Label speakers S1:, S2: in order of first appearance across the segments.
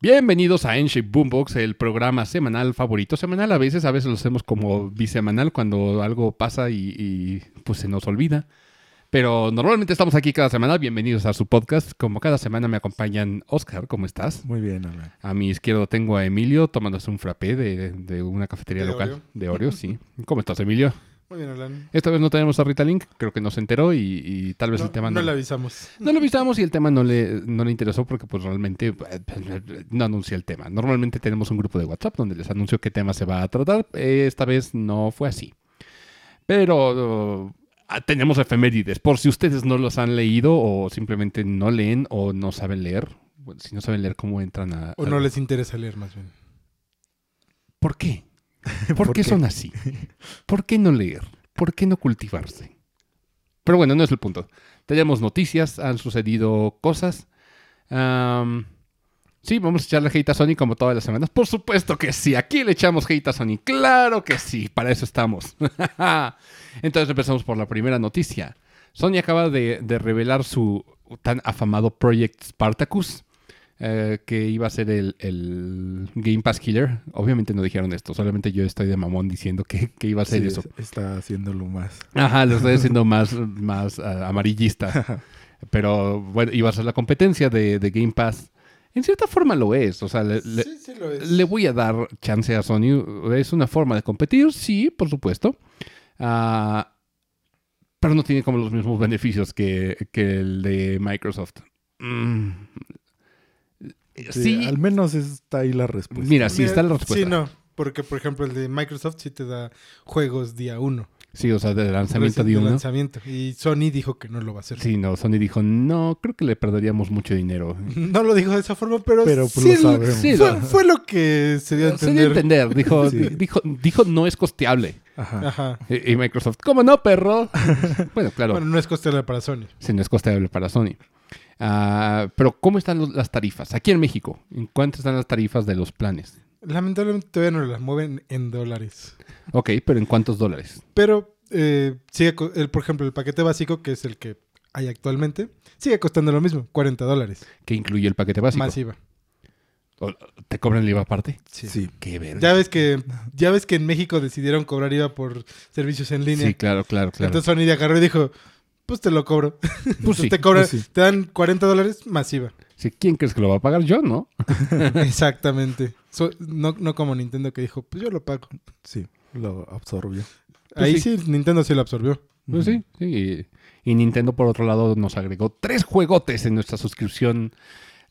S1: Bienvenidos a Enshape Boombox, el programa semanal favorito. Semanal a veces, a veces lo hacemos como bisemanal cuando algo pasa y, y, pues se nos olvida. Pero normalmente estamos aquí cada semana. Bienvenidos a su podcast. Como cada semana me acompañan Oscar, ¿cómo estás?
S2: Muy bien, Alan.
S1: A mi izquierdo tengo a Emilio tomándose un frappé de, de una cafetería
S3: De
S1: local
S3: Oreo.
S1: de Oreo, sí. ¿Cómo estás, Emilio?
S3: Muy bien, Alan.
S1: Esta vez no tenemos a Rita Link, creo que nos enteró y, y tal vez
S3: no,
S1: el tema
S3: no le avisamos.
S1: No lo visitamos y el tema no le, no le interesó porque pues realmente eh, no anuncié el tema. Normalmente tenemos un grupo de WhatsApp donde les anuncio qué tema se va a tratar. Eh, Esta vez no fue así. Pero uh, ah, tenemos efemérides. Por si ustedes no los han leído o simplemente no leen o no saben leer. Bueno, si no saben leer, ¿cómo entran a...?
S3: O
S1: a-
S3: no les interesa leer, más bien.
S1: ¿Por qué? ¿Por, qué son así? ¿Por qué no leer? ¿Por qué no cultivarse? Pero bueno, no es el punto. Tenemos noticias, han sucedido cosas. Am, sí, vamos a echarle hate a Sony como todas las semanas. Por supuesto que sí, aquí le echamos hate a Sony. Claro que sí, para eso estamos. Entonces empezamos por la primera noticia. Sony acaba de, de revelar su tan afamado Project Spartacus eh, que iba a ser el, el Game Pass Killer. Obviamente no dijeron esto, solamente yo estoy de mamón diciendo que, que iba a ser
S2: Sí,
S1: eso.
S2: es- Está haciéndolo más.
S1: Ajá, lo estoy diciendo más, más ah, amarillista. Pero bueno, iba a ser la competencia de, de Game Pass. En cierta forma lo es, o sea, le, le-
S3: sí, sí lo es.
S1: le voy a dar chance a Sony. ¿Es una forma de competir? Sí, por supuesto. Ah, pero no tiene como los mismos beneficios que, que el de Microsoft. Mm.
S2: Sí,
S1: Sí,
S2: Al menos está ahí la respuesta.
S1: Mira, sí.
S3: Mira,
S1: está la respuesta.
S3: Sí, no. Porque, por ejemplo, el de Microsoft sí te da juegos día uno.
S1: Pues sí, o sea, del lanzamiento
S3: recién
S1: de uno.
S3: lanzamiento. Y Sony dijo que no lo va a hacer.
S1: Sí, no, Sony dijo, no, creo que le perderíamos mucho dinero.
S3: No lo dijo de esa forma, pero,
S2: Pero pues,
S3: sí
S2: lo sabemos.
S1: sí,
S3: fue, fue lo que se dio a
S1: Se dio a
S3: entender.
S1: entender, dijo,
S2: Sí.
S1: dijo, dijo, no es costeable.
S2: Ajá.
S3: Ajá.
S1: Y y Microsoft, ¿cómo no, perro? bueno, claro.
S3: Bueno, no es costearle para Sony.
S1: si no es costeable para Sony. Ah, pero, ¿cómo están los- las tarifas? Aquí en México, ¿en cuánto están las tarifas de los planes?
S3: Lamentablemente todavía no las mueven en dólares.
S1: Ok, pero ¿en cuántos dólares?
S3: Pero eh, sigue, co- el, por ejemplo, el paquete básico, que es el que hay actualmente, sigue costando lo mismo, 40 dólares.
S1: ¿Qué incluye el paquete básico?
S3: Más IVA.
S1: ¿O- ¿Te cobran el IVA aparte?
S2: Sí.
S1: Qué verga.
S3: Ya ves que ya ves que en México decidieron cobrar IVA por servicios en línea.
S1: Sí, claro, claro, claro.
S3: Entonces Sony agarró y dijo, pues te lo cobro.
S1: pues sí,
S3: Entonces te cobran,
S2: pues sí.
S3: te dan 40 dólares más IVA.
S1: sí, ¿Quién crees que lo va a pagar? Yo, ¿no?
S3: Exactamente. So- no, no como Nintendo que dijo, pues yo lo pago.
S2: Sí, lo absorbió.
S1: Pues
S3: Ahí sí. Nintendo sí lo absorbió.
S1: Pues sí, sí. Y, y Nintendo, por otro lado, nos agregó tres juegotes en nuestra suscripción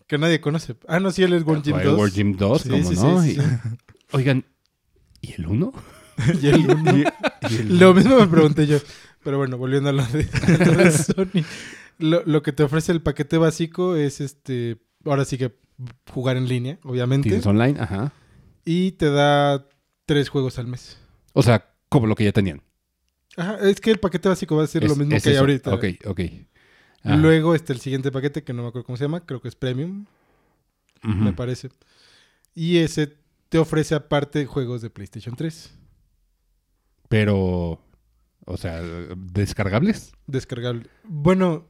S3: Que nadie conoce. Ah, no, sí, él es World Gym
S1: Wild
S3: 2.
S1: World Gym 2,
S3: Sí,
S1: ¿cómo
S3: sí, sí,
S1: no?
S3: sí,
S1: Y-
S3: sí.
S1: Oigan, ¿y el 1?
S3: Y el uno. Lo mismo me pregunté yo. Pero bueno, volviendo a lo de, lo de Sony. Lo, lo que te ofrece el paquete básico es este. Ahora sí que jugar en línea, obviamente.
S1: ¿Tienes online? Ajá.
S3: Y te da tres juegos al mes.
S1: O sea, como lo que ya tenían.
S3: Ajá, es que el paquete básico va a ser lo
S1: Es-
S3: mismo
S1: es
S3: que hay
S1: eso.
S3: ahorita.
S1: Ok, ok. Ah,
S3: Luego está el siguiente paquete, que no me acuerdo cómo se llama, creo que es Premium,
S1: ujú.
S3: me parece. Y ese te ofrece aparte juegos de PlayStation 3,
S1: Pero, o sea, descargables.
S3: descargable. Bueno,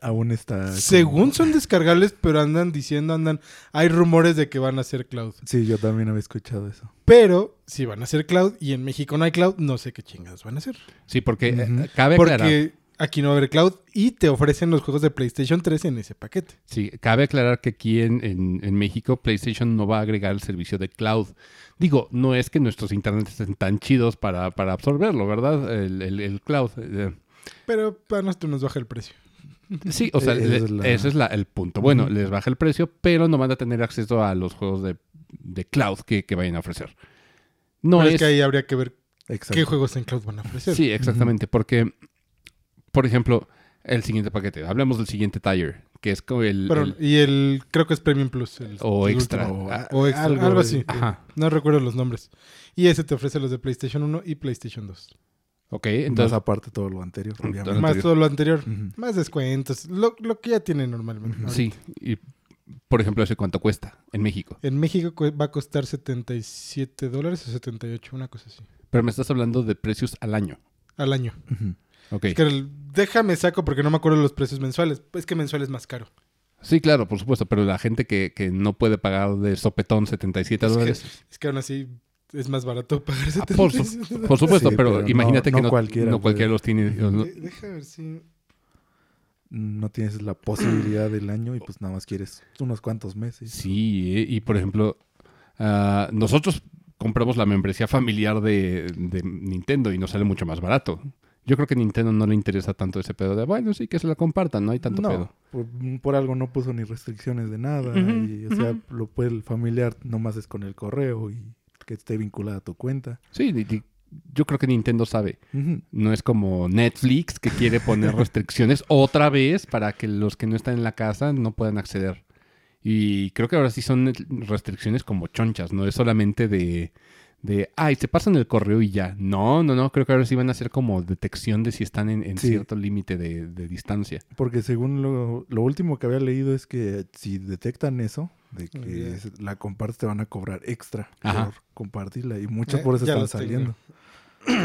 S2: Aún está. como-
S3: Según son descargables, pero andan diciendo, andan. Hay rumores de que van a ser cloud.
S2: Sí, yo también había escuchado eso.
S3: Pero si van a ser cloud y en México no hay cloud, no sé qué chingados van a hacer.
S1: Sí, porque eh,
S2: Ujú.
S1: cabe aclarar.
S3: Porque aquí no va a haber cloud y te ofrecen los juegos de PlayStation 3 en ese paquete.
S1: Sí, cabe aclarar que aquí en, en- en México PlayStation no va a agregar el servicio de cloud. Digo, no es que nuestros internets estén tan chidos para, para absorberlo, ¿verdad? El, el- el cloud. eh,
S3: Pero para nosotros nos baja el precio.
S1: Sí, o
S3: Eh,
S1: sea,
S2: Esa
S1: le-
S2: es la-
S1: ese es la- el punto. Bueno,
S2: Ujú.
S1: les baja el precio, pero no van a tener acceso a los juegos de, de cloud que, que vayan a ofrecer. No
S3: Pero es
S1: es
S3: que ahí habría que ver
S2: Exacto.
S3: qué juegos en cloud van a ofrecer.
S1: Sí, exactamente, porque, por ejemplo, el siguiente paquete, hablemos del siguiente tire, que es como el...
S3: Pero- eh,
S1: el-
S3: Y el, creo que es Premium Plus. el-
S1: o
S3: el
S1: extra.
S3: último.
S1: Ah,
S3: O extra, algo, así.
S1: Ajá.
S3: No recuerdo los nombres. Y ese te ofrece los de PlayStation 1 y PlayStation 2.
S1: Ok,
S2: Entonces,
S1: entonces...
S2: aparte todo lo anterior, obviamente.
S1: Lo
S3: Más
S1: anterior.
S3: todo lo anterior.
S2: Ujú.
S3: Más descuentos, lo, lo que ya tienen normalmente. ahorita.
S1: Sí, y, por ejemplo, ese cuánto cuesta en México.
S3: En México cu- va a costar 77 dólares o 78, una cosa así.
S1: Pero me estás hablando de precios al año.
S3: Al año.
S2: Ujú.
S1: Ok.
S3: Es que el- déjame saco porque no me acuerdo los precios mensuales. Es que mensual es más caro.
S1: Sí, claro, por supuesto, pero la gente que, que no puede pagar de sopetón 77
S3: Es que-
S1: dólares.
S3: Es que aún así es más barato pagar
S1: Ah, por,
S3: 70.
S1: su- por supuesto,
S2: Sí,
S1: pero,
S2: pero no-
S1: imagínate
S2: no
S1: que no,
S2: cualquiera
S1: no cualquiera
S2: puede.
S1: los tiene. no-
S3: De- Deja Eh, ver si.
S2: No tienes la posibilidad del año y pues nada más quieres unos cuantos meses.
S1: Sí, eh, y por ejemplo, ah, nosotros compramos la membresía familiar de, de Nintendo y nos sale mucho más barato. Yo creo que a Nintendo no le interesa tanto ese pedo de, bueno, sí, que se la compartan, no hay tanto
S2: no,
S1: pedo.
S2: Por, mm, por algo no puso ni restricciones de nada.
S1: Ujú,
S2: y, o sea,
S1: ujú.
S2: lo puede el familiar nomás es con el correo y que esté vinculada a tu cuenta.
S1: Sí, di- di- yo creo que Nintendo sabe.
S2: Ujú.
S1: No es como Netflix que quiere poner restricciones otra vez para que los que no están en la casa no puedan acceder. Y creo que ahora sí son restricciones como chonchas, no es solamente de, de ay, se pasan el correo y ya. No, no, no, creo que ahora sí van a hacer como detección de si están en, en
S2: Sí.
S1: cierto límite de, de distancia.
S2: Porque según lo, lo último que había leído es que si detectan eso, de
S3: Muy bien.
S2: que se- la compartes te van a cobrar extra
S1: Ajá.
S2: por compartirla. Y muchos
S3: Eh,
S2: por eso
S3: ya
S2: están
S3: los tengo.
S2: saliendo.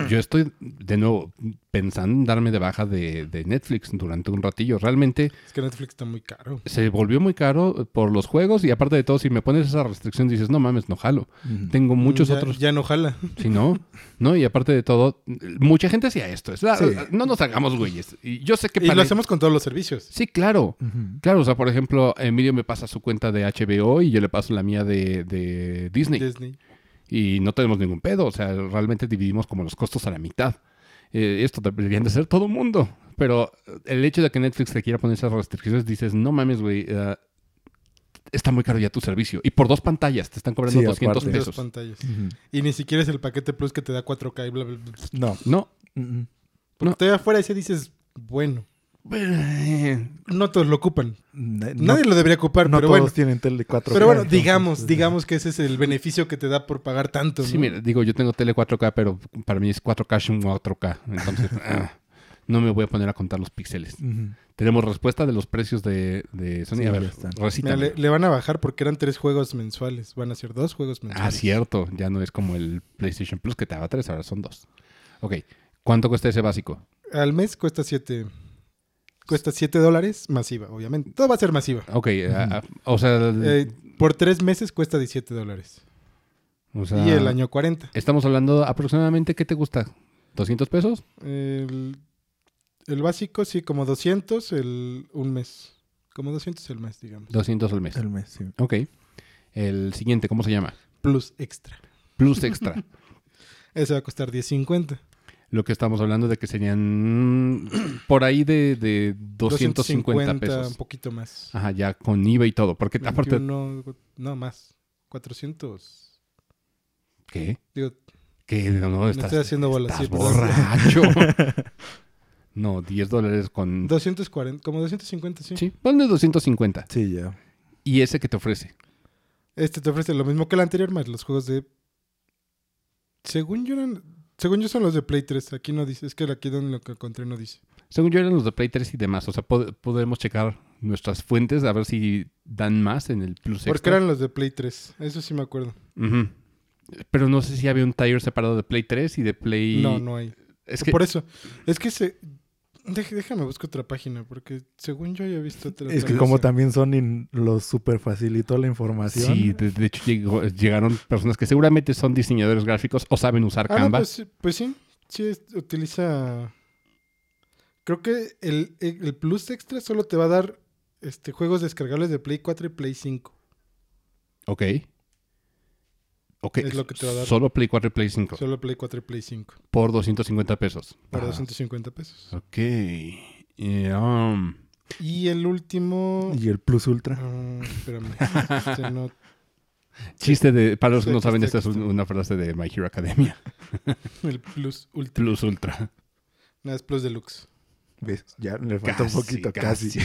S1: Yo estoy, de nuevo, pensando en darme de baja de, de Netflix durante un ratillo. Realmente
S3: Es que Netflix está muy caro.
S1: se volvió muy caro por los juegos y aparte de todo, si me pones esa restricción dices, no mames, no jalo.
S2: Ujú.
S1: Tengo muchos
S3: Ya-
S1: otros
S3: Ya no jala.
S1: Si no, no, y aparte de todo, mucha gente hacía esto. es la-
S2: Sí.
S1: No nos hagamos güeyes. Y yo sé que
S3: Y
S1: para-
S3: lo hacemos con todos los servicios.
S1: Sí, claro.
S2: Ujú.
S1: Claro, o sea, por ejemplo, Emilio me pasa su cuenta de HBO y yo le paso la mía de, de Disney.
S3: Disney.
S1: Y no tenemos ningún pedo. O sea, realmente dividimos como los costos a la mitad. Eh, esto deberían de ser todo mundo. Pero el hecho de que Netflix te quiera poner esas restricciones, dices, no mames, güey. eh, está muy caro ya tu servicio. Y por dos pantallas te están cobrando
S2: Sí,
S1: 200
S2: aparte.
S3: Dos
S1: pesos.
S3: pantallas.
S2: Ujú.
S3: Y ni siquiera es el paquete plus que te da 4K y bla, bla, bla.
S2: No.
S1: No.
S2: Ujú.
S1: No.
S3: Te afuera y se dices, bueno,
S1: eh,
S3: no todos lo ocupan.
S2: Na- no-
S3: Nadie lo debería ocupar,
S2: no
S3: pero
S2: todos
S3: bueno.
S2: tienen tele 4K.
S3: Pero bueno,
S2: entonces,
S3: digamos,
S2: pues,
S3: digamos que ese es el beneficio que te da por pagar tanto.
S1: Sí,
S3: ¿no?
S1: mira, digo, yo tengo tele 4K, pero para mí es 4K sin 4K. Entonces, ah, no me voy a poner a contar los píxeles.
S2: ujú.
S1: Tenemos respuesta de los precios de, de Sony.
S2: Sí,
S1: a
S2: ya
S1: ver,
S2: están.
S1: recita.
S3: Mira, le, le van a bajar porque eran tres juegos mensuales. Van a ser dos juegos
S1: Ah,
S3: mensuales.
S1: cierto. Ya no es como el PlayStation Plus que te daba tres, ahora son dos. Ok. ¿Cuánto cuesta ese básico?
S3: Al mes cuesta 7. Cuesta 7 dólares masiva, obviamente. Todo va a ser masiva.
S1: Ok, ah, ah, o sea, el-
S3: Eh, por tres meses cuesta 17 dólares.
S1: o sea,
S3: y el año 40.
S1: Estamos hablando aproximadamente, ¿qué te gusta? ¿200 pesos?
S3: El, el básico, sí, como 200 el, un mes. Como 200 el mes, digamos.
S1: 200 al mes.
S2: El mes, sí.
S1: Ok. El siguiente, ¿cómo se llama?
S3: Plus extra.
S1: Plus Extra.
S3: Ese va a costar 10.50.
S1: Lo que estamos hablando de que serían mm, por ahí de, de 250
S3: Un
S1: pesos.
S3: poquito más.
S1: Ajá, ya con IVA y todo. Porque aparte,
S3: 21, no, más. 400.
S1: ¿qué?
S3: Digo,
S1: ¿Qué? No, no,
S3: me
S1: estás,
S3: estoy haciendo bolas.
S1: estás
S3: sí, perdón.
S1: borracho. no, 10 dólares con...
S3: 240, como 250, sí.
S1: Sí, ponle 250.
S2: Sí, ya.
S1: ¿Y ese que te ofrece?
S3: Este te ofrece lo mismo que el anterior, más los juegos de. Según yo eran. Según yo son los de Play 3. Aquí no dice. Es que aquí donde lo que encontré no dice.
S1: Según yo eran los de Play 3 y demás. O sea, pod- podemos checar nuestras fuentes a ver si dan más en el Plus
S3: Porque
S1: Extra.
S3: eran los de Play 3. Eso sí me acuerdo.
S1: Ujú. Pero no sé si había un taller separado de Play 3 y de Play...
S3: No, no hay.
S1: Es que...
S3: Por eso. Es que se. Dej- déjame buscar otra página. Porque según yo había visto otra.
S2: Es que
S3: cosa.
S2: como también Sony los super facilitó la información.
S1: Sí, de, de hecho llegó- llegaron personas que seguramente son diseñadores gráficos o saben usar
S3: Ah, no,
S1: Canva.
S3: pues, sí, pues sí. Sí, es- utiliza. Creo que el, el el Plus Extra solo te va a dar este, juegos descargables de Play 4 y Play 5.
S1: Ok. Ok.
S3: Es lo que te va a dar.
S1: Solo Play 4 y Play 5
S3: Solo Play 4 y Play 5.
S1: por 250 pesos.
S3: Por
S2: Ah.
S3: 250 pesos.
S1: Ok. Eh, um,
S3: Y el último.
S2: Y el Plus Ultra.
S3: Ah, espérame. Este no-
S1: chiste de. Para los que
S3: Sí,
S1: no
S3: sí,
S1: saben,
S3: sí,
S1: esta es
S3: sí.
S1: un- una frase de My Hero Academia.
S3: El Plus Ultra.
S1: Plus Ultra.
S3: No, es Plus Deluxe.
S2: ¿Ves? Ya le falta un poquito, casi.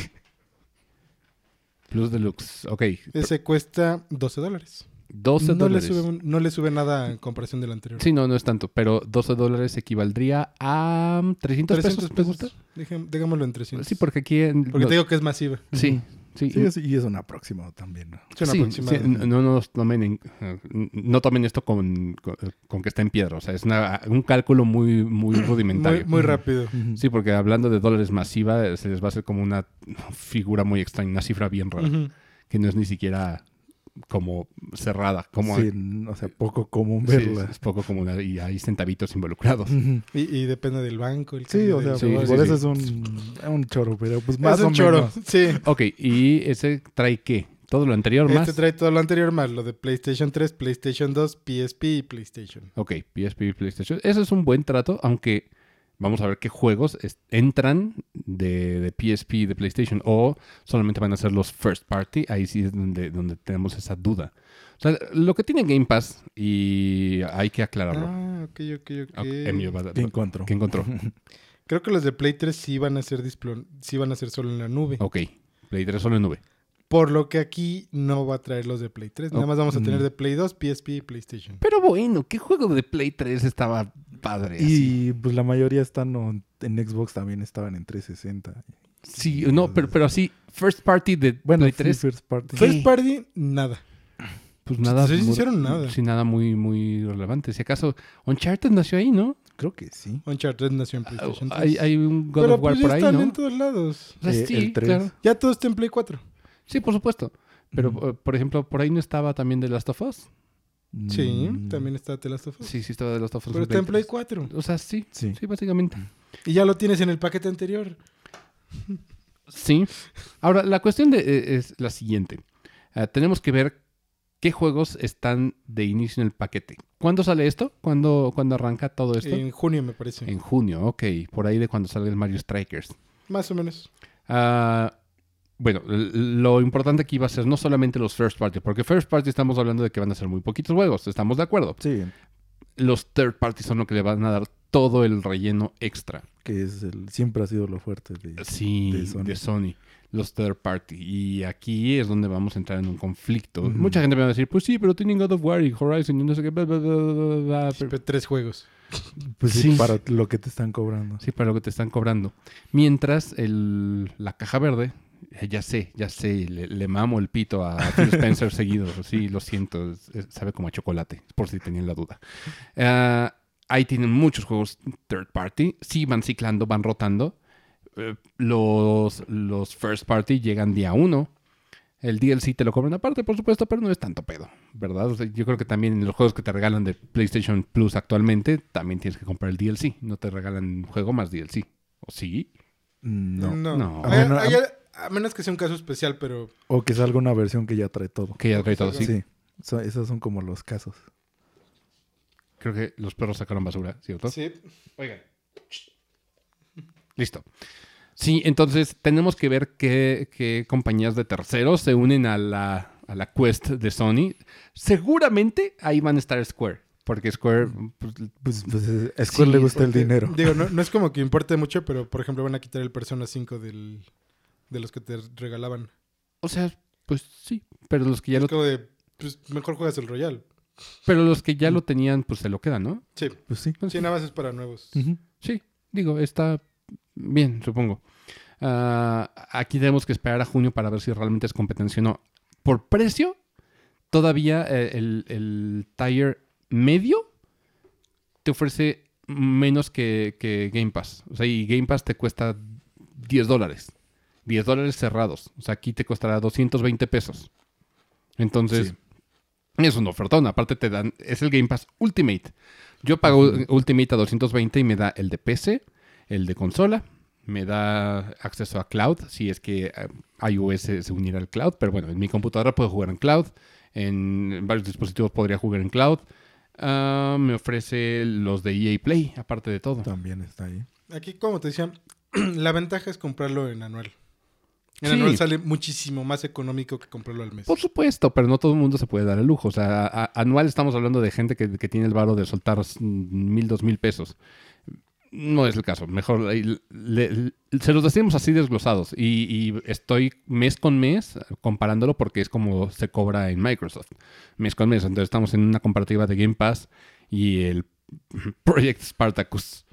S1: Plus Deluxe. Ok.
S3: Ese cuesta 12 dólares.
S1: 12
S3: No le,
S1: dólares.
S3: sube, un- no le sube nada en comparación del anterior.
S1: Sí, no, no es tanto. Pero 12 dólares equivaldría a. um, ¿300, pesos? ¿Te gusta?
S3: Dejé- Déjamelo en 300.
S1: Pues Sí, porque aquí. en-
S3: Porque
S1: no-
S3: te digo que es masiva.
S1: Sí, Sí,
S2: Sí, es- y es un aproximado también. ¿no?
S3: Suena
S1: Sí,
S3: aproximado.
S1: sí, no, no nos tomen en- eh, no tomen esto con, con- con que está en piedra. O sea, es una- un cálculo muy, muy rudimentario.
S3: muy, muy rápido.
S1: Sí, porque hablando de dólares masiva, eh, se les va a hacer como una figura muy extraña, una cifra bien rara,
S3: Ujú.
S1: que no es ni siquiera como cerrada, como
S2: Sí, n- o sea, poco común
S1: eh, sí,
S2: verla.
S1: es, es poco común y hay centavitos involucrados.
S2: Ujú.
S3: Y, y depende del banco. El
S2: Sí,
S3: cambio
S2: o sea,
S3: del
S1: Sí,
S2: por
S3: dólar.
S1: sí,
S2: eso
S1: sí.
S2: es un, un choro, pero pues más
S3: es un
S2: o
S3: choro.
S2: menos.
S3: Sí.
S1: Ok, ¿y ese trae qué? ¿Todo lo anterior más?
S3: Este trae todo lo anterior más, lo de PlayStation 3, PlayStation 2, PSP y PlayStation.
S1: Ok, PSP y PlayStation. Eso es un buen trato, aunque vamos a ver qué juegos es- entran de, de PSP y de PlayStation o solamente van a ser los first party. Ahí sí es donde, donde tenemos esa duda. O sea, lo que tiene Game Pass y hay que aclararlo.
S3: Ah, ok, ok, ok.
S1: Ok, Emilio, va-
S2: ¿Qué
S1: ¿Qué
S2: encontró?
S1: encontró?
S3: Creo que los de Play 3 sí van a ser displon- sí van a ser solo en la nube.
S1: Ok, Play 3 solo en nube.
S3: Por lo que aquí no va a traer los de Play 3. Nada
S1: Oh,
S3: más vamos a tener
S2: mm.
S3: de Play 2, PSP y PlayStation.
S1: Pero bueno, ¿qué juego de Play 3 estaba padre? así?
S2: Y pues la mayoría están o- en Xbox también estaban en 360.
S1: Sí, no, pero, pero así, first party de
S2: Bueno,
S1: Play
S2: sí,
S1: 3,
S2: First Party.
S1: Fue-
S3: First Party, nada.
S1: pues nada.
S3: soy
S1: muy-
S3: sincero, nada.
S1: Sí, nada muy, muy relevante. Si acaso, Uncharted nació ahí, ¿no?
S2: Creo que sí.
S3: Uncharted nació en PlayStation 3.
S1: Hay, hay un God
S3: Pero
S1: of War
S3: pues ya
S1: por ahí,
S3: están
S1: ¿no?
S3: en todos lados.
S1: O sea,
S2: Eh,
S1: sí,
S2: el tres.
S1: claro.
S3: Ya todo está en Play 4.
S1: Sí, por supuesto. Pero, eh, por ejemplo, por ahí no estaba también The Last of Us.
S3: Sí,
S2: Mm,
S3: también está The Last of Us.
S1: Sí, sí estaba The Last of Us.
S3: Pero está en Play 4.
S1: O sea, sí,
S2: Sí.
S1: sí, básicamente.
S3: Y ya lo tienes en el paquete anterior.
S1: Sí. Ahora, la cuestión de, eh, es la siguiente. Ah, tenemos que ver qué juegos están de inicio en el paquete. ¿Cuándo sale esto? ¿Cuándo, cuándo arranca todo esto?
S3: En junio, me parece.
S1: En junio, ok. Por ahí de cuando sale el Mario Strikers.
S3: Más o menos.
S1: Ah, bueno, l- lo importante aquí va a ser no solamente los first party, porque first party estamos hablando de que van a ser muy poquitos juegos, estamos de acuerdo.
S2: Sí,
S1: Los third party son los que le van a dar todo el relleno extra.
S2: que es el, siempre ha sido lo fuerte de...
S1: Sí, de
S2: de
S1: Sony.
S2: Sony.
S1: Los third party. Y aquí es donde vamos a entrar en un conflicto.
S2: Ujú.
S1: Mucha gente me va a decir, pues sí, pero tienen God of War y Horizon y no sé qué. bla, bla, bla, bla, bla, bla", Ah, pero-
S3: Pero tres juegos.
S2: Pues sí,
S1: Sí.
S2: para lo que te están cobrando.
S1: Sí, para lo que te están cobrando. Mientras el, la caja verde, eh, ya sé, ya sé, le, le mamo el pito a Phil Spencer seguido. Sí, lo siento, es- es- sabe como a chocolate, por si tenían la duda. Ah, ahí tienen muchos juegos third party. Sí, van ciclando, van rotando. Eh, los, los first party llegan día uno. El DLC te lo cobran aparte, por supuesto, pero no es tanto pedo, ¿verdad? O sea, yo creo que también en los juegos que te regalan de PlayStation Plus actualmente, también tienes que comprar el DLC. No te regalan un juego más DLC. ¿O sí?
S2: No.
S1: no.
S3: A, ver,
S2: Bueno,
S3: hay- ah, a menos que sea un caso especial, pero
S2: O que salga una versión que ya trae todo.
S1: Que ya trae todo, sí.
S2: Sí. So- esos son como los casos.
S1: Creo que los perros sacaron basura, ¿cierto?
S3: sí.
S1: Oigan. Listo. Sí, entonces tenemos que ver qué, qué compañías de terceros se unen a la, a la quest de Sony. Seguramente ahí van a estar Square, porque Square pues,
S2: Pues, pues a Square le gusta el
S3: Porque,
S2: dinero.
S3: Digo, no, no es como que importe mucho, pero por ejemplo van a quitar el Persona 5 del, de los que te regalaban.
S1: O sea, pues sí, pero los que ya
S3: es
S1: lo,
S3: como de, pues mejor juegas el Royal.
S1: pero los que ya lo tenían, pues se lo quedan, ¿no?
S3: Sí,
S2: Pues sí.
S3: sí, nada más es para nuevos.
S1: Mm.
S2: Ujú.
S1: Sí, digo, está bien, supongo. Ah, aquí tenemos que esperar a junio para ver si realmente es competencia o no. Por precio, todavía eh, el, el tier medio te ofrece menos que, que Game Pass. O sea, y Game Pass te cuesta 10 dólares. 10 dólares cerrados. O sea, aquí te costará 220 pesos. Entonces, es una ofertón. Aparte te dan, es el Game Pass Ultimate. Yo pago Ultimate a 220 y me da el de PC, el de consola, me da acceso a cloud, si es que eh, iOS se unirá al cloud, pero bueno, en mi computadora puedo jugar en cloud, en varios dispositivos podría jugar en cloud. Ah, me ofrece los de EA Play, aparte de todo.
S2: También está ahí.
S3: Aquí, como te decía, la ventaja es comprarlo en anual. En
S1: Sí.
S3: anual sale muchísimo más económico que comprarlo al mes.
S1: Por supuesto, pero no todo el mundo se puede dar el lujo. O sea, a- anual estamos hablando de gente que, que tiene el varo de soltar mm, mil, dos mil pesos. No es el caso. Mejor le- le- le- se los decimos así desglosados. Y, y estoy mes con mes comparándolo porque es como se cobra en Microsoft. Mes con mes. Entonces estamos en una comparativa de Game Pass y el Project Spartacus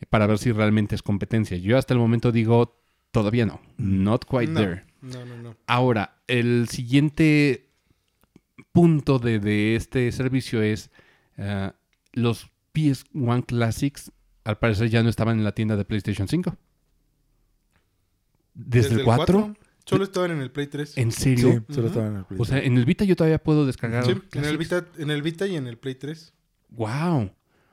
S1: eh, para ver si realmente es competencia. Yo hasta el momento digo, todavía no. Not quite
S3: No,
S1: there.
S3: No, no, no.
S1: Ahora, el siguiente punto de, de este servicio es eh, los PS1 Classics al parecer ya no estaban en la tienda de PlayStation 5. ¿Desde, el 4?
S3: Solo estaban en el Play 3.
S1: ¿En
S2: Sí,
S1: serio?
S2: solo
S3: Ujú.
S2: estaba en el Play.
S1: O sea, en el Vita yo todavía puedo descargar.
S3: Sí, en el,
S1: Classics.
S3: Vita, en el Vita y en el Play 3.
S1: Wow.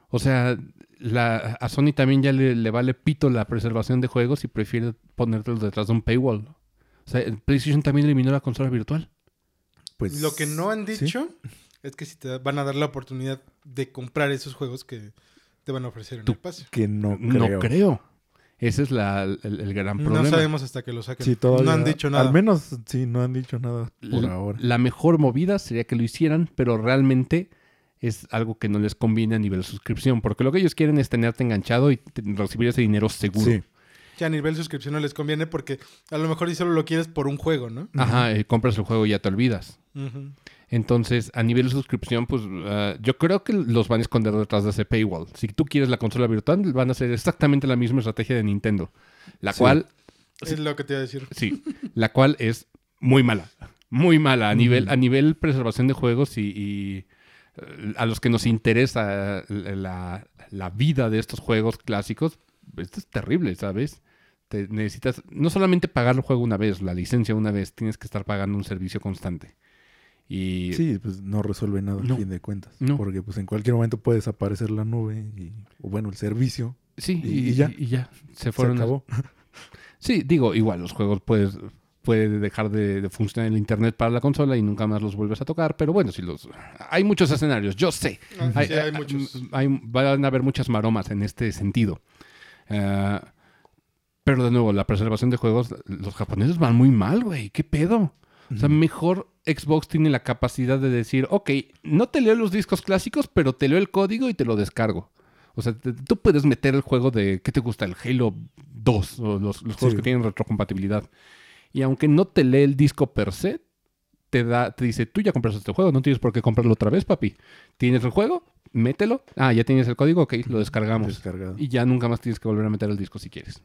S1: O sea, la, a Sony también ya le, le vale pito la preservación de juegos y prefiere ponértelos detrás de un paywall. O sea, el PlayStation también eliminó la consola virtual.
S2: Pues,
S3: Lo que no han
S2: sí.
S3: dicho es que si te van a dar la oportunidad de comprar esos juegos que te van a ofrecer en
S1: Tú-
S3: el pase.
S2: Que no
S1: No
S2: creo.
S1: creo. Ese es la- el, el gran problema.
S3: No sabemos hasta que lo saquen.
S2: Sí, todavía-
S3: no han dicho nada.
S2: Al menos, sí, no han dicho nada por
S1: L-
S2: ahora.
S1: La mejor movida sería que lo hicieran, pero realmente es algo que no les conviene a nivel suscripción, porque lo que ellos quieren es tenerte enganchado y te- recibir ese dinero seguro.
S2: Sí.
S3: Que a nivel suscripción no les conviene porque a lo mejor si solo lo quieres por un juego, ¿no?
S1: Ajá, eh, compras el juego y ya te olvidas. Entonces, a nivel de suscripción, pues ah, yo creo que los van a esconder detrás de ese paywall. Si tú quieres la consola virtual, van a hacer exactamente la misma estrategia de Nintendo, la
S2: Sí.
S1: cual
S3: Es lo que te iba a decir.
S1: Sí, la cual es muy mala. Muy mala a
S2: Mm.
S1: nivel, a nivel preservación de juegos y, y, eh, a los que nos interesa eh, la, la vida de estos juegos clásicos. Esto es terrible, ¿sabes? Te necesitas no solamente pagar el juego una vez, la licencia una vez, tienes que estar pagando un servicio constante. Y
S2: Sí, pues no resuelve nada
S1: No.
S2: a fin de cuentas.
S1: No.
S2: Porque pues en cualquier momento puede desaparecer la nube y, o bueno, el servicio.
S1: sí,
S2: y-
S1: y,
S2: y ya.
S1: y Se
S2: Se
S1: fueron. a-
S2: acabó.
S1: Sí, digo, igual los juegos puedes puede dejar de, de funcionar el internet para la consola y nunca más los vuelves a tocar, pero bueno, si los hay muchos escenarios, yo sé.
S3: Ah, sí, hay muchos.
S1: hay- van a haber muchas maromas en este sentido. Eh, pero de nuevo, la preservación de juegos, los japoneses van muy mal, güey. ¿Qué pedo? O sea, mejor Xbox tiene la capacidad de decir, ok, no te leo los discos clásicos, pero te leo el código y te lo descargo. O sea, te- tú puedes meter el juego de, ¿qué te gusta? El Halo 2, o los, los juegos
S2: Sí.
S1: que tienen retrocompatibilidad. Y aunque no te lee el disco per se, te, da, te dice, tú ya compraste este juego, no tienes por qué comprarlo otra vez, papi. ¿Tienes el juego? Mételo. Ah, ya tienes el código, ok, lo descargamos.
S2: Descargado.
S1: Y ya nunca más tienes que volver a meter el disco si quieres.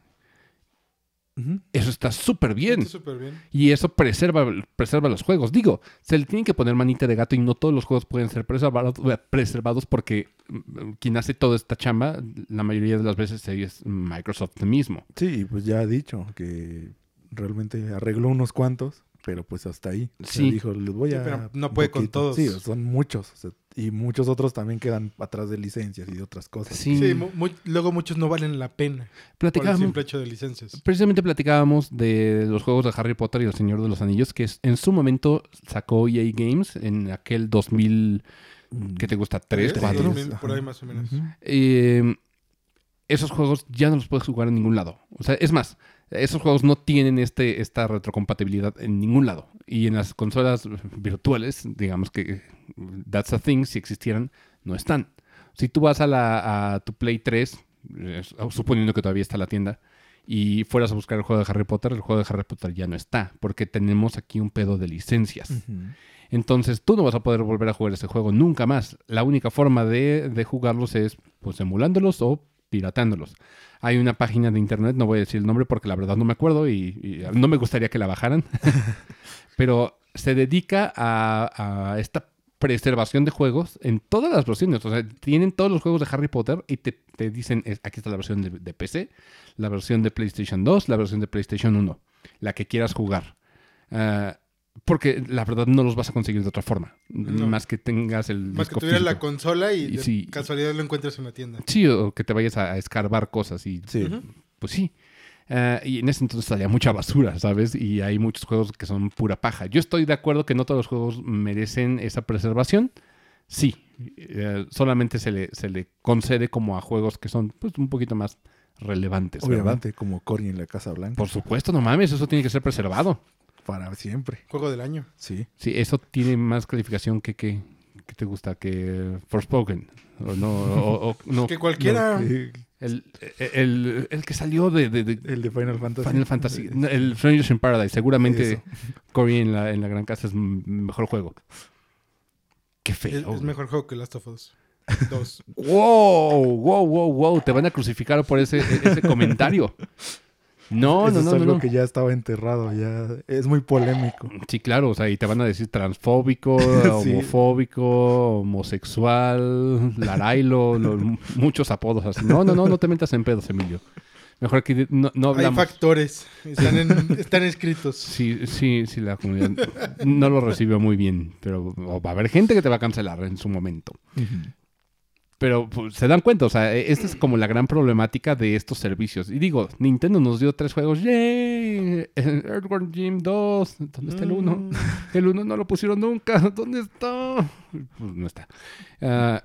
S2: Ujú.
S1: Eso está súper bien.
S3: Está súper bien.
S1: Y eso preserva, preserva los juegos. Digo, se le tienen que poner manita de gato y no todos los juegos pueden ser preservados, eh, preservados porque mm, quien hace toda esta chamba, la mayoría de las veces es Microsoft mismo.
S2: Sí, pues ya ha dicho que realmente arregló unos cuantos, pero pues hasta ahí. O sea,
S1: Sí.
S2: dijo, les voy
S3: Sí,
S2: a.
S3: pero no
S2: un
S3: puede con todos.
S2: Sí, son muchos. o sea, y muchos otros también quedan atrás de licencias y de otras cosas.
S1: Sí,
S3: Sí, mu- mu- luego muchos no valen la pena por el
S1: platicábamos-
S3: simple hecho de licencias.
S1: precisamente platicábamos de los juegos de Harry Potter y el Señor de los Anillos, que es- en su momento sacó EA Games en aquel 2000, ¿qué te gusta? ¿3,
S3: Sí,
S1: 4?
S3: también Por ahí más o menos.
S2: Mm. Ujú.
S1: eh, esos juegos ya no los puedes jugar en ningún lado. O sea, es más, esos juegos no tienen este, esta retrocompatibilidad en ningún lado. Y en las consolas virtuales, digamos que eh, that's a thing, si existieran, no están. Si tú vas a, la, a tu Play 3, eh, suponiendo que todavía está la tienda, y fueras a buscar el juego de Harry Potter, el juego de Harry Potter ya no está, porque tenemos aquí un pedo de licencias.
S2: Ujú.
S1: Entonces tú no vas a poder volver a jugar ese juego nunca más. La única forma de, de jugarlos es pues emulándolos o piratándolos. Hay una página de internet, no voy a decir el nombre porque la verdad no me acuerdo y, y no me gustaría que la bajaran, pero se dedica a, a esta preservación de juegos en todas las versiones. O sea, tienen todos los juegos de Harry Potter y te, te dicen, es- aquí está la versión de, de PC, la versión de PlayStation 2, la versión de PlayStation 1, la que quieras jugar. Ah, porque la verdad no los vas a conseguir de otra forma.
S3: No.
S1: Más que tengas el.
S3: Más que
S1: disco
S3: tuvieras la
S1: físico.
S3: consola y,
S1: Y
S3: de
S1: sí.
S3: casualidad lo encuentras en la tienda.
S1: Sí, o que te vayas a, a escarbar cosas y
S2: Sí.
S3: Ujú.
S1: pues sí. Ah, y en ese entonces salía mucha basura, ¿sabes? Y hay muchos juegos que son pura paja. Yo estoy de acuerdo que no todos los juegos merecen esa preservación. Sí, eh, solamente se le, se le concede como a juegos que son pues, un poquito más relevantes. ¿verdad?
S2: Obviamente, como Cory en la Casa Blanca.
S1: Por supuesto, no mames, eso tiene que ser preservado.
S2: Para siempre.
S3: Juego del año.
S2: Sí.
S1: Sí, eso tiene más calificación que, que, que te gusta, que Forspoken. O no, o- o- no,
S3: que cualquiera.
S2: Eh,
S1: el, el- el que salió de- de- de,
S2: El de Final Fantasy.
S1: Final Fantasy. no, El Strangers in Paradise. Seguramente
S2: Eso.
S1: Cory en la, en la Gran Casa es m- mejor juego. Qué
S3: es,
S1: feo.
S3: es
S1: güey.
S3: mejor juego que Last of Us. Dos.
S1: Wow, wow, wow, wow. Te van a crucificar por ese, e- ese comentario. No, no,
S2: Eso
S1: no,
S2: es
S1: no,
S2: algo
S1: no.
S2: que ya estaba enterrado, ya es muy polémico.
S1: Sí, claro, o sea, y te van a decir transfóbico,
S2: Sí.
S1: homofóbico, homosexual, larailo, lo- muchos apodos así. No, no, no, no te metas en pedos, Emilio. Mejor aquí de- no, no
S3: Hay
S1: hablamos.
S3: factores. Están, en- están escritos.
S1: Sí, sí, sí, la comunidad no lo recibió muy bien, pero va a haber gente que te va a cancelar en su momento. Pero pues, se dan cuenta, o sea, e- esta es como la gran problemática de estos servicios. Y digo, Nintendo nos dio tres juegos. ¡Yay! El Earthworm Jim 2. ¿Dónde está el 1?
S3: Mm.
S1: El 1 no lo pusieron nunca. ¿Dónde está? Pues no está. Ah,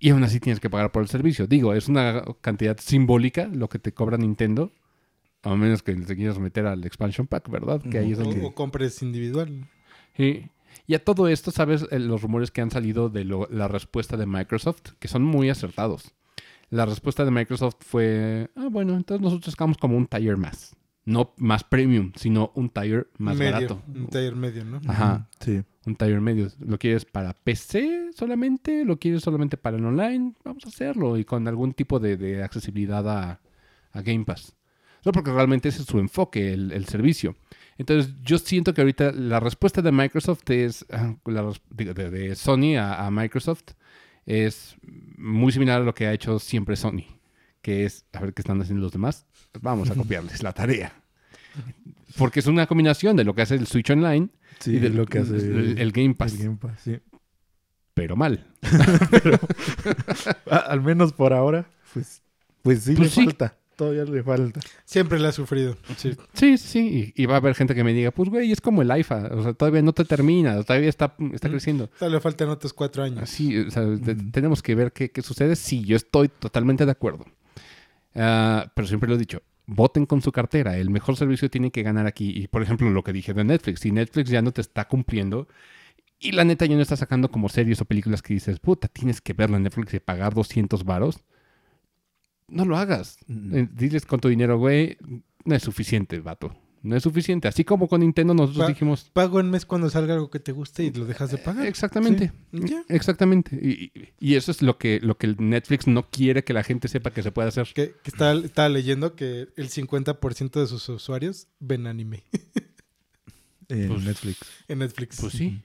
S1: y aún así tienes que pagar por el servicio. Digo, es una cantidad simbólica lo que te cobra Nintendo. A menos que te quieras meter al expansion pack, ¿verdad? Que ahí es donde
S3: O, o compres individual.
S1: Sí. Y a todo esto, ¿sabes? Eh, Los rumores que han salido de lo- la respuesta de Microsoft, que son muy acertados. La respuesta de Microsoft fue, ah, bueno, entonces nosotros sacamos como un tire más. No más premium, sino un tire más
S3: medio,
S1: barato.
S3: Un taller medio, ¿no?
S1: Ajá,
S2: Sí.
S1: un tire medio. ¿Lo quieres para PC solamente? ¿Lo quieres solamente para el online? Vamos a hacerlo y con algún tipo de, de accesibilidad a, a Game Pass. No, porque realmente ese es su enfoque, el, el servicio. Entonces, yo siento que ahorita la respuesta de Microsoft es, ah, la res- de, de- de Sony a, a Microsoft, es muy similar a lo que ha hecho siempre Sony, que es, a ver qué están haciendo los demás, vamos a copiarles la tarea. Porque es una combinación de lo que hace el Switch Online
S2: Sí,
S1: y de
S2: lo que hace
S1: el, el Game Pass,
S2: el Game Pass, sí.
S1: pero mal.
S2: A- Ah, al menos por ahora, pues, pues sí
S1: Pues
S2: le
S1: sí.
S2: falta. Todavía le falta.
S3: Siempre la ha sufrido. Sí.
S1: Sí, sí, y, y va a haber gente que me diga, pues güey, es como el AIFA, o sea, todavía no te termina, todavía está, está
S3: Mm.
S1: creciendo.
S3: Solo faltan otros cuatro años.
S1: Así, o sea, te-
S2: Mm.
S1: tenemos que ver qué, qué sucede. Sí, yo estoy totalmente de acuerdo. Ah, pero siempre lo he dicho, voten con su cartera, el mejor servicio tiene que ganar aquí. Y por ejemplo, lo que dije de Netflix, si Netflix ya no te está cumpliendo y la neta ya no está sacando como series o películas que dices, puta, tienes que verla en Netflix y pagar 200 varos, no lo hagas. Eh, Diles con tu dinero, güey, no es suficiente, vato. No es suficiente. Así como con Nintendo nosotros
S3: Pa-
S1: dijimos...
S3: Pago en mes cuando salga algo que te guste y lo
S1: Eh,
S3: dejas de pagar.
S1: Exactamente.
S3: Sí. Ya.
S1: Exactamente. Y, y- y eso es lo que, lo que el Netflix no quiere que la gente sepa que se puede hacer.
S3: Que, que estaba, estaba leyendo que el 50% de sus usuarios ven anime
S2: En
S1: Pues-
S2: Netflix.
S3: en Netflix.
S1: Pues sí.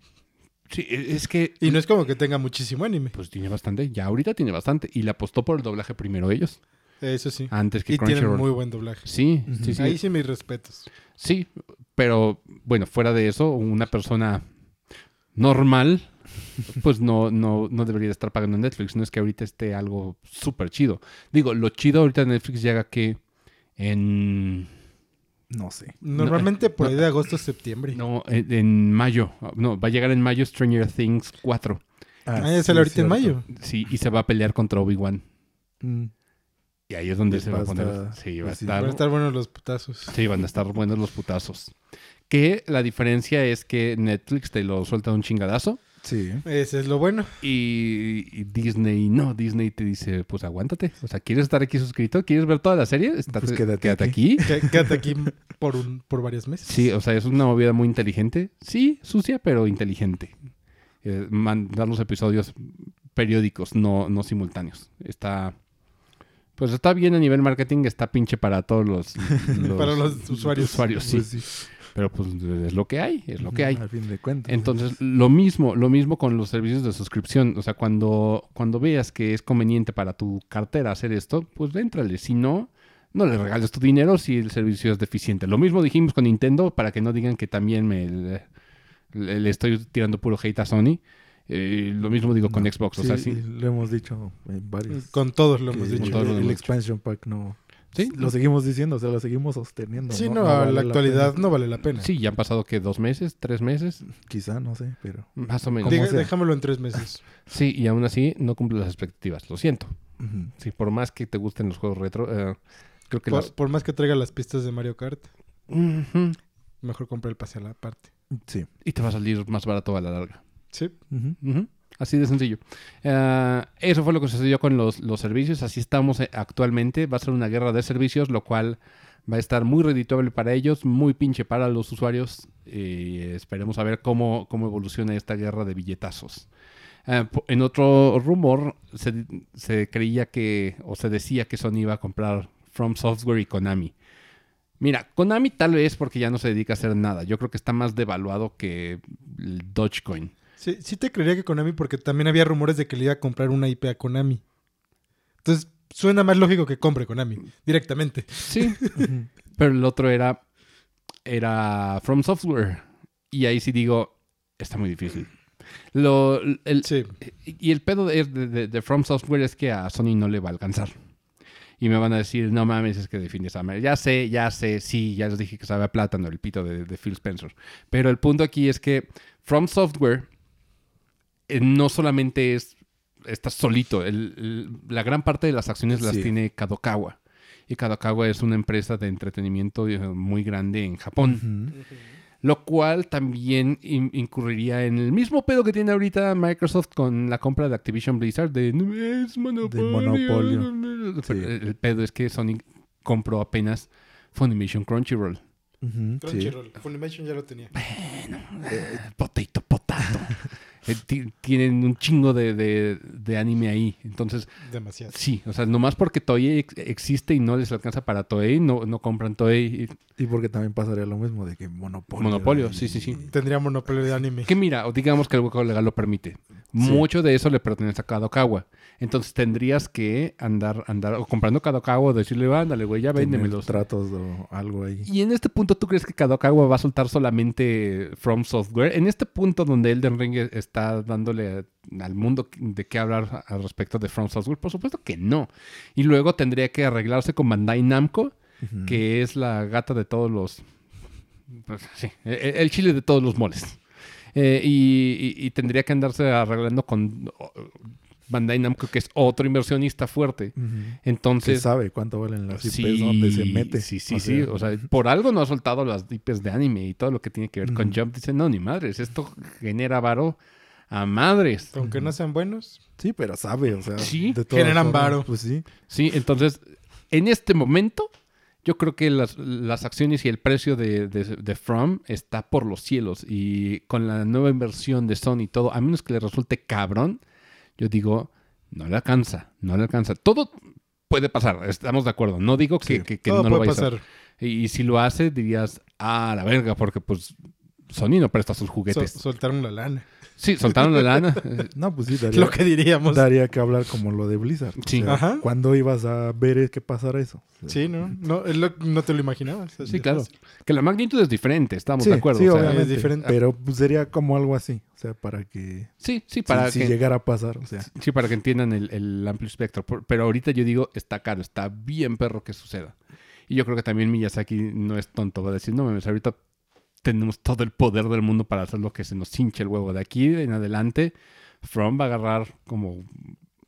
S1: Sí, e- es que...
S3: Y no es como que tenga muchísimo anime.
S1: Pues tiene bastante. Ya ahorita tiene bastante. Y le apostó por el doblaje primero ellos.
S3: Eso sí.
S1: Antes Ah, que
S3: Y tienen
S1: Crunchyroll.
S3: muy buen doblaje.
S1: Sí,
S2: Ujú.
S1: sí, sí.
S3: Ahí sí mis respetos.
S1: Sí, pero bueno, fuera de eso, una persona normal, pues no, no, no debería estar pagando en Netflix. No es que ahorita esté algo súper chido. Digo, lo chido ahorita de Netflix llega que en...
S2: No sé.
S3: Normalmente por ahí de agosto a septiembre.
S1: eh, No, en, en mayo. No, va a llegar en mayo Stranger Things 4.
S3: Ah, ya sale ahorita en mayo.
S1: Sí, y se va a pelear contra Obi-Wan.
S2: mayo.
S1: Y ahí es donde
S2: Y
S1: se
S2: va
S1: va a
S2: a
S1: poner...
S2: estar-
S1: Sí, va a
S2: sí,
S1: estar...
S3: Van a estar buenos los putazos.
S1: Sí, van a estar buenos los putazos. Que la diferencia es que Netflix te lo suelta de un chingadazo.
S2: Sí.
S3: Ese es lo bueno.
S1: Y, y Disney no, Disney te dice, pues aguántate. O sea, ¿quieres estar aquí suscrito? ¿Quieres ver toda la serie? Estate-
S2: Pues quédate
S1: aquí.
S3: Qué- Quédate aquí por, un, por varios meses.
S1: Sí, eh, o sea, es una movida muy inteligente. Sí, sucia, pero inteligente. Eh, mandar los episodios periódicos, no, no simultáneos. Está... Pues está bien a nivel marketing, está pinche para todos los...
S3: Para los usuarios.
S1: sí.
S2: Pues sí.
S1: Pero pues es lo que hay, es lo que hay.
S2: Al fin de cuentas.
S1: Entonces, lo mismo, lo mismo con los servicios de suscripción. O sea, cuando, cuando veas que es conveniente para tu cartera hacer esto, pues éntrale. Si no, no le regales tu dinero si el servicio es deficiente. Lo mismo dijimos con Nintendo para que no digan que también me le, le estoy tirando puro hate a Sony. Eh, lo mismo digo con
S2: No,
S1: Xbox. O
S2: sí,
S1: sea, sí.
S2: Lo hemos dicho en varios.
S3: Con todos lo
S2: que
S3: hemos
S2: el-
S3: dicho.
S1: todos lo
S2: el,
S1: hemos dicho.
S2: expansion pack no.
S1: Sí,
S2: Lo seguimos diciendo, o sea, lo seguimos sosteniendo.
S3: Sí, no, a
S2: vale
S3: la actualidad
S2: pena.
S3: no vale la pena.
S1: sí, ya han pasado que dos meses, tres meses,
S2: Quizá, no sé, pero.
S1: más o menos.
S2: ¿Cómo?
S3: Diga-
S2: sea.
S3: déjamelo en tres meses.
S1: Sí, y aún así no cumple las expectativas. Lo siento.
S2: ujú.
S1: Sí, por más que te gusten los juegos retro, eh, creo que
S2: Pues,
S3: Por,
S1: las-
S3: por más que traiga las pistas de Mario Kart,
S1: Ujú.
S3: mejor compra el pase a la parte.
S2: Sí.
S1: y te va a salir más barato a la larga.
S3: Sí.
S2: ujú.
S1: Ujú. Así de sencillo. Eh, eso fue lo que sucedió con los, los servicios. Así estamos eh, actualmente. Va a ser una guerra de servicios, lo cual va a estar muy redituable para ellos, muy pinche para los usuarios. Y esperemos a ver cómo, cómo evoluciona esta guerra de billetazos. Eh, po- en otro rumor, se, se creía que, o se decía que Sony iba a comprar From Software y Konami. Mira, Konami tal vez porque ya no se dedica a hacer nada. Yo creo que está más devaluado que el Dogecoin.
S3: Sí, sí te creería que Konami, porque también había rumores de que le iba a comprar una IP a Konami. Entonces, suena más lógico que compre Konami directamente.
S1: Sí. Pero el otro era, era From Software. Y ahí sí digo, está muy difícil. Lo, el-
S3: Sí.
S1: y el pedo de, de- de From Software es que a Sony no le va a alcanzar. Y me van a decir, no mames, es que defines a Ya sé, ya sé, sí, ya les dije que sabe a plátano el pito de, de Phil Spencer. Pero el punto aquí es que From Software eh, no solamente es, está solito. El- el- la gran parte de las acciones las
S2: Sí.
S1: tiene Kadokawa. Y Kadokawa es una empresa de entretenimiento eh, muy grande en Japón. Lo cual también in- incurriría en el mismo pedo que tiene ahorita Microsoft con la compra de Activision Blizzard de "No, es monopolio.
S2: monopolio.
S1: Pero
S2: Sí.
S1: El pedo es que Sony compró apenas Funimation Crunchyroll.
S2: Ujú, sí.
S3: Crunchyroll. Funimation ya lo tenía.
S1: Potato, potato. Eh, ti- Tienen un chingo de, de- de anime ahí. Entonces,
S3: Demasiado.
S1: sí, o sea, nomás porque Toei ex- existe y no les alcanza para Toei, no, no compran Toei.
S2: Y porque también pasaría lo mismo de que monopolio.
S1: Monopolio, sí, sí, sí.
S3: Tendría monopolio de anime.
S1: Que mira, o digamos que el hueco legal lo permite. Mucho de eso le pertenece a Kadokawa. Entonces tendrías que andar, andar o comprando Kadokawa o decirle, "Va, ándale, güey, ya
S2: Tener
S1: véndemelos.
S2: tratos o algo ahí.
S1: Y en este punto, ¿tú crees que Kadokawa va a soltar solamente From Software? En este punto donde Elden Ring e-, está dándole al mundo de qué hablar al respecto de From Software, por supuesto que no. Y luego tendría que arreglarse con Bandai Namco,
S2: Ujú.
S1: que es la gata de todos los. pues, sí, e- e- el chile de todos los moles. Eh, y, y- y tendría que andarse arreglando con o- Bandai Namco, que es otro inversionista fuerte.
S2: Ujú. Que
S1: Entonces.
S2: sabe cuánto valen las IPs
S1: sí,
S2: donde se mete.
S1: Sí, sí,
S2: O
S1: sí.
S2: sea,
S1: O sea, por algo no ha soltado las IPs de anime y todo lo que tiene que ver con
S2: Ujú.
S1: Jump. Dice, no, ni madres. Esto genera varo a madres.
S3: Aunque no sean buenos.
S2: sí, pero sabe, o sea,
S1: Sí,
S2: todas
S3: generan
S2: formas,
S3: varo.
S2: Pues sí.
S1: Sí, entonces, en este momento, yo creo que las, las acciones y el precio de, de, de From está por los cielos. Y con la nueva inversión de Sony y todo, a menos que le resulte cabrón, yo digo, no le alcanza, no le alcanza. Todo puede pasar, estamos de acuerdo. No digo que,
S2: Sí,
S1: que- que
S3: todo
S1: no lo
S3: puede
S1: vaya a
S3: pasar.
S1: hacer. Y, y si lo hace, dirías, ah, la verga, porque pues Sony no presta sus
S3: Sol-
S1: juguetes.
S3: soltaron la lana.
S1: sí, soltaron la lana.
S2: No, pues sí, daría,
S3: Lo que diríamos.
S2: daría que hablar como lo de Blizzard. O
S1: Sí.
S2: sea,
S3: Ajá.
S2: ¿Cuándo ibas a ver que pasara eso? O sea,
S3: Sí, ¿no? No, es lo- no te lo imaginabas.
S1: Sí, claro. Que la magnitud es diferente, estamos
S2: sí,
S1: de acuerdo.
S2: sí,
S1: o sea,
S2: obviamente.
S3: es diferente.
S2: Pero pues, sería como algo así. O sea, para que.
S1: sí, sí, para
S2: Para si,
S1: que...
S2: llegara a pasar. O sea,
S1: Sí, para que entiendan el, el amplio espectro. Por- Pero ahorita yo digo, está caro, está bien perro que suceda. Y yo creo que también Miyazaki no es tonto. Va a decir, no mames, ahorita tenemos todo el poder del mundo para hacer lo que se nos hinche el huevo. De aquí en adelante, From va a agarrar como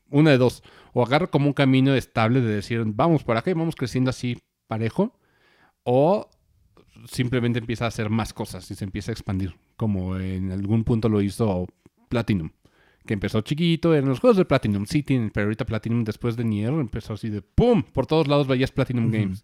S1: una de dos. O agarra como un camino estable de decir, vamos por acá y vamos creciendo así parejo. O simplemente empieza a hacer más cosas y se empieza a expandir. Como en algún punto lo hizo Platinum que empezó chiquito, eran los juegos de Platinum City, pero ahorita Platinum después de Nier empezó así de ¡pum! Por todos lados veías Platinum
S2: Ujú.
S1: Games.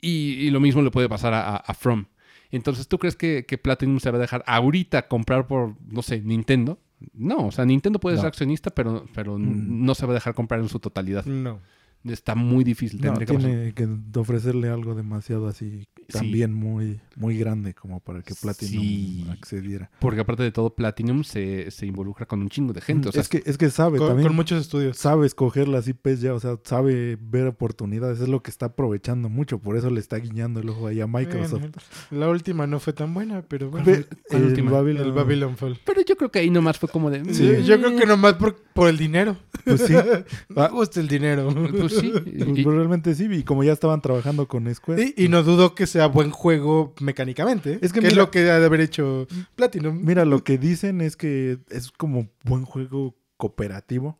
S1: Y, y lo mismo le puede pasar a, a- a From. Entonces, ¿tú crees que, que Platinum se va a dejar ahorita comprar por, no sé, Nintendo? No, o sea, Nintendo puede ser
S2: No.
S1: accionista, pero, pero n-
S2: Mm.
S1: no se va a dejar comprar en su totalidad.
S3: No.
S1: Está muy difícil.
S2: no,
S1: tendría que pasar.
S2: tiene que ofrecerle algo demasiado así. También muy, muy grande como para que Platinum
S1: Sí.
S2: accediera.
S1: Porque aparte de todo, Platinum se, se involucra con un chingo de gente. O sea,
S2: Mm, es, que, es que sabe
S1: Pues
S3: Con,
S2: también.
S3: con muchos estudios.
S2: sabe escoger las IPs ya, o sea, sabe ver oportunidades, es lo que está aprovechando mucho, por eso le está guiñando el ojo ahí a
S3: Mm,
S2: Microsoft.
S3: Bueno, la última no fue tan buena, pero bueno.
S2: Ve-
S1: ¿Cuál
S2: el
S1: última?
S2: Babylon-
S3: El Babylon Fall.
S1: Pero yo creo que ahí nomás fue como de... "Mm,
S3: Sí, Yo creo que nomás por, por el dinero.
S2: Pues sí,
S3: Me gusta el dinero.
S1: Pues sí.
S2: pues
S1: Y-
S2: realmente sí, y como ya estaban trabajando con Square.
S3: Y, y no dudo que sea buen juego mecánicamente.
S2: Es
S3: Es
S2: que
S3: que, es
S2: mira-
S3: lo que ha de haber hecho Platinum.
S2: Mira, lo que dicen es que es como buen juego cooperativo,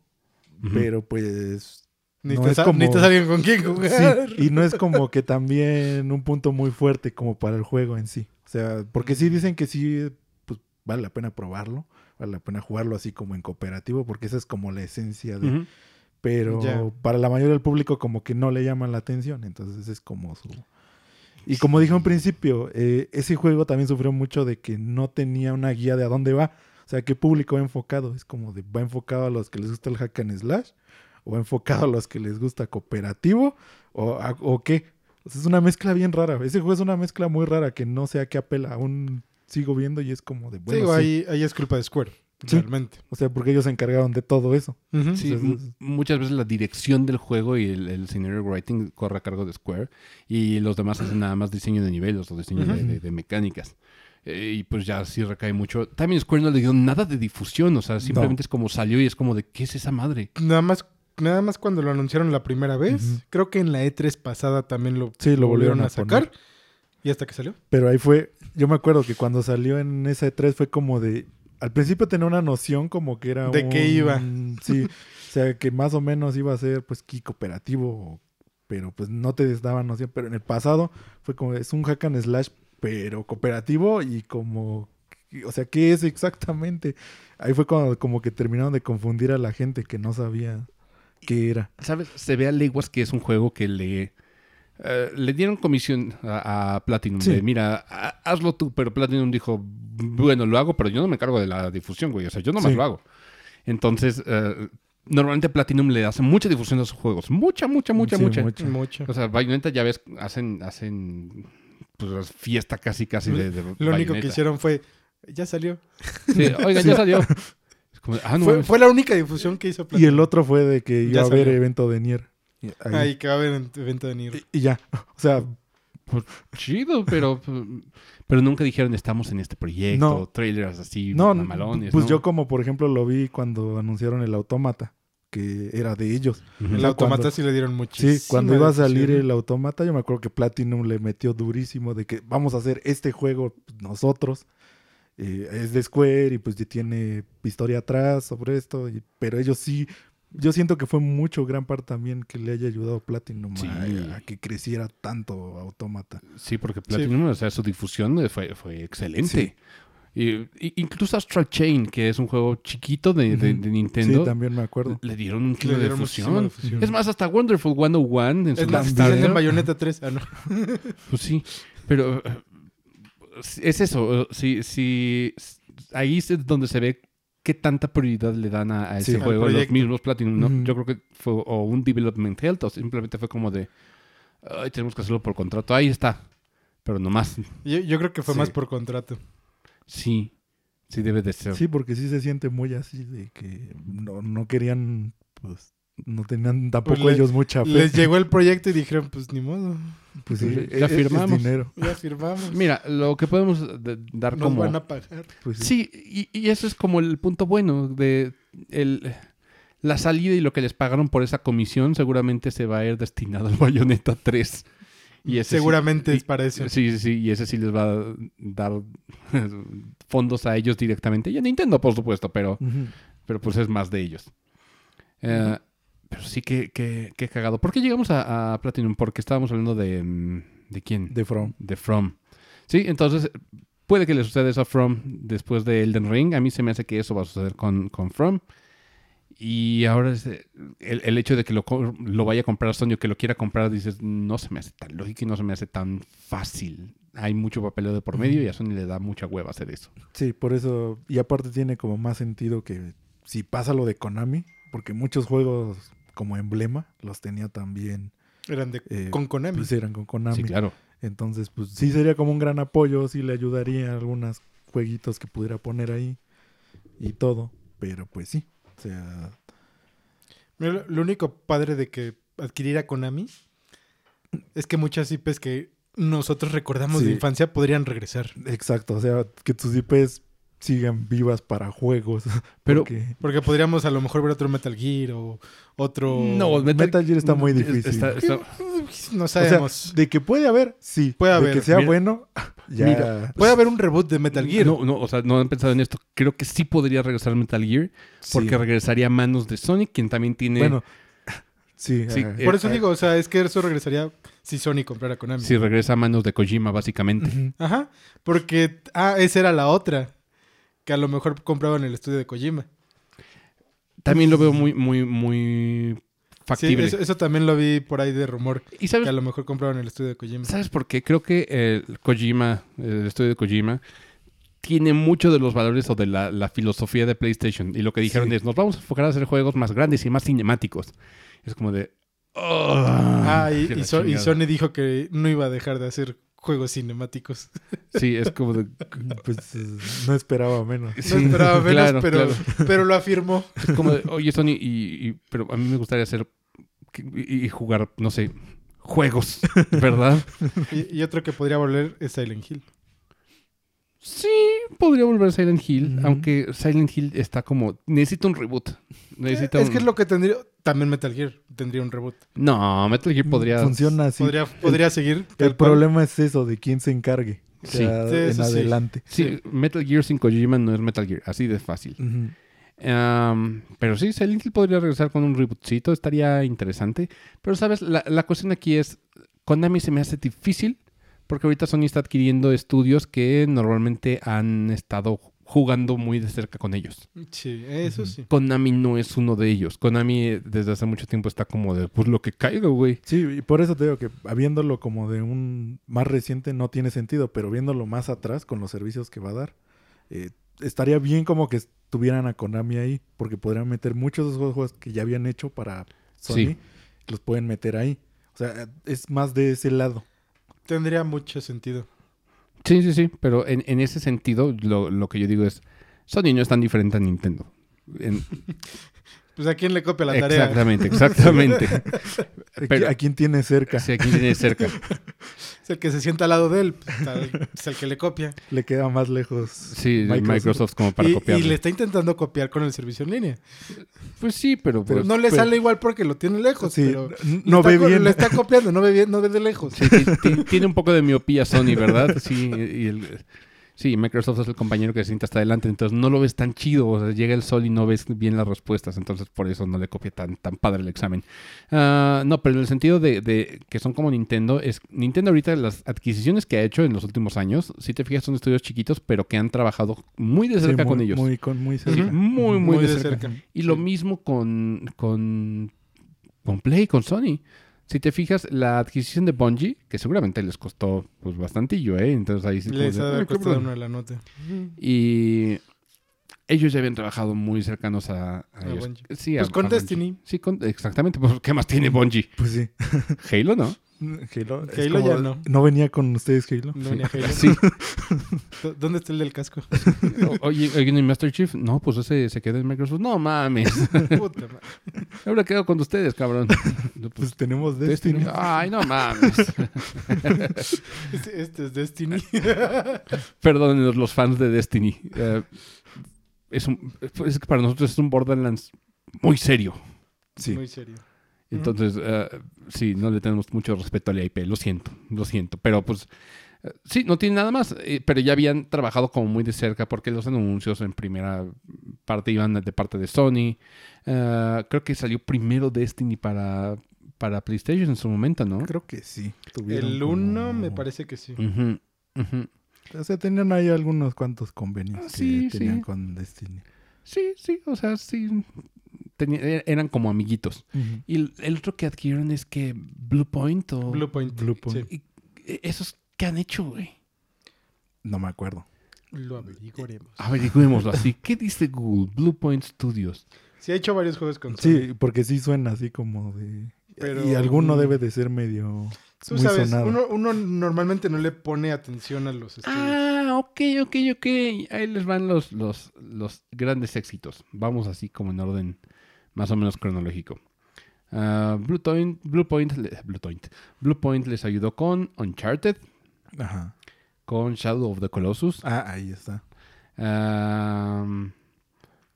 S1: Ujú.
S2: pero pues...
S3: Ni
S2: no
S3: te
S2: es
S3: sa-
S2: como-
S3: ni te alguien con quién jugar.
S2: sí, y no es como que también un punto muy fuerte como para el juego en sí. O sea, porque sí dicen que sí, pues vale la pena probarlo, vale la pena jugarlo así como en cooperativo, porque esa es como la esencia de,
S1: Ujú.
S2: pero
S3: Ya.
S2: para la mayoría del público como que no le llama la atención, entonces es como su... Y como dije en principio, eh, ese juego también sufrió mucho de que no tenía una guía de a dónde va, o sea, qué público va enfocado, es como de va enfocado a los que les gusta el hack and slash, o va enfocado a los que les gusta cooperativo, o, a- o qué. O Es una mezcla bien rara. Ese juego es una mezcla muy rara que no sé a qué apela. Aún sigo viendo y es como de bueno.
S3: Digo,
S2: sí.
S3: ahí, ahí es culpa de Square,
S2: Sí.
S3: realmente.
S2: O sea, porque ellos se encargaron de todo eso.
S3: Ujú.
S1: Sí,
S2: Entonces,
S1: mu-
S2: es-
S1: muchas veces la dirección del juego y el, el scenario writing corre a cargo de Square y los demás hacen nada más diseño de niveles o diseño de,
S3: Ujú.
S1: de- de mecánicas. Eh, y pues ya sí recae mucho. También Square no le dio nada de difusión, o sea, simplemente es como salió y es como de, ¿qué es esa madre?
S3: Nada más, nada más cuando lo anunciaron la primera vez.
S2: Ujú.
S3: Creo que en la E3 pasada también lo,
S2: Sí, lo volvieron
S3: volvieron
S2: a
S3: a sacar.
S2: poner.
S3: Y hasta que salió.
S2: Pero ahí fue, yo me acuerdo que cuando salió en ese 3 fue como de, al principio tenía una noción como que era
S3: ¿De qué iba?
S2: Sí, o sea, que más o menos iba a ser pues que cooperativo, pero pues no te daban noción. Pero en el pasado fue como, es un hack and slash, pero cooperativo y como, o sea, ¿qué es exactamente? Ahí fue cuando como que terminaron de confundir a la gente que no sabía qué era.
S1: ¿Sabes? Se ve a leguas que es un juego que le... eh, le dieron comisión a, a Platinum.
S2: Sí.
S1: de, Mira, ha- hazlo tú, pero Platinum dijo, bueno, lo hago, pero yo no me encargo de la difusión, güey. O sea, yo nomás
S2: Sí.
S1: lo hago. Entonces, eh, normalmente Platinum le hace mucha difusión a sus juegos. Mucha, mucha, mucha,
S2: Sí,
S1: mucha.
S2: mucha.
S3: Mucho.
S1: O sea, Bayonetta ya ves, hacen, hacen pues, fiesta casi, casi de, de
S3: Lo único que
S1: Bayonetta.
S3: hicieron fue. Ya salió.
S1: Sí, oiga, ya salió. Es como, ah, no,
S3: fue,
S1: mames.
S3: fue la única difusión que hizo
S2: Y
S3: Platinum.
S2: el otro fue de que
S3: Ya
S2: iba a haber
S3: salió. Ah,
S2: evento de Nier. Y ahí-
S3: Ahí que va a haber en tu evento de Nier.
S2: y- y ya, o sea,
S1: chido, pero, pero nunca dijeron estamos en este proyecto,
S2: No.
S1: trailers así,
S2: No, no,
S1: mamalones.
S2: pues
S1: ¿no?
S2: yo como por ejemplo lo vi cuando anunciaron el autómata, que era de ellos.
S1: Ujú.
S3: El
S2: No,
S3: automata
S2: cuando-
S3: sí le dieron
S2: Sí,
S3: muchísimo.
S2: cuando iba a salir el autómata, yo me acuerdo que Platinum le metió durísimo de que vamos a hacer este juego nosotros. Eh, es de Square y pues ya tiene historia atrás sobre esto, y- pero ellos sí, yo siento que fue mucho gran parte también que le haya ayudado Platinum a-
S1: Sí.
S2: a, que creciera tanto autómata.
S1: Sí, porque Platinum, o sea, su difusión eh, fue, fue excelente. Y- y- incluso Astral Chain, que es un juego chiquito de, de- de
S2: Sí,
S1: Nintendo,
S2: también me acuerdo.
S1: le dieron un
S3: Le
S1: chingo de
S3: dieron muchísima
S1: difusión.
S3: difusión.
S1: Es más, hasta Wonderful 101 en su
S3: Es la
S1: Kickstarter.
S3: es en Bayonetta 3. Ah, no.
S1: Pues sí, pero eh, es eso. eh, Si, si, ahí es donde se ve qué tanta prioridad le dan a, a ese
S2: Sí, al
S1: juego los
S3: proyecto.
S1: mismos Platinum. ¿no?
S2: Ujú.
S1: Yo creo que fue o un development health o simplemente fue como de, "Ay, tenemos que hacerlo por contrato. Ahí está, pero nomás.
S3: Yo, yo creo que fue
S2: Sí.
S3: más por contrato.
S1: Sí, sí debe de ser.
S2: Sí, porque sí se siente muy así de que no, no querían, pues, no tenían tampoco
S3: Pues le-
S2: ellos mucha fe.
S3: Les llegó el proyecto y dijeron, pues ni modo,
S2: pues sí,
S1: Ya
S2: es- es
S1: firmamos.
S2: dinero.
S3: ya firmamos.
S1: Mira, lo que podemos de- dar
S3: Nos
S1: como...
S3: van a pagar.
S2: Pues sí.
S1: Sí, y, y eso es como el punto bueno de el, la salida y lo que les pagaron por esa comisión seguramente se va a ir destinado al Bayonetta 3. Y ese sí-
S3: Seguramente
S1: y-
S3: es para eso.
S1: Sí, sí, sí, y ese sí les va a dar fondos a ellos directamente. Y a Nintendo, por supuesto, pero,
S2: Ujú.
S1: pero pues es más de ellos. Eh, pero sí que, que, que cagado. ¿Por qué llegamos a, a Platinum? Porque estábamos hablando de... mm, ¿De quién?
S2: De From.
S1: de From. Sí, entonces puede que le suceda eso a From después de Elden Ring. A mí se me hace que eso va a suceder con, con From. Y ahora es, eh, el, el hecho de que lo, co- lo vaya a comprar Sony o que lo quiera comprar, dices, no se me hace tan lógico y no se me hace tan fácil. Hay mucho papeleo de por medio y a Sony le da mucha hueva hacer eso.
S2: Sí, por eso, y aparte tiene como más sentido que si pasa lo de Konami, porque muchos juegos como emblema los tenía también,
S3: Eran de,
S2: Eh,
S3: con Konami.
S2: pues eran con Konami.
S1: Sí, claro.
S2: Entonces, pues sí sería como un gran apoyo, sí le ayudaría a algunos jueguitos que pudiera poner ahí y todo, pero pues sí, o sea,
S3: Mira, lo- lo único padre de que adquiriera Konami es que muchas IPs que nosotros recordamos de
S2: Sí.
S3: infancia podrían regresar.
S2: Exacto, o sea, que tus IPs sigan vivas para juegos.
S1: Pero
S2: porque
S3: Porque podríamos a lo mejor ver otro Metal Gear o otro...
S2: Metal Gear está muy
S1: es-
S2: difícil.
S1: está- está-
S3: No
S2: o sea,
S3: sabemos.
S2: de que puede haber, sí.
S3: Puede
S2: de
S3: haber,
S2: que sea
S1: mira.
S2: bueno, ya.
S1: Mira.
S3: Puede haber un reboot de Metal Gear.
S1: No, no, o sea, no han pensado en esto. Creo que sí podría regresar Metal Gear
S2: Sí.
S1: porque regresaría a manos de Sonic, quien también tiene...
S2: Bueno, sí.
S1: Sí,
S2: ah,
S3: Por
S1: eh,
S3: eso
S1: eh.
S3: digo, o sea, es que eso regresaría si Sony comprara Konami.
S1: si regresa a manos de Kojima, básicamente.
S2: ujú.
S3: Ajá, porque ah, esa era la otra que a lo mejor compraban el estudio de Kojima.
S1: También lo veo muy, muy, muy
S3: Sí,
S1: factible.
S3: eso, eso también lo vi por ahí de rumor,
S1: y
S3: que a
S1: sabes,
S3: lo mejor compraban el estudio de Kojima.
S1: ¿sabes por qué? Creo que eh, Kojima, el estudio de Kojima, tiene mucho de los valores o de la, la filosofía de PlayStation. Y lo que dijeron
S2: Sí.
S1: es, nos vamos a enfocar a hacer juegos más grandes y más cinemáticos. Es como de,
S3: Ah,
S1: que
S3: y,
S1: la
S3: y So- y
S1: chingada.
S3: Sony dijo que no iba a dejar de hacer juegos cinemáticos.
S1: Sí, es como de...
S2: Pues eh, no esperaba menos.
S1: Sí,
S3: no esperaba menos,
S1: claro,
S3: pero,
S1: claro.
S3: pero lo afirmó.
S1: Es como de, oye, Sony, y, y- pero a mí me gustaría hacer y, y jugar, no sé, juegos, ¿verdad?
S3: Y, y otro que podría volver es Silent Hill.
S1: sí, podría volver Silent Hill,
S2: Ujú.
S1: aunque Silent Hill está como, necesita un reboot. Necesita
S3: es
S1: un-
S3: que es lo que tendría. También Metal Gear tendría un reboot.
S1: No, Metal Gear podría...
S2: Mm, Funciona así.
S3: Podría, podría seguir.
S2: El
S3: tal cual.
S2: problema es eso, de quién se encargue. O
S1: Sí.
S2: sea,
S3: Sí,
S2: en
S3: eso sí.
S2: adelante.
S1: Sí, Metal Gear sin Kojima no es Metal Gear, así de fácil.
S2: Ujú.
S1: Am, pero sí, Silent Hill podría regresar con un rebootcito, estaría interesante. Pero, ¿sabes? La, la cuestión aquí es, Konami se me hace difícil porque ahorita Sony está adquiriendo estudios que normalmente han estado jugando muy de cerca con ellos.
S3: Sí, eso
S2: Ujú.
S3: sí.
S1: Konami no es uno de ellos. Konami eh, desde hace mucho tiempo está como de, pues lo que caiga, güey.
S2: Sí, y por eso te digo que habiéndolo como de un más reciente no tiene sentido, pero viéndolo más atrás con los servicios que va a dar, eh, estaría bien como que estuvieran a Konami ahí, porque podrían meter muchos de esos juegos que ya habían hecho para Sony,
S1: Sí.
S2: los pueden meter ahí. O sea, es más de ese lado.
S3: Tendría mucho sentido.
S1: Sí, sí, sí. Pero en, en ese sentido, lo, lo que yo digo es, Sony no es tan diferente a Nintendo. En-
S3: Pues a quién le copia la tarea.
S1: Exactamente, exactamente.
S2: ¿A qui-
S1: Pero-
S2: ¿A quién tiene cerca?
S1: Sí, aquí tiene cerca.
S3: Es el que se sienta al lado de él. pues, tal- es el que le copia.
S2: Le queda más lejos.
S1: Sí, Microsoft, como para
S3: Y, y
S1: copiarlo.
S3: le está intentando copiar con el servicio en línea.
S1: Pues sí, pero pues,
S3: no le
S2: pero-
S3: sale igual porque lo tiene lejos.
S2: Sí,
S3: pero
S2: n- no
S3: le
S2: ve
S3: está co-
S2: bien.
S3: Le está copiando, no ve, bien, no ve de lejos.
S1: sí, ti- ti- tiene un poco de miopía Sony, ¿verdad? Sí, y el- sí, Microsoft es el compañero que se sienta hasta adelante, entonces no lo ves tan chido. O sea, llega el sol y no ves bien las respuestas, entonces por eso no le copia tan, tan padre el examen. Ah, no, pero en el sentido de, de que son como Nintendo, es Nintendo ahorita las adquisiciones que ha hecho en los últimos años, si te fijas, son estudios chiquitos, pero que han trabajado muy de
S2: Sí,
S1: cerca
S2: muy-
S1: con ellos.
S2: Muy, con- muy
S1: Sí,
S2: cerca.
S1: muy, muy,
S3: Muy
S1: de
S3: de
S1: cerca.
S3: cerca.
S1: Y lo
S3: Sí.
S1: mismo con, con, con Play, con Sony. Si te fijas, la adquisición de Bungie, que seguramente les costó pues bastantillo, ¿eh? Entonces ahí sí. como
S3: Les
S1: de,
S3: ha de
S1: "Ay,
S3: haber
S1: cabrón".
S3: costado una de la nota.
S1: Y ellos ya habían trabajado muy cercanos a, a
S3: A
S1: ellos.
S3: Bungie.
S1: Sí, a-
S3: Pues con
S1: a Bungie.
S3: Destiny.
S1: Sí, con- exactamente. Pues, ¿Qué más tiene Bungie?
S2: Pues sí.
S1: Halo, ¿no?
S2: Halo, es
S3: Halo ya
S2: como-
S3: no.
S2: No venía con ustedes, Halo.
S3: No venía Halo.
S1: Sí.
S3: ¿Dó- ¿Dónde está el del casco?
S1: O- Oye, ¿alguien en Master Chief? No, pues ese se quedó en Microsoft. No mames.
S3: Puta madre.
S1: Ahora quedo con ustedes, cabrón. No, pues,
S2: Pues tenemos
S1: Destiny.
S2: Destiny.
S1: Ay, no mames.
S3: Este, este es Destiny.
S1: Perdónenos los fans de Destiny. Eh, es, un- pues es que para nosotros es un Borderlands muy serio.
S2: Sí.
S3: Muy serio.
S1: Entonces, eh, sí, no le tenemos mucho respeto a la IP. Lo siento, lo siento. Pero pues, eh, sí, no tiene nada más. eh, pero ya habían trabajado como muy de cerca porque los anuncios en primera parte iban de parte de Sony. Eh, creo que salió primero Destiny para, para PlayStation en su momento, ¿no?
S2: Creo que sí. Tuvieron
S3: El
S2: como-
S3: 1 me parece que sí.
S1: Ujú, ujú.
S2: O sea, tenían ahí algunos cuantos convenios
S1: Ah,
S2: que
S1: sí,
S2: tenían
S1: sí.
S2: con Destiny.
S1: Sí, sí, o sea, sí. tenía- er- eran como amiguitos. Y el- el otro que adquirieron es que Blue Point o...
S3: Blue Point.
S2: Blue Point.
S3: Sí.
S1: y- e- ¿Esos qué han hecho, güey?
S2: No me acuerdo.
S3: Lo averiguaremos.
S1: Averigüémoslo así. ¿Qué dice Google? Blue Point Studios.
S3: Sí, ha hecho varios juegos con Sony.
S2: Sí, porque sí suena así como de...
S3: Pero-
S2: Y alguno debe de ser medio...
S3: Tú
S2: muy
S3: sabes,
S2: sonado.
S3: uno, uno normalmente no le pone atención a los estudios.
S1: Ah, ok, ok, ok. Ahí les van los, los, los grandes éxitos. Vamos así como en orden más o menos cronológico. Ah, Blue, Point, Blue, Point, le- Blue Point. Blue Point les ayudó con Uncharted,
S2: Ajá.
S1: con Shadow of the Colossus,
S2: Ah, ahí está.
S1: Am,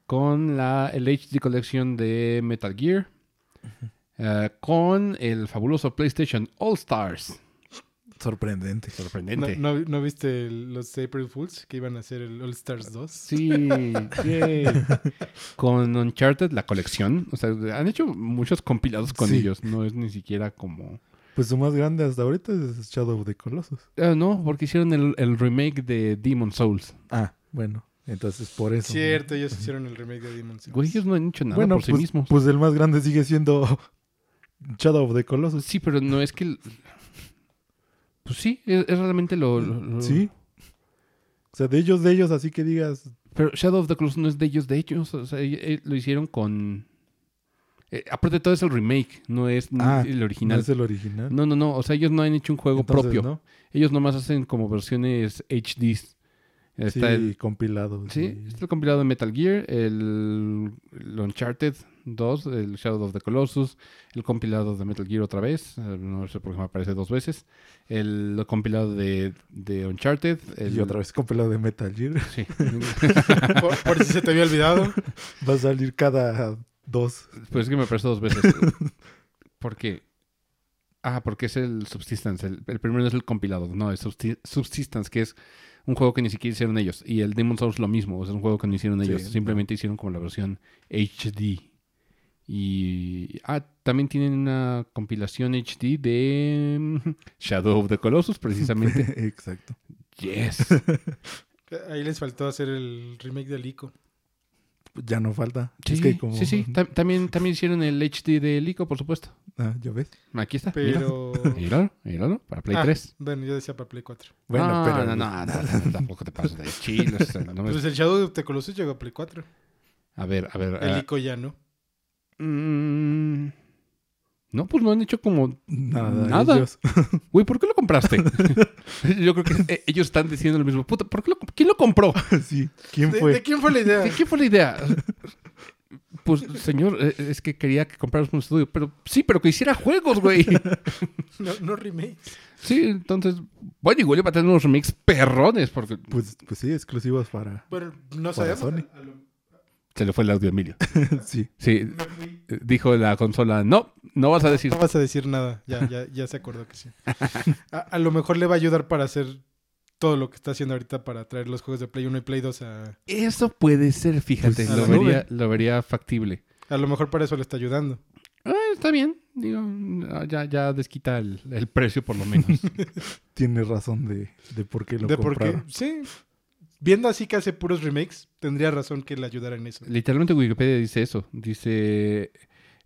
S1: con la, el HD Collection de Metal Gear. eh, con el fabuloso PlayStation All Stars.
S2: Sorprendente.
S3: ¿No,
S1: Sorprendente.
S3: no, no viste el- los April Fools que iban a hacer el All
S2: Ah,
S3: Stars 2?
S1: Sí, yay. Con Uncharted, la colección. O sea, han hecho muchos compilados con
S2: Sí.
S1: ellos. No es ni siquiera como.
S2: Pues su más grande hasta ahorita es Shadow of the Colossus.
S1: Ah, no, porque hicieron el, el remake de Demon Souls.
S2: Ah, bueno. Entonces por eso.
S3: Cierto, ellos hicieron el remake de Demon's Souls.
S1: Güey, ellos no han hecho nada
S2: bueno,
S1: por sí
S2: pues,
S1: mismos.
S2: pues el más grande sigue siendo Shadow of the Colossus.
S1: Sí, pero no es que. el- Pues sí, es, es realmente lo- lo- lo...
S2: Sí. O sea, de ellos, de ellos, así que digas,
S1: eh, Pero Shadow of the Colossus no es de ellos, de ellos. O sea, e- e- lo hicieron con. Eh, aparte de todo es el remake, no es n-
S2: Ah,
S1: el
S2: ¿No
S1: original.
S2: es el original?
S1: No, no, no. O sea, ellos no han hecho un juego
S2: Entonces,
S1: propio.
S2: ¿no?
S1: Ellos nomás hacen como versiones HDs. Está
S2: sí,
S1: el,
S2: compilado.
S1: sí, está el compilado de Metal Gear, el, el Uncharted 2, el Shadow of the Colossus, el compilado de Metal Gear otra vez, eh, no sé por qué me aparece dos veces, el compilado de, de Uncharted. El,
S2: Y otra vez compilado de Metal Gear.
S1: Sí.
S3: Por, por si se te había olvidado.
S2: Va a salir cada dos.
S1: Pues es que me aparece dos veces. porque Ah, porque es el Subsistence. El, el primero no es el compilado. No, es Substi- Subsistence, que es un juego que ni siquiera hicieron ellos. Y el Demon Souls lo mismo. Es un juego que no hicieron
S2: Sí,
S1: ellos.
S2: no.
S1: Simplemente hicieron como la versión HD. Y. Ah, también tienen una compilación HD de mm, Shadow of the Colossus, precisamente.
S2: Exacto.
S1: yes.
S3: Ahí les faltó hacer el remake del ICO.
S2: Ya no falta.
S1: Sí,
S2: Es que como-
S1: sí, sí. Tam- también, también hicieron el HD de Lico, por supuesto.
S2: Ah, ¿Ya ves?
S1: Aquí está. Mira.
S3: Pero.
S1: Míralo, míralo, para Play
S3: Ah,
S1: 3.
S3: Bueno, yo decía para Play 4.
S2: Bueno,
S1: no, No,
S2: pero.
S1: no, no, tampoco te pases de chile. o sea, no me-
S3: Pues el Shadow of the Colossus llegó a Play 4.
S1: A ver, a ver.
S3: El
S1: ah,
S3: ICO ya no.
S1: mm, no, pues no han hecho como...
S2: Nada.
S1: Nada.
S2: ellos-
S1: Güey, ¿por qué lo compraste? Yo creo que eh, ellos están diciendo lo mismo. Puta, ¿por qué lo, comp- ¿quién lo compró?
S2: sí. ¿Quién
S3: ¿De,
S2: fue?
S3: de quién fue la idea?
S1: ¿Qué, qué fue la idea? Pues, señor, eh, es que quería que compraras un estudio. Pero sí, pero que hiciera juegos, güey.
S3: No, no remakes.
S1: Sí, entonces... Bueno, igual iba a tener unos remix perrones porque
S2: Pues, pues sí, exclusivos para.
S3: Bueno, no
S2: Para
S3: sabemos.
S2: Sony.
S3: A lo-
S1: se le fue el audio a Emilio.
S2: sí.
S1: Sí,
S3: no fui.
S1: eh, dijo la consola, no, no vas a decir...
S3: No vas a decir nada. Ya, ya, ya se acordó que sí. A, a lo mejor le va a ayudar para hacer todo lo que está haciendo ahorita para traer los juegos de Play 1 y Play 2 a...
S1: Eso puede ser, fíjate,
S2: Pues,
S3: a
S1: lo,
S3: la
S1: vería, lo vería factible.
S3: A lo mejor para eso le está ayudando.
S1: Eh, está bien, digo, ah, ya, ya desquita el, el precio por lo menos.
S2: Tiene razón de, de por qué lo
S3: de por qué.
S2: compraron.
S3: Sí. Viendo así que hace puros remakes, tendría razón que le ayudara en eso.
S1: Literalmente Wikipedia dice eso, dice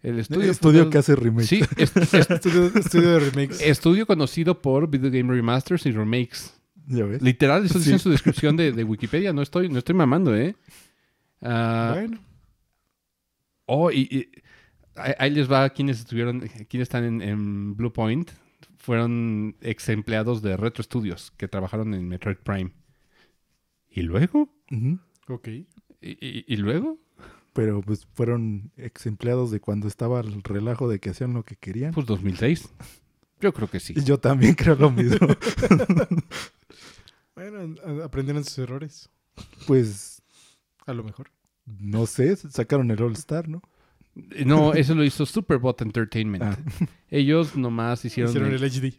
S1: el estudio...
S2: Estudio, estudio
S1: fundado-
S2: que hace remake.
S1: Sí, es- es-
S3: Estudio, estudio de remakes.
S1: estudio conocido por Video Game Remasters y Remakes.
S2: ¿Ya ves?
S1: Literal, eso dice
S2: Sí.
S1: en su descripción de, de Wikipedia, no estoy, no estoy mamando, ¿eh? Ah,
S3: bueno.
S1: Oh, y, y- ahí ahí les va quienes estuvieron, quienes están en, en Blue Point. Fueron ex empleados de Retro Studios que trabajaron en Metroid Prime. ¿Y luego?
S2: Ujú.
S3: Ok.
S1: ¿Y, y- y luego?
S2: Pero pues fueron ex empleados de cuando estaba el relajo de que hacían lo que querían.
S1: Pues 2006. Yo creo que sí.
S2: Y yo también creo lo mismo.
S3: Bueno, a- aprendieron sus errores.
S2: pues
S3: A lo mejor.
S2: no sé, sacaron el All Star, ¿no?
S1: No, eso lo hizo Superbot Entertainment.
S2: Ah.
S1: Ellos nomás hicieron,
S3: Hicieron
S1: el,
S3: el HD.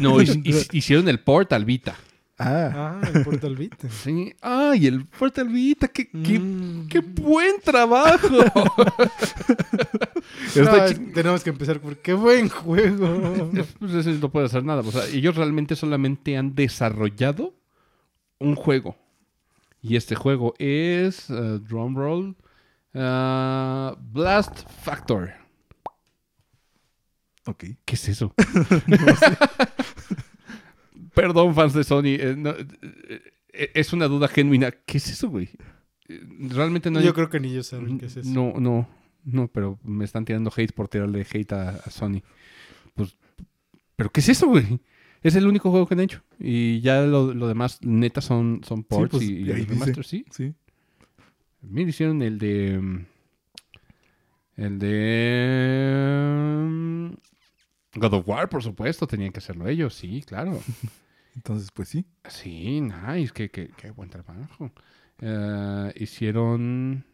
S1: no, hic- hic- hicieron el Portal Vita.
S2: Ah,
S3: Ah, el Portal Beat.
S1: Sí. Ay, el Portal Vita, qué, qué-
S3: Mm.
S1: qué buen trabajo.
S2: es la
S3: No,
S2: chi-
S3: tenemos que empezar por qué buen juego.
S1: Pues ese no puede hacer nada. O sea, ellos realmente solamente han desarrollado un juego. Y este juego es eh, drum roll ah, Blast Factor.
S2: Ok.
S1: ¿Qué es eso? Perdón, fans de Sony. eh, no, eh, eh, es una duda genuina. ¿Qué es eso, güey? Eh, Realmente no. hay-
S3: Yo creo que ni ellos saben qué es eso.
S1: No, no, no, pero me están tirando hate por tirarle hate a, a Sony. Pues, ¿pero qué es eso, güey? Es el único juego que han hecho. Y ya lo, lo demás, neta, son, son ports
S2: pues,
S1: y,
S2: ahí
S1: y
S2: dice.
S1: remasters, sí.
S2: Sí.
S1: Mira, hicieron el de. mm, El de. mm, God of War, por supuesto, tenían que hacerlo ellos, sí, claro.
S2: Entonces, pues sí.
S1: Sí, nice, qué, qué, qué buen trabajo. Eh, hicieron.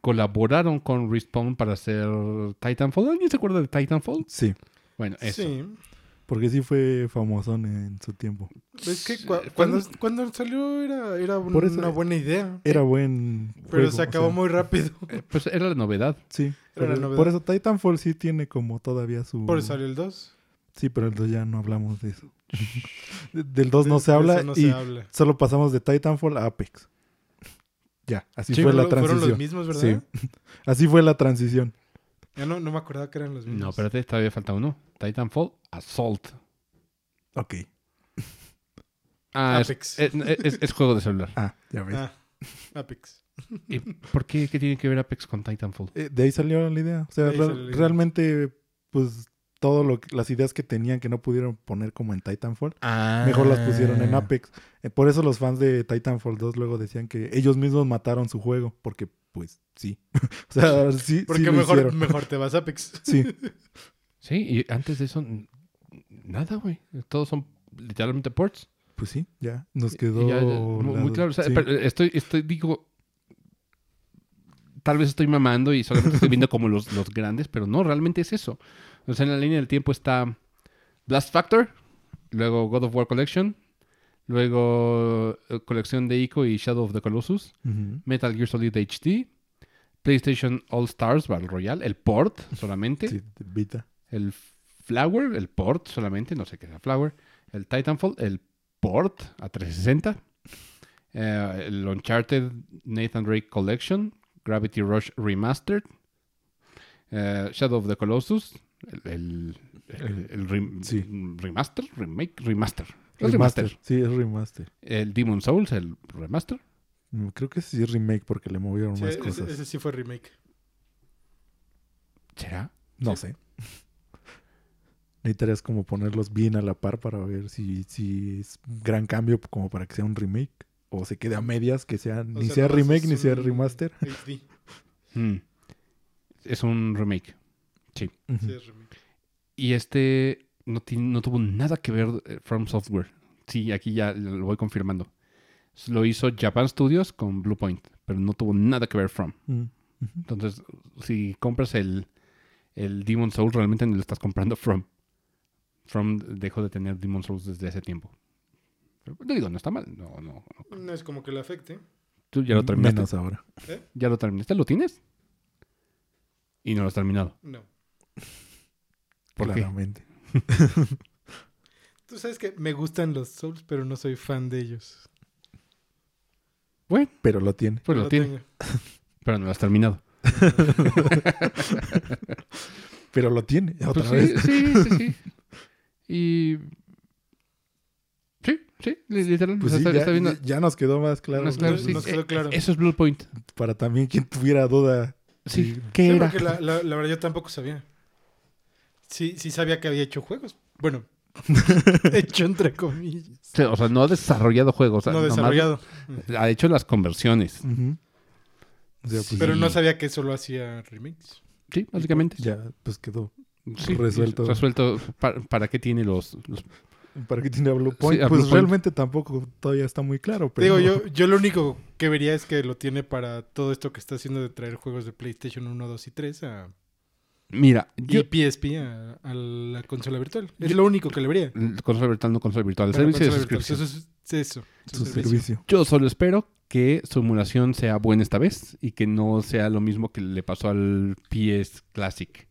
S1: Colaboraron con Respawn para hacer Titanfall. ¿Alguien se acuerda de Titanfall?
S2: Sí.
S1: Bueno, eso.
S3: Sí.
S2: Porque sí fue famosón en su tiempo.
S3: Es que
S1: Sí,
S3: cua-
S1: fue
S3: cuando,
S1: un-
S3: cuando salió era, era un-
S2: Por eso-
S3: una buena idea.
S2: Era buen.
S3: Pero
S2: juego,
S3: se
S2: o
S3: acabó
S2: sea,
S3: muy rápido.
S1: Eh, Pues era la novedad.
S2: Sí.
S3: Era
S2: pero
S3: la novedad.
S2: por eso Titanfall sí tiene como todavía su.
S3: Por eso salió el 2.
S2: Sí, pero el 2 ya no hablamos de eso. De- Del 2 no
S3: De-
S2: se
S3: de
S2: habla
S3: eso no
S2: y
S3: se habla.
S2: solo pasamos de Titanfall a Apex. Ya, así
S3: Sí,
S2: fue la
S3: fueron- fueron los
S2: transición.
S3: mismos, ¿verdad?
S2: Así fue la transición.
S3: Ya no, no me acordaba que eran los mismos.
S1: No, espérate, todavía falta uno. Titanfall Assault.
S2: Ok.
S1: Ah, es-
S3: Apex.
S1: Es, es- es juego de celular.
S2: Ah, ya ves.
S3: Ah, Apex.
S1: ¿Y ¿Por qué? ¿Qué tiene que ver Apex con Titanfall?
S2: Eh, de ahí salió la idea. O sea,
S3: De ahí
S2: re-
S3: salió la idea.
S2: realmente, pues, todo lo que- las ideas que tenían que no pudieron poner como en Titanfall, mejor las pusieron en Apex. Eh, por eso los fans de Titanfall 2 luego decían que ellos mismos mataron su juego, porque, pues, sí. o sea, sí, sí
S3: Porque
S2: lo
S3: mejor,
S2: hicieron.
S3: mejor te vas a Apex.
S2: Sí,
S1: Sí, y antes de eso, n- nada, güey. Todos son literalmente ports.
S2: pues sí, ya. Nos
S1: Y- y
S2: quedó...
S1: ya, ya, muy, muy
S2: la-
S1: claro. O sea,
S2: sí.
S1: pero, eh, estoy, estoy, digo. Tal vez estoy mamando y solamente estoy viendo como los, los grandes, pero no, realmente es eso. O sea, en la línea del tiempo está Blast Factor, luego God of War Collection, luego eh, colección de Ico y Shadow of the Colossus,
S2: Ujú.
S1: Metal Gear Solid HD, PlayStation All Stars Battle Royale, el port solamente,
S2: Sí, Vita.
S1: el Flower, el port solamente, no sé qué sea Flower, el Titanfall, el port a 360, eh, el Uncharted Nathan Drake Collection, Gravity Rush Remastered, eh, Shadow of the Colossus, el, el- el- el rem-
S2: Sí.
S1: remaster, remake, remaster, el
S2: Remaster.
S1: remaster,
S2: Sí, es remaster.
S1: el Demon Souls, el remaster.
S2: Mm, Creo que sí es remake porque le movieron
S3: Sí,
S2: más
S3: ese,
S2: cosas.
S3: ese sí fue remake.
S1: ¿Será?
S2: No sé. Necesitarías como ponerlos bien a la par para ver si, si es un gran cambio como para que sea un remake. O se quede a medias, que sea
S3: O
S2: ni
S3: sea,
S2: sea
S3: nomás
S2: remake
S3: es
S2: ni sea
S3: un
S2: remaster.
S3: HD.
S1: Mm. Es un remake.
S2: Ujú.
S3: Sí, es remake.
S1: Y este no, ti- no tuvo nada que ver eh, From Software. Sí, aquí ya lo voy confirmando. S- Lo hizo Japan Studios con Bluepoint, pero no tuvo nada que ver From.
S2: Mm, ujú.
S1: Entonces, si compras el, el Demon Souls, realmente no lo estás comprando From. From dejó de tener Demon Souls desde hace tiempo. Pero, te digo, no está mal. No, no. no.
S3: No es como que le afecte.
S1: Tú ya lo terminaste.
S2: Mm, Menos ahora.
S1: Ya lo terminaste. ¿Lo tienes? Y no lo has terminado.
S3: No.
S1: ¿Por qué?
S2: claramente.
S3: Tú sabes que me gustan los Souls, pero no soy fan de ellos.
S2: Pero lo tiene.
S1: Pues lo
S3: No
S1: tienes,
S3: tengo.
S1: pero no lo has terminado.
S2: Pero lo tiene. Otra
S1: Pues
S2: vez.
S1: sí, sí, sí, sí. Y. Sí, sí, li- literal.
S2: Pues
S1: o sea,
S2: sí,
S1: está,
S2: ya,
S1: está viendo.
S2: ya- ya nos quedó más claro.
S1: Más claro,
S3: nos-
S1: sí.
S3: nos
S1: Eh,
S3: quedó
S1: eh,
S3: claro.
S1: Eso es Blue Point.
S2: Para también quien tuviera duda.
S1: Sí,
S2: Sí.
S1: ¿qué
S3: Sí,
S1: era?
S3: porque la, la- la verdad yo tampoco sabía. Sí, sí sabía que había hecho juegos. Bueno, hecho entre comillas.
S1: Sí, o sea, no ha desarrollado juegos. o sea,
S3: no
S1: nomás
S3: desarrollado.
S1: Ha hecho las conversiones.
S2: Ujú. O sea, pues
S1: Sí.
S3: Pero no sabía que solo hacía remakes.
S1: Sí, básicamente.
S2: ya, pues quedó.
S1: Sí,
S2: resuelto.
S1: Resuelto. ¿Para, para qué tiene los, los-
S2: ¿Para qué tiene a Blue
S1: Sí,
S2: Point?
S1: a
S2: pues
S1: Blue Point.
S2: realmente tampoco todavía está muy claro.
S3: Te
S2: Pero...
S3: Digo, yo, yo lo único que vería es que lo tiene para todo esto que está haciendo de traer juegos de PlayStation 1, 2 y 3 a,
S1: Mira, yo.
S3: y PSP a, a la consola virtual. Es lo único que le vería.
S1: el Consola virtual, no consola virtual. El
S3: Bueno,
S1: servicio de
S3: consola virtual.
S1: suscripción.
S3: Eso es- es eso. su
S2: Su
S3: servicio.
S2: servicio.
S1: Yo solo espero que su emulación sea buena esta vez y que no sea lo mismo que le pasó al PS Classic.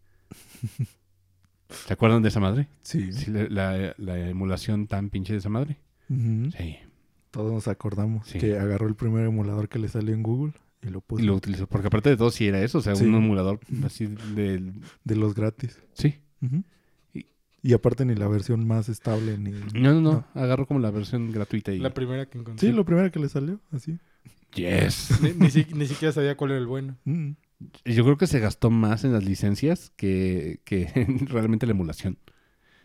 S1: ¿Se acuerdan de esa madre?
S2: Sí.
S1: Sí, la, la- la emulación tan pinche de esa madre.
S2: Ujú.
S1: Sí.
S2: Todos nos acordamos
S1: Sí.
S2: que agarró el primer emulador que le salió en Google y lo puso
S1: Y lo utilizó. Porque aparte de todo, sí era eso. O sea,
S2: Pues Sí.
S1: un emulador así del.
S2: de los gratis.
S1: Sí.
S2: Ujú.
S1: Y-
S2: Y aparte ni la versión más estable ni...
S1: No, no, no. Agarró como la versión gratuita y.
S3: La primera que encontré.
S2: Sí, lo primero que le salió, así.
S1: Yes.
S3: Ni, ni si- ni siquiera sabía cuál era el bueno.
S2: Mm.
S1: Yo creo que se gastó más en las licencias que, que en realmente la emulación.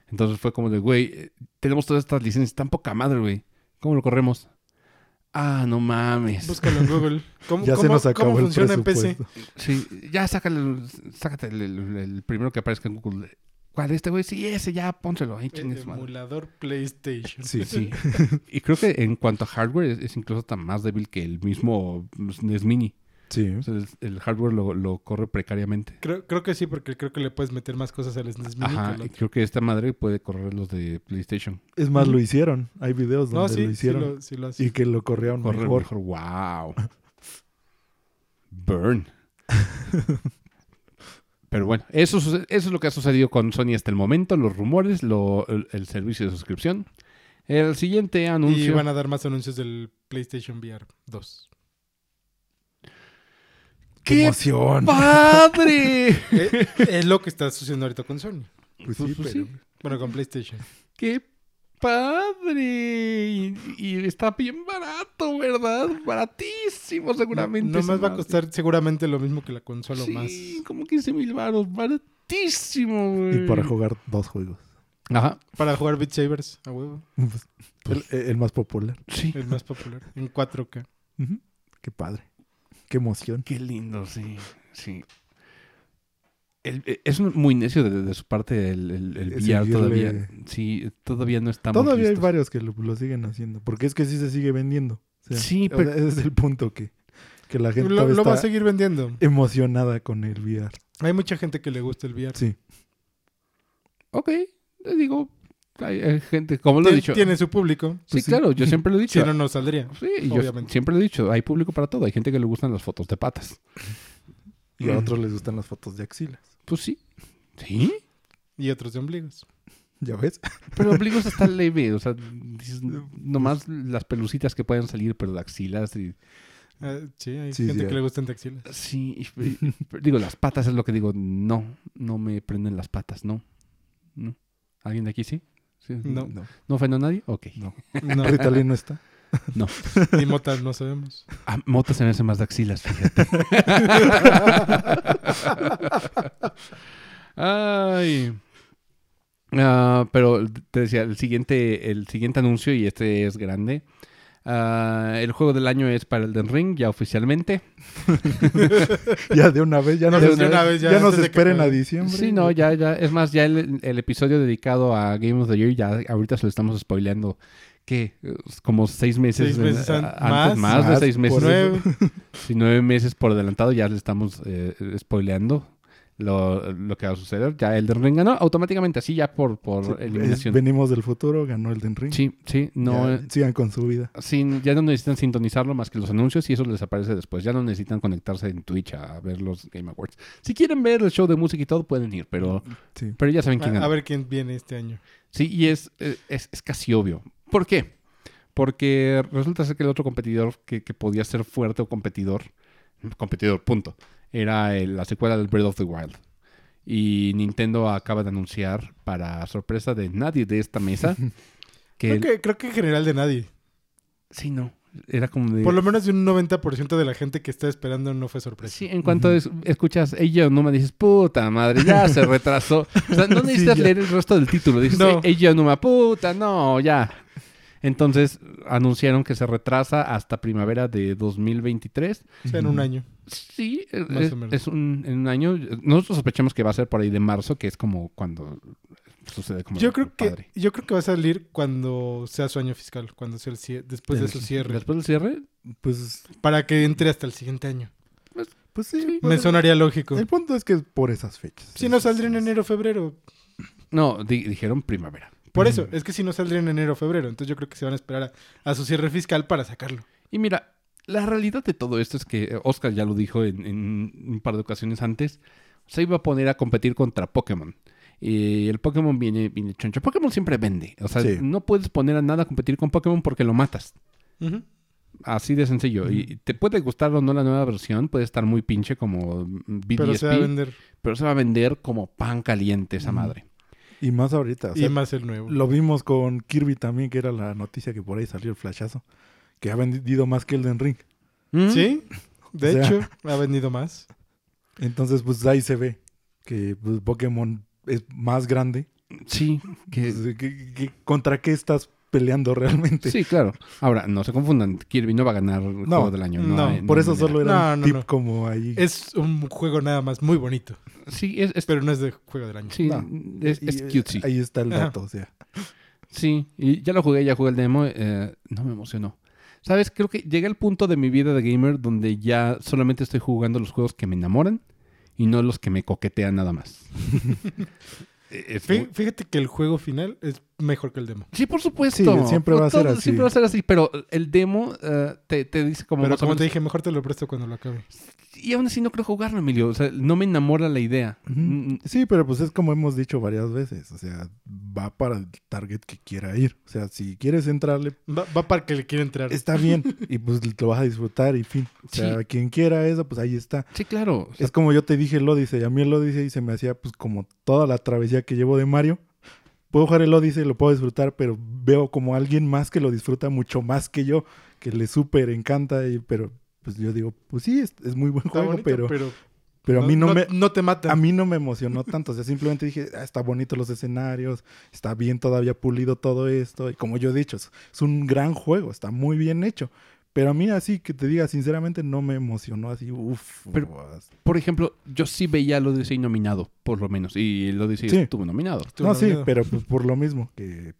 S1: Entonces fue como de, güey, eh, tenemos todas estas licencias tan poca madre, güey. ¿Cómo lo corremos? Ah, no mames.
S3: Búscalo en Google. ¿Cómo,
S2: Ya se
S3: cómo-
S2: nos acabó
S3: cómo
S2: el
S3: funciona en PC?
S2: presupuesto.
S1: Sí, ya sácale, el- sácate el, el- el primero que aparezca en Google. ¿Cuál este, güey? Sí, ese, ya, pónselo. Ahí,
S3: El
S1: chingue su madre.
S3: emulador PlayStation.
S2: Sí,
S1: Sí. y creo que en cuanto a hardware es, es incluso tan más débil que el mismo SNES Mini.
S2: Sí.
S1: O sea, el, el hardware lo, lo corre precariamente.
S3: Creo, creo que sí, porque creo que le puedes meter más cosas al SNES Mini.
S1: Ajá,
S3: que al
S1: y
S3: otro.
S1: creo que esta madre puede correr los de PlayStation.
S2: Es más, lo hicieron. Hay videos donde
S3: No, sí,
S2: lo
S3: sí
S2: hicieron.
S3: lo, sí lo hace.
S2: Y que lo corrieron
S1: Corre
S2: mejor.
S1: mejor. Wow. Burn. Pero bueno, eso, suce- eso es lo que ha sucedido con Sony hasta el momento, los rumores, lo- el, el servicio de suscripción. El siguiente anuncio.
S3: Y van a dar más anuncios del PlayStation VR 2.
S2: ¡Qué
S1: ¡Qué
S2: emoción!
S1: padre!
S3: Eh, es, es lo que está sucediendo ahorita con Sony.
S2: Pues sí,
S1: Pues, pues,
S2: pero-
S1: sí.
S3: Bueno, con PlayStation.
S1: ¡Qué padre. Y, y está bien barato, ¿verdad? Baratísimo, seguramente.
S3: No,
S1: esa
S3: más va a
S1: madre.
S3: costar seguramente lo mismo que la consola o
S1: sí,
S3: más.
S1: como 15 mil baros. Baratísimo, güey.
S2: Y para jugar dos juegos.
S1: Ajá,
S3: Para jugar Beat Sabers, a huevo.
S2: Pues, el, el más popular.
S1: sí.
S3: El más popular. En 4K.
S2: Ujú. Qué padre. Qué emoción.
S1: Qué lindo, sí. Sí. El- eh, es un- muy necio de, de su parte el, el, el
S2: Es
S1: VR
S2: seguirle-
S1: todavía. Sí, todavía no estamos
S2: Todavía hay
S1: listos.
S2: varios que lo, lo siguen haciendo. Porque es que sí se sigue vendiendo. O sea,
S1: Sí,
S2: o sea,
S1: pero-
S2: Ese es el punto que, que la gente
S3: Lo,
S2: todavía
S3: lo va a
S2: está
S3: seguir vendiendo.
S2: emocionada con el VR.
S3: Hay mucha gente que le gusta el VR.
S2: Sí.
S1: Ok, les digo, hay, hay gente, como lo he
S3: Tien-
S1: dicho.
S3: Tiene su público.
S1: sí, claro, yo siempre lo he
S3: Si
S1: dicho.
S3: no, no saldría.
S1: Sí, y yo
S3: Obviamente.
S1: siempre lo he dicho, hay público para todo. Hay gente que le gustan las fotos de patas.
S2: Y a
S1: Mm.
S2: otros les gustan las fotos de axilas.
S1: Pues sí. ¿Sí?
S3: Y otros de ombligos.
S2: ¿Ya ves?
S1: Pero ombligos está leve, o sea, dices, nomás las pelucitas que pueden salir, pero de axilas y...
S3: Ah, sí, hay
S2: Sí,
S3: gente
S2: sí,
S3: que
S2: hay.
S3: le gustan de axilas.
S1: Sí, y- y- pero digo, las patas es lo que digo, no, no me prenden las patas, no. no. ¿Alguien de aquí sí? ¿Sí?
S3: No.
S2: No.
S1: ¿No ofendo a nadie? Ok.
S2: No.
S3: No,
S2: Ritalin no está.
S3: ni motas no sabemos.
S1: Ah, mota se me hace más de axilas, fíjate. Ay. Ah, pero te decía, el siguiente, el siguiente anuncio, y este es grande. Ah, el juego del año es para Elden Ring, ya oficialmente.
S2: Ya de una vez, ya
S3: Ya
S2: nos,
S3: de una vez, ya
S2: ya nos
S3: antes de que
S2: esperen a
S3: acabe.
S2: diciembre.
S1: Sí, no, ya, ya. Es más, ya el, el episodio dedicado a Game of the Year, ya ahorita se lo estamos spoileando. ¿Qué? Es Como seis meses.
S3: Seis
S1: en-
S3: meses an-
S1: a- antes,
S3: más,
S1: más, de
S2: más,
S1: seis meses.
S2: por
S1: Nueve,
S3: Nueve.
S1: sí, nueve meses por adelantado, ya le estamos eh, spoileando lo, lo que va a suceder. Ya Elden Ring ganó automáticamente, así ya por, por
S2: Sí, es-
S1: eliminación.
S2: venimos del futuro, ganó Elden Ring.
S1: Sí, sí, no. eh.
S2: Ya, sigan con su vida.
S1: Sin, ya no necesitan sintonizarlo más que los anuncios y eso les aparece después. Ya no necesitan conectarse en Twitch a ver los Game Awards. Si quieren ver el show de música y todo, pueden ir, pero,
S2: Sí.
S1: pero ya saben quién
S3: A,
S1: ganó.
S3: a ver quién viene este año.
S1: Sí, y es, eh, es, es casi obvio. ¿Por qué? Porque resulta ser que el otro competidor que, que podía ser fuerte o competidor, competidor, punto, era el- la secuela del Breath of the Wild. Y Nintendo acaba de anunciar, para sorpresa de nadie de esta mesa, que...
S3: Creo
S1: el-
S3: que, creo que en general de nadie.
S1: Sí, no. Era como de...
S3: Por lo menos de un 90% de la gente que está esperando no fue sorpresa.
S1: Sí, en cuanto es- escuchas ella no me dices, puta madre, ya se retrasó. O sea, no necesitas
S2: ya.
S1: leer el resto del título. Dices,
S3: No.
S1: ella no me puta, no, ya. Entonces anunciaron que se retrasa hasta primavera de 2023.
S3: O sea, en un año.
S1: Sí, eh,
S3: Más
S1: es,
S3: o menos.
S1: es un, en un año. Nosotros sospechamos que va a ser por ahí de marzo, que es como cuando sucede como
S3: Yo creo, que,
S1: padre.
S3: yo creo que va a salir cuando sea su año fiscal, cuando sea el cie- después de su cierre,
S1: Después del cierre,
S2: Pues,
S3: para que entre hasta el siguiente año.
S2: pues sí.
S3: Me
S2: pues,
S3: sonaría lógico.
S2: El punto es que es por esas fechas.
S3: Si no
S2: Esas-
S3: saldría en enero o febrero.
S1: no, di- dijeron primavera.
S3: Por eso, es que si no saldría en enero o febrero, entonces yo creo que se van a esperar a, a su cierre fiscal para sacarlo.
S1: Y mira, la realidad de todo esto es que eh, Oscar ya lo dijo en, en un par de ocasiones antes, se iba a poner a competir contra Pokémon. Y el Pokémon viene, viene choncho. Pokémon siempre vende. O sea,
S2: Sí.
S1: no puedes poner a nada a competir con Pokémon porque lo matas. Así de sencillo. Y te puede gustar o no la nueva versión, puede estar muy pinche como mm, BDSP,
S3: Pero
S1: pero
S3: se va a vender.
S1: se va a vender como pan caliente esa
S2: Mm.
S1: madre.
S2: Y más ahorita. o sea,
S3: y más el nuevo.
S2: Lo vimos con Kirby también, que era la noticia que por ahí salió el flashazo. Que ha vendido más que Elden Ring.
S1: ¿Mm?
S3: ¿Sí? De
S2: O sea-
S3: hecho, ha vendido más.
S2: Entonces, pues ahí se ve que pues, Pokémon es más grande.
S1: ¿Mm? Sí, que
S2: Entonces, ¿qué- qué- contra qué estás peleando realmente?
S1: Sí, claro. Ahora, no se confundan. Kirby no va a ganar el juego del año. No,
S3: no,
S1: hay- no
S2: por
S1: hay
S2: eso
S1: manera.
S2: solo era
S3: No,
S2: un
S3: no,
S2: tip
S3: no.
S2: como ahí.
S3: Es un juego nada más muy bonito,
S1: Sí, es, es-
S3: pero no es de juego del año.
S1: sí,
S2: no.
S1: es,
S2: Y,
S1: es
S2: eh,
S1: cutesy.
S2: Ahí está el
S3: Ajá.
S2: dato, o sea.
S1: Sí, y ya lo jugué, ya jugué el demo. eh, no me emocionó. ¿Sabes? Creo que llegué al punto de mi vida de gamer donde ya solamente estoy jugando los juegos que me enamoran y no los que me coquetean nada más. E, Es
S3: Fí-
S1: muy-
S3: Fíjate que el juego final es mejor que el demo.
S1: Sí, por supuesto.
S2: Sí, siempre va a ser así.
S1: Siempre va a ser así, pero el demo eh, te, te dice como...
S3: Pero
S1: más o
S3: como te
S1: menos-
S3: dije, mejor te lo presto cuando lo acabe.
S1: Y aún así no creo jugarlo, Emilio. O sea, no me enamora la idea. Mm,
S2: Ujú. Sí, pero pues es como hemos dicho varias veces, o sea, va para el target que quiera ir, o sea, si quieres entrarle,
S3: Va, va para que le quiera entrar.
S2: está bien, y pues lo vas a disfrutar y fin, o sea,
S1: Sí.
S2: quien quiera eso, pues ahí está.
S1: Sí, claro.
S2: Es como yo te dije el Odyssey, a mí el Odyssey se me hacía pues como toda la travesía que llevo de Mario, puedo jugar el Odyssey, lo puedo disfrutar, pero veo como alguien más que lo disfruta mucho más que yo, que le súper encanta, y- pero pues yo digo, pues sí, es, es muy buen
S3: Está
S2: juego,
S3: bonito,
S2: pero, pero,
S3: pero
S2: a mí no, me...
S3: no te
S2: A
S3: mata.
S2: mí no me emocionó tanto, o sea, simplemente dije, "Ah, está bonito los escenarios, está bien todavía pulido todo esto, y como yo he dicho, es, es un gran juego, está muy bien hecho, pero a mí así que te diga, sinceramente no me emocionó así, uff,
S1: Pero- Por ejemplo, yo sí veía el Odyssey nominado, por lo menos. Y el Odyssey
S2: Sí.
S1: estuvo nominado.
S2: no, sí, pero pues, por lo mismo, que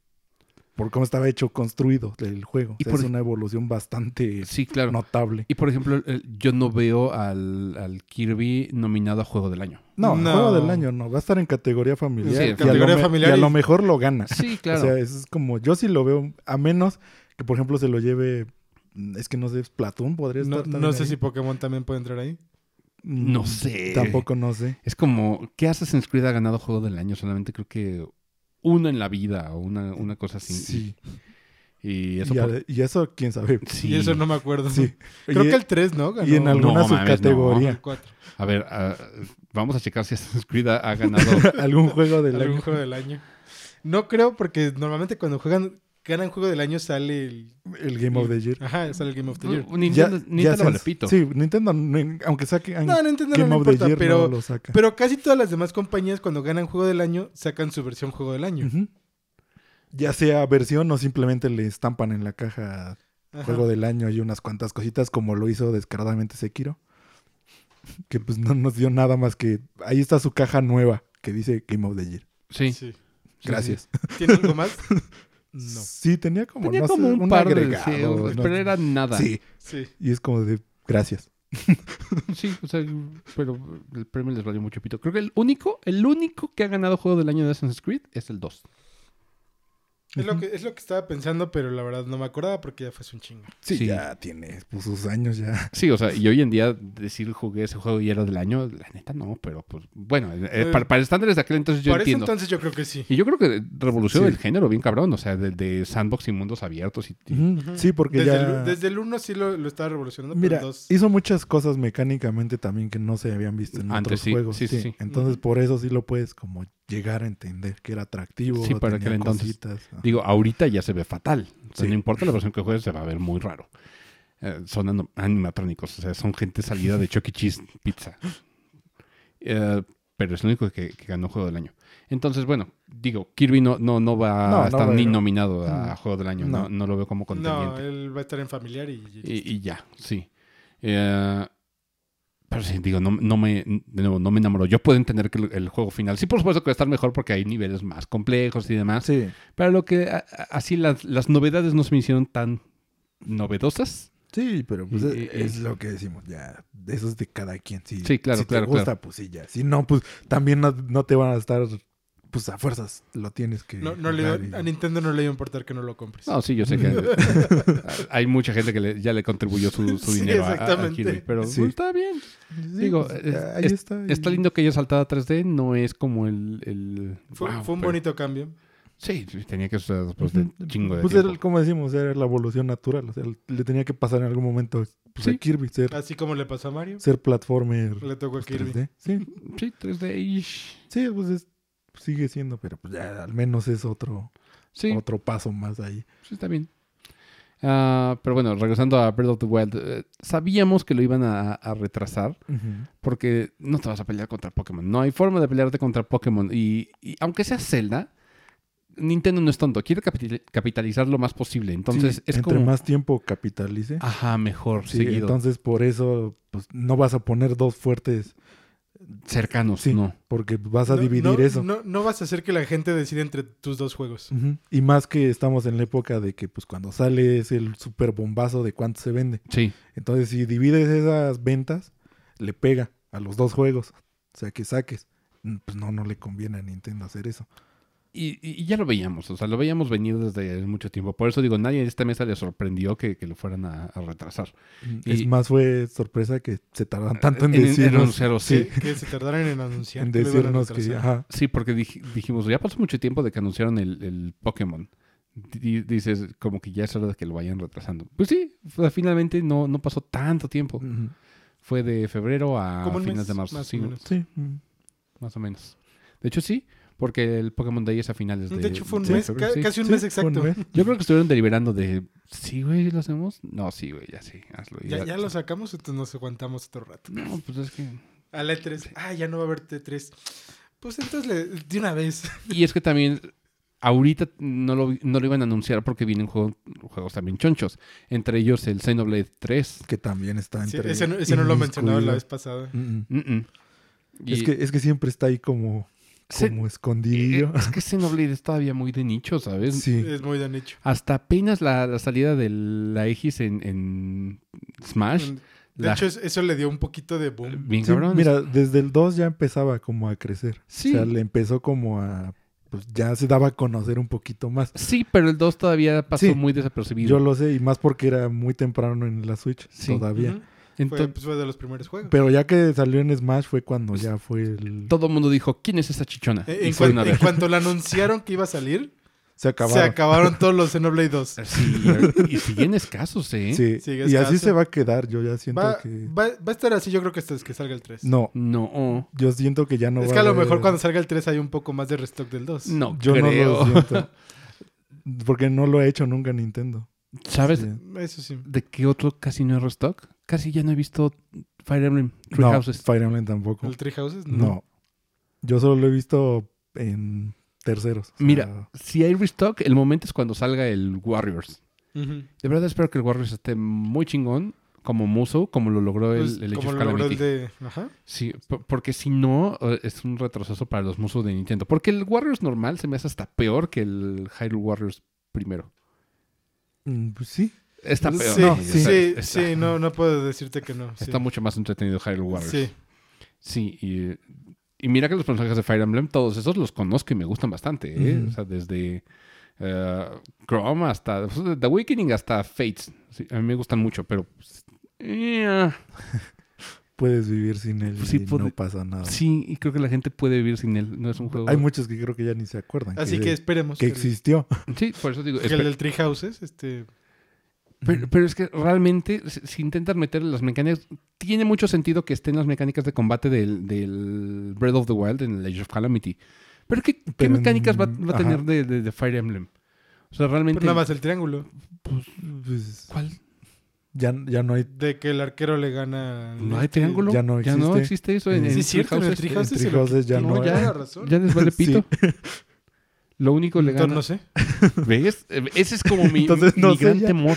S2: por cómo estaba hecho, construido el juego,
S1: Y
S2: O sea,
S1: por-
S2: es una evolución bastante
S1: Sí, claro.
S2: notable.
S1: Y por ejemplo, el- yo no veo al, al Kirby nominado a Juego del Año.
S2: No,
S3: No.
S2: juego del año no, va a estar en categoría familiar.
S1: Sí,
S2: y a lo
S3: categoría
S2: me-
S3: familiar
S2: y a
S3: y-
S2: lo mejor lo gana.
S1: Sí, claro.
S2: O sea, eso es como, yo sí lo veo, a menos que, por ejemplo, se lo lleve, mm, es que no sé, Platón podría
S3: No,
S2: estar también
S3: no sé
S2: ahí.
S3: si Pokémon también puede entrar ahí.
S2: Mm,
S1: No sé.
S2: Tampoco no sé.
S1: Es como, ¿qué Assassin's Creed ha ganado Juego del Año? Solamente creo que uno en la vida o una, una cosa así.
S2: Sí.
S1: Y
S2: Y,
S1: eso...
S2: a-
S1: por-
S2: y eso, quién sabe.
S1: sí.
S3: Y eso no me acuerdo.
S2: Sí.
S3: Creo
S2: Y- e-
S3: que el 3, ¿no? Ganó.
S2: y en alguna
S1: No, mames,
S2: subcategoría.
S3: El 4.
S1: A ver, ah, vamos a checar si Assassin's Creed ha, ha ganado...
S2: Algún juego del
S3: Algún
S2: año.
S3: juego del año. No creo, porque normalmente cuando juegan, ganan juego del año sale el.
S2: El Game of the Year.
S3: Ajá, sale el Game
S2: Mm,
S3: of the Year.
S1: Nintendo,
S2: Ya- ya
S1: Nintendo
S2: sean-
S1: vale pito.
S2: Sí, Nintendo, ni- aunque saque
S3: No, no entiendo,
S2: Game
S3: no
S2: of
S3: me
S2: the
S3: importa,
S2: Year,
S3: pero,
S2: no lo saca.
S3: pero casi todas las demás compañías cuando ganan juego del año sacan su versión juego del año.
S2: Ujú. Ya sea versión o simplemente le estampan en la caja
S3: Ajá.
S2: juego del año y unas cuantas cositas como lo hizo descaradamente Sekiro. Que pues no nos dio nada más que... Ahí está su caja nueva que dice Game of the Year.
S1: Sí.
S3: Sí.
S2: Gracias.
S3: ¿Tiene algo más? No.
S2: Sí, tenía como,
S1: Tenía
S2: no sé,
S1: como un par de
S2: agregado,
S1: deseos,
S2: ¿no?
S1: pero era nada.
S2: Sí,
S3: Sí.
S2: y es como de gracias.
S1: Sí, o sea, pero el premio les valió mucho pito. Creo que el único, el único que ha ganado juego del año de Assassin's Creed es el 2.
S3: Es lo, que, es lo que estaba pensando, pero la verdad no me acordaba porque ya fue hace un chingo.
S2: Sí,
S1: Sí.
S2: ya tiene pues, sus años ya.
S1: Sí, o sea, y hoy en día decir jugué ese juego y era del año, la neta no, pero pues bueno, eh,
S3: Eh,
S1: para, para estándares de aquel entonces yo
S3: Por eso
S1: entiendo.
S3: entonces yo creo que sí.
S1: Y yo creo que revolucionó
S2: Sí.
S1: el género bien cabrón, o sea, de, de sandbox y mundos abiertos y, y-
S2: Ujú. Sí, porque
S3: Desde,
S2: ya...
S3: el, desde el 1 sí lo, lo estaba revolucionando, pero
S2: Mira,
S3: el 2...
S2: hizo muchas cosas mecánicamente también que no se habían visto en
S1: Antes
S2: otros
S1: sí,
S2: juegos.
S1: sí, sí, sí.
S2: Entonces,
S3: Ujú.
S2: por eso sí lo puedes como llegar a entender que era atractivo.
S1: Sí, para
S2: tenía
S1: aquel entonces.
S2: cositas. Ajá.
S1: digo, ahorita ya se ve fatal. O sea,
S2: Sí.
S1: no importa la versión que juegues, se va a ver muy raro. Eh, son ano- animatrónicos, o sea, son gente salida de Chuck E. Cheese Pizza. Eh, pero es lo único que, que ganó Juego del Año. Entonces, bueno, digo, Kirby no, no, no va
S2: No,
S1: a
S2: no
S1: estar
S2: va a
S1: ni
S2: ir.
S1: nominado a Juego del Año. No,
S2: No.
S1: no lo veo como contendiente.
S3: No, él va a estar en familiar y...
S1: Y, y ya, sí. Eh, pero sí, digo, no, no me, de nuevo, no me enamoró. Yo puedo entender que el, el juego final, sí, por supuesto que va a estar mejor porque hay niveles más complejos y demás.
S2: Sí,
S1: Pero lo que, a- a- así las, las novedades no se me hicieron tan novedosas.
S2: sí, pero pues
S1: Y-
S2: es,
S1: y-
S2: es lo que decimos, ya, de eso es de cada quien. Si,
S1: Sí, claro,
S2: si
S1: claro,
S2: te gusta, pues sí, ya. Si no, pues también no, no te van a estar, pues a fuerzas, lo tienes que...
S3: No, no le
S2: jugar
S3: iba-
S2: y-
S3: a Nintendo no le iba a importar que no lo compres.
S1: No, sí, yo sé que hay mucha gente que le- ya le contribuyó su, su
S3: Sí,
S1: dinero a- a, a
S3: exactamente.
S1: Kirby, pero
S2: Sí.
S1: pues, está bien.
S2: Sí,
S1: digo,
S2: pues,
S1: es-
S2: ahí
S1: es-
S2: está. y-
S1: Está lindo que haya saltado a 3D, no es como el... el-
S3: Fue,
S1: wow,
S3: fue un
S1: pero-
S3: bonito cambio.
S1: Sí, sí, tenía que suceder después de
S2: Ujú.
S1: chingo de
S2: Pues
S1: tiempo.
S2: era, el- como decimos, era la evolución natural. O sea, le tenía que pasar en algún momento pues,
S1: Sí.
S2: a Kirby, ser,
S3: Así como le pasó a Mario,
S2: ser platformer
S3: le tocó a
S2: pues,
S3: Kirby.
S2: 3D. Sí,
S1: Sí, 3D-ish.
S2: sí, pues es- sigue siendo, pero pues ya al menos es otro,
S1: Sí,
S2: otro paso más ahí.
S1: sí, Pues está bien. Ah, pero bueno, regresando a Breath of the Wild, eh, sabíamos que lo iban a, a retrasar porque no te vas a pelear contra Pokémon. No hay forma de pelearte contra Pokémon. Y, y aunque sea Zelda, Nintendo no es tonto. Quiere capital- capitalizar lo más posible. Entonces
S2: Sí,
S1: es
S2: entre
S1: como...
S2: más tiempo capitalice.
S1: Ajá, mejor,
S2: sí,
S1: seguido.
S2: entonces por eso pues, no vas a poner dos fuertes
S1: cercanos,
S2: sí.
S1: no.
S2: porque vas a
S3: No-
S2: dividir
S3: no-
S2: eso.
S3: No, no vas a hacer que la gente decida entre tus dos juegos.
S2: Ujú. Y más que estamos en la época de que pues cuando sale es el super bombazo de cuánto se vende.
S1: Sí,
S2: Entonces, si divides esas ventas, le pega a los dos juegos. O sea, que saques. Mm, Pues no, no le conviene a Nintendo hacer eso.
S1: Y, y ya lo veíamos, o sea, lo veíamos venir desde mucho tiempo. Por eso digo, nadie en esta mesa le sorprendió que, que lo fueran a, a retrasar.
S2: Mm,
S1: Y-
S2: Es más, fue sorpresa que se
S3: Ah,
S2: tardan tanto en,
S1: En- en
S2: decirnos,
S1: anunciarlo, sí.
S3: Que, que se tardaran en anunciar.
S2: en
S3: que lo iban a
S2: decirnos que,
S3: retrasar.
S2: ajá,
S1: Sí, porque dij- dijimos, ya pasó mucho tiempo de que anunciaron el, el Pokémon. Di- dices, como que ya es hora de que lo vayan retrasando. Pues sí, fue- finalmente no, no pasó tanto tiempo.
S2: ujú,
S1: Fue de febrero a
S3: Mm. Como un
S1: fines
S3: mes,
S1: de marzo,
S3: más o
S1: sí,
S3: menos.
S2: sí, mm,
S1: más o menos. De hecho, sí, Porque el Pokémon Day es a finales de
S3: De hecho, fue un
S1: de
S3: mes,
S1: febrero,
S3: ca-
S1: sí.
S3: casi un
S2: Sí,
S3: mes
S2: fue un
S3: exacto.
S2: mes.
S1: Yo creo que estuvieron deliberando de, sí, güey, ¿lo hacemos? No, sí, güey, ya sí, hazlo. Y
S3: Ya, ya lo sacamos, entonces nos aguantamos otro rato.
S1: No, pues es que...
S3: A la E3. Ah, ya no va a haber T3. Pues entonces, le- de una vez.
S1: Y es que también ahorita no lo, no lo iban a anunciar porque vienen juego- juegos también chonchos. Entre ellos el Xenoblade 3.
S2: Que también está
S3: Sí,
S2: entre...
S3: ese, no- ese no lo he mencionado la
S2: inmiscuido.
S3: vez pasada.
S2: Mm, mm.
S1: Mm-mm. Y
S2: Es, que, es que siempre está ahí como,
S1: se-
S2: como
S1: eh,
S2: escondidillo.
S1: es que Xenoblade es todavía muy de nicho, ¿sabes?
S2: Sí.
S3: Es muy de nicho.
S1: Hasta apenas la, la salida de la X en, en Smash.
S3: De
S1: la-
S3: hecho, es- eso le dio un poquito de boom.
S1: bien
S2: Sí,
S1: cabrón.
S2: mira, desde el 2 ya empezaba como a crecer.
S1: Sí.
S2: O sea, le empezó como a... Pues ya se daba a conocer un poquito más.
S1: Sí, pero el 2 todavía pasó
S2: Sí.
S1: muy desapercibido.
S2: Yo lo sé, y más porque era muy temprano en la Switch
S1: Sí.
S2: todavía.
S3: Ujú.
S1: Entonces,
S3: Fue, pues, fue de los primeros juegos.
S2: Pero ya que salió en Smash fue cuando
S3: Pues
S2: ya fue el...
S1: todo el mundo dijo, ¿quién es esa chichona?
S3: Eh,
S1: Y
S3: En,
S1: fue
S3: cuan-
S1: una
S3: en
S1: verga.
S3: cuanto le anunciaron que iba a salir,
S2: Se
S3: se
S2: acabaron.
S3: acabaron todos los Xenoblade 2.
S1: Sí, y siguen escasos, ¿eh?
S2: Sí.
S3: Sigue
S2: Y así
S3: escaso.
S2: se va a quedar. Yo ya siento
S3: Va,
S2: que...
S3: va- va a estar así, yo creo que hasta que salga el 3.
S2: No,
S1: No,
S2: yo siento que ya no
S3: es
S2: va
S3: que a lo
S2: haber-
S3: mejor cuando salga el 3 hay un poco más de restock del 2.
S1: no
S2: Yo
S1: creo.
S2: no lo siento. Porque no lo ha hecho nunca Nintendo.
S3: Pues,
S1: ¿Sabes
S2: Sí.
S3: Eso sí.
S1: de qué otro casi no hay restock? Casi ya no he visto Fire Emblem Three
S2: no,
S1: Houses.
S2: Fire Emblem tampoco.
S3: ¿El Three Houses?
S2: No. Yo solo lo he visto en terceros. o sea,
S1: Mira, si hay restock, el momento es cuando salga el Warriors.
S3: Ujú.
S1: De verdad espero que el Warriors esté muy chingón, como Muso, como lo logró el,
S3: Pues,
S1: el Age
S3: como
S1: of
S3: lo logró
S1: Calamity.
S3: el de... Ajá.
S1: Sí, po- porque si no, eh, es un retroceso para los Musos de Nintendo. Porque el Warriors normal se me hace hasta peor que el Hyrule Warriors primero.
S2: mm, pues sí.
S1: Está peor.
S3: Sí,
S1: No,
S3: sí,
S1: está-
S3: sí,
S1: está-
S3: sí, no, no puedo decirte que no. sí.
S1: Está mucho más entretenido Hyrule Warriors.
S3: Sí.
S1: Sí, y, y mira que los personajes de Fire Emblem, todos esos los conozco y me gustan bastante. ¿eh?
S2: Ujú.
S1: O sea, desde eh, Chrome hasta pues, The Awakening hasta Fates. Sí, a mí me gustan mucho, pero pues, eh,
S2: Ah. Puedes vivir sin él
S3: Pues
S1: Sí,
S2: y
S1: puede-
S2: no pasa nada.
S1: sí, y creo que la gente puede vivir sin él. No es un juego.
S2: Hay muchos que creo que ya ni se acuerdan.
S3: Así que esperemos
S2: que
S3: pues el-
S2: existió.
S1: Sí, por eso digo.
S3: que el
S1: espera-
S3: del Three Houses, este...
S1: pero, pero es que realmente, si si intentan meter las mecánicas, tiene mucho sentido que estén las mecánicas de combate del, del Breath of the Wild en el Age of Calamity. Pero ¿qué, qué
S2: Pero en-
S1: mecánicas va, va a
S2: ajá.
S1: tener de, de- de Fire Emblem? O sea,
S3: pero
S1: realmente.
S3: nada más el triángulo.
S2: Pues,
S1: ¿Cuál?
S2: ya, ya no hay
S3: De que el arquero le gana... al
S1: No hay
S3: este.
S1: triángulo. Ya
S2: ya
S1: no
S2: no
S1: existe, eso en,
S2: Sí,
S1: en
S3: Sí,
S1: Full
S3: es cierto, en el
S1: Houses.
S3: Three Houses,
S2: Three
S3: se lo
S2: Houses ya
S3: quitó,
S1: no
S3: ya
S1: hay.
S3: la razón.
S1: Ya les vale pito. Lo único le
S3: Entonces,
S1: gana.
S3: no sé.
S1: ¿Ves? Eh, Ese es como mi,
S2: Entonces, no
S1: mi
S2: sé
S1: gran
S2: ya.
S1: temor.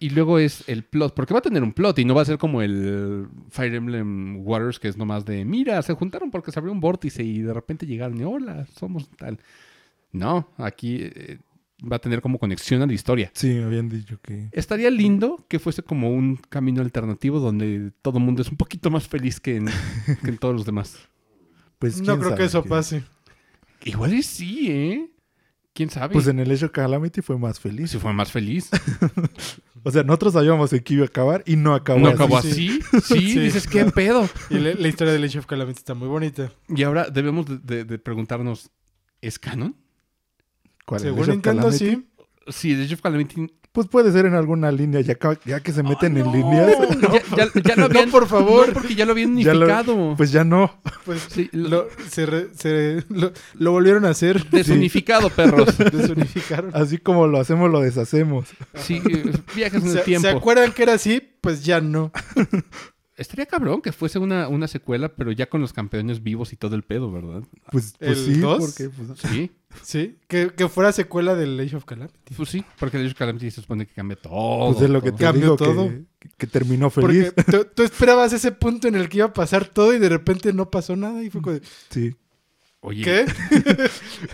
S1: Y luego es el plot. Porque va a tener un plot y no va a ser como el Fire Emblem Waters, que es nomás de mira, se juntaron porque se abrió un vórtice y de repente llegaron y hola, somos tal. No, aquí eh, va a tener como conexión a la historia.
S2: Sí, me habían dicho que.
S1: Estaría lindo que fuese como un camino alternativo donde todo el mundo es un poquito más feliz que en, que en todos los demás.
S2: Pues,
S3: no
S2: quién
S3: creo que
S2: sabe
S3: eso
S2: qué.
S3: pase.
S1: Igual y sí, ¿eh? ¿Quién sabe?
S2: Pues en el hecho Calamity fue más feliz.
S1: si fue más feliz.
S2: O sea, nosotros sabíamos que iba a acabar y no acabó.
S1: ¿No
S2: así.
S1: acabó así?
S3: así.
S1: Sí,
S3: Sí,
S1: dices, ¿qué pedo?
S3: Y la, la historia del Age of Calamity está muy bonita.
S1: Y ahora debemos de, de- de preguntarnos, ¿es canon?
S2: ¿Cuál, el
S3: Según
S2: Age of
S3: Nintendo,
S2: Calamity?
S3: sí.
S1: Sí, de hecho, Calamity...
S2: Pues puede ser en alguna línea, ya, ca- ya que se meten
S1: ¡Ah, no!
S2: en líneas,
S1: Ya, ya- ya lo habían...
S3: por favor.
S1: No, porque ya lo habían
S2: Ya lo-
S1: unificado.
S2: pues ya no.
S3: Pues
S1: Sí, lo-
S3: lo, se re- se- lo, lo volvieron a hacer.
S1: Desunificado, perros.
S3: Desunificaron.
S2: Así como lo hacemos, lo deshacemos.
S1: Sí, eh, viajes en el
S3: ¿Se,
S1: tiempo.
S3: se acuerdan que era así? Pues ya no.
S1: Estaría cabrón que fuese una, una secuela, pero ya con los campeones vivos y todo el pedo, ¿verdad?
S2: Pues, pues
S3: ¿El
S2: sí,
S3: dos?
S2: porque pues,
S1: Sí,
S3: Sí. Que, que fuera secuela del Age of Calamity.
S1: pues sí, porque el Age of Calamity se supone que cambia todo.
S2: pues es lo que
S1: todo.
S2: te
S3: Cambió
S2: digo,
S3: todo.
S2: Que, que terminó
S3: Porque
S2: feliz.
S3: tú, tú esperabas ese punto en el que iba a pasar todo y de repente no pasó nada. Y fue como, de,
S2: Sí.
S1: Oye,
S3: ¿qué?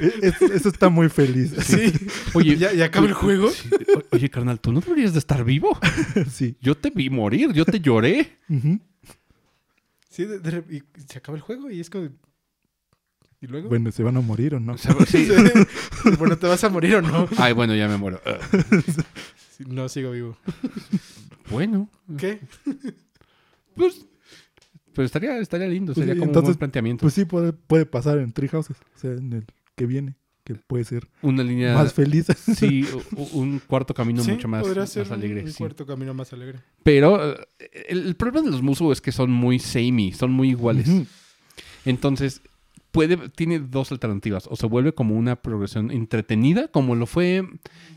S2: E- es- eso está muy feliz.
S3: Sí.
S1: Oye, pues,
S3: ¿Ya, ya acaba el juego?
S1: sí, o- oye, carnal, tú no deberías de estar vivo.
S2: Sí.
S1: Yo te vi morir, yo te lloré.
S2: Ujú.
S3: Sí, de- de re- y se acaba el juego y es como... ¿Y luego?
S2: Bueno, ¿se van a morir o no?
S1: O sea, sí.
S3: bueno, ¿te vas a morir o no?
S1: Ay, bueno, ya me muero. Eh,
S3: Sí, No, sigo vivo.
S1: bueno,
S3: ¿Qué?
S1: pues, pero estaría, estaría lindo,
S2: Pues
S1: sería
S2: sí,
S1: como un
S2: entonces,
S1: buen planteamiento.
S2: Pues sí, puede, puede pasar en Three Houses, o sea, en el que viene, que puede ser
S1: una línea,
S2: más feliz.
S1: sí, u- u- un cuarto camino
S3: Sí,
S1: mucho más,
S3: podría
S1: más
S3: ser un-
S1: alegre.
S3: Un
S1: sí.
S3: cuarto camino más alegre.
S1: Pero eh, el, el problema de los musu es que son muy samey, son muy iguales.
S2: Ujú.
S1: Entonces, puede, tiene dos alternativas. O se vuelve como una progresión entretenida, como lo fue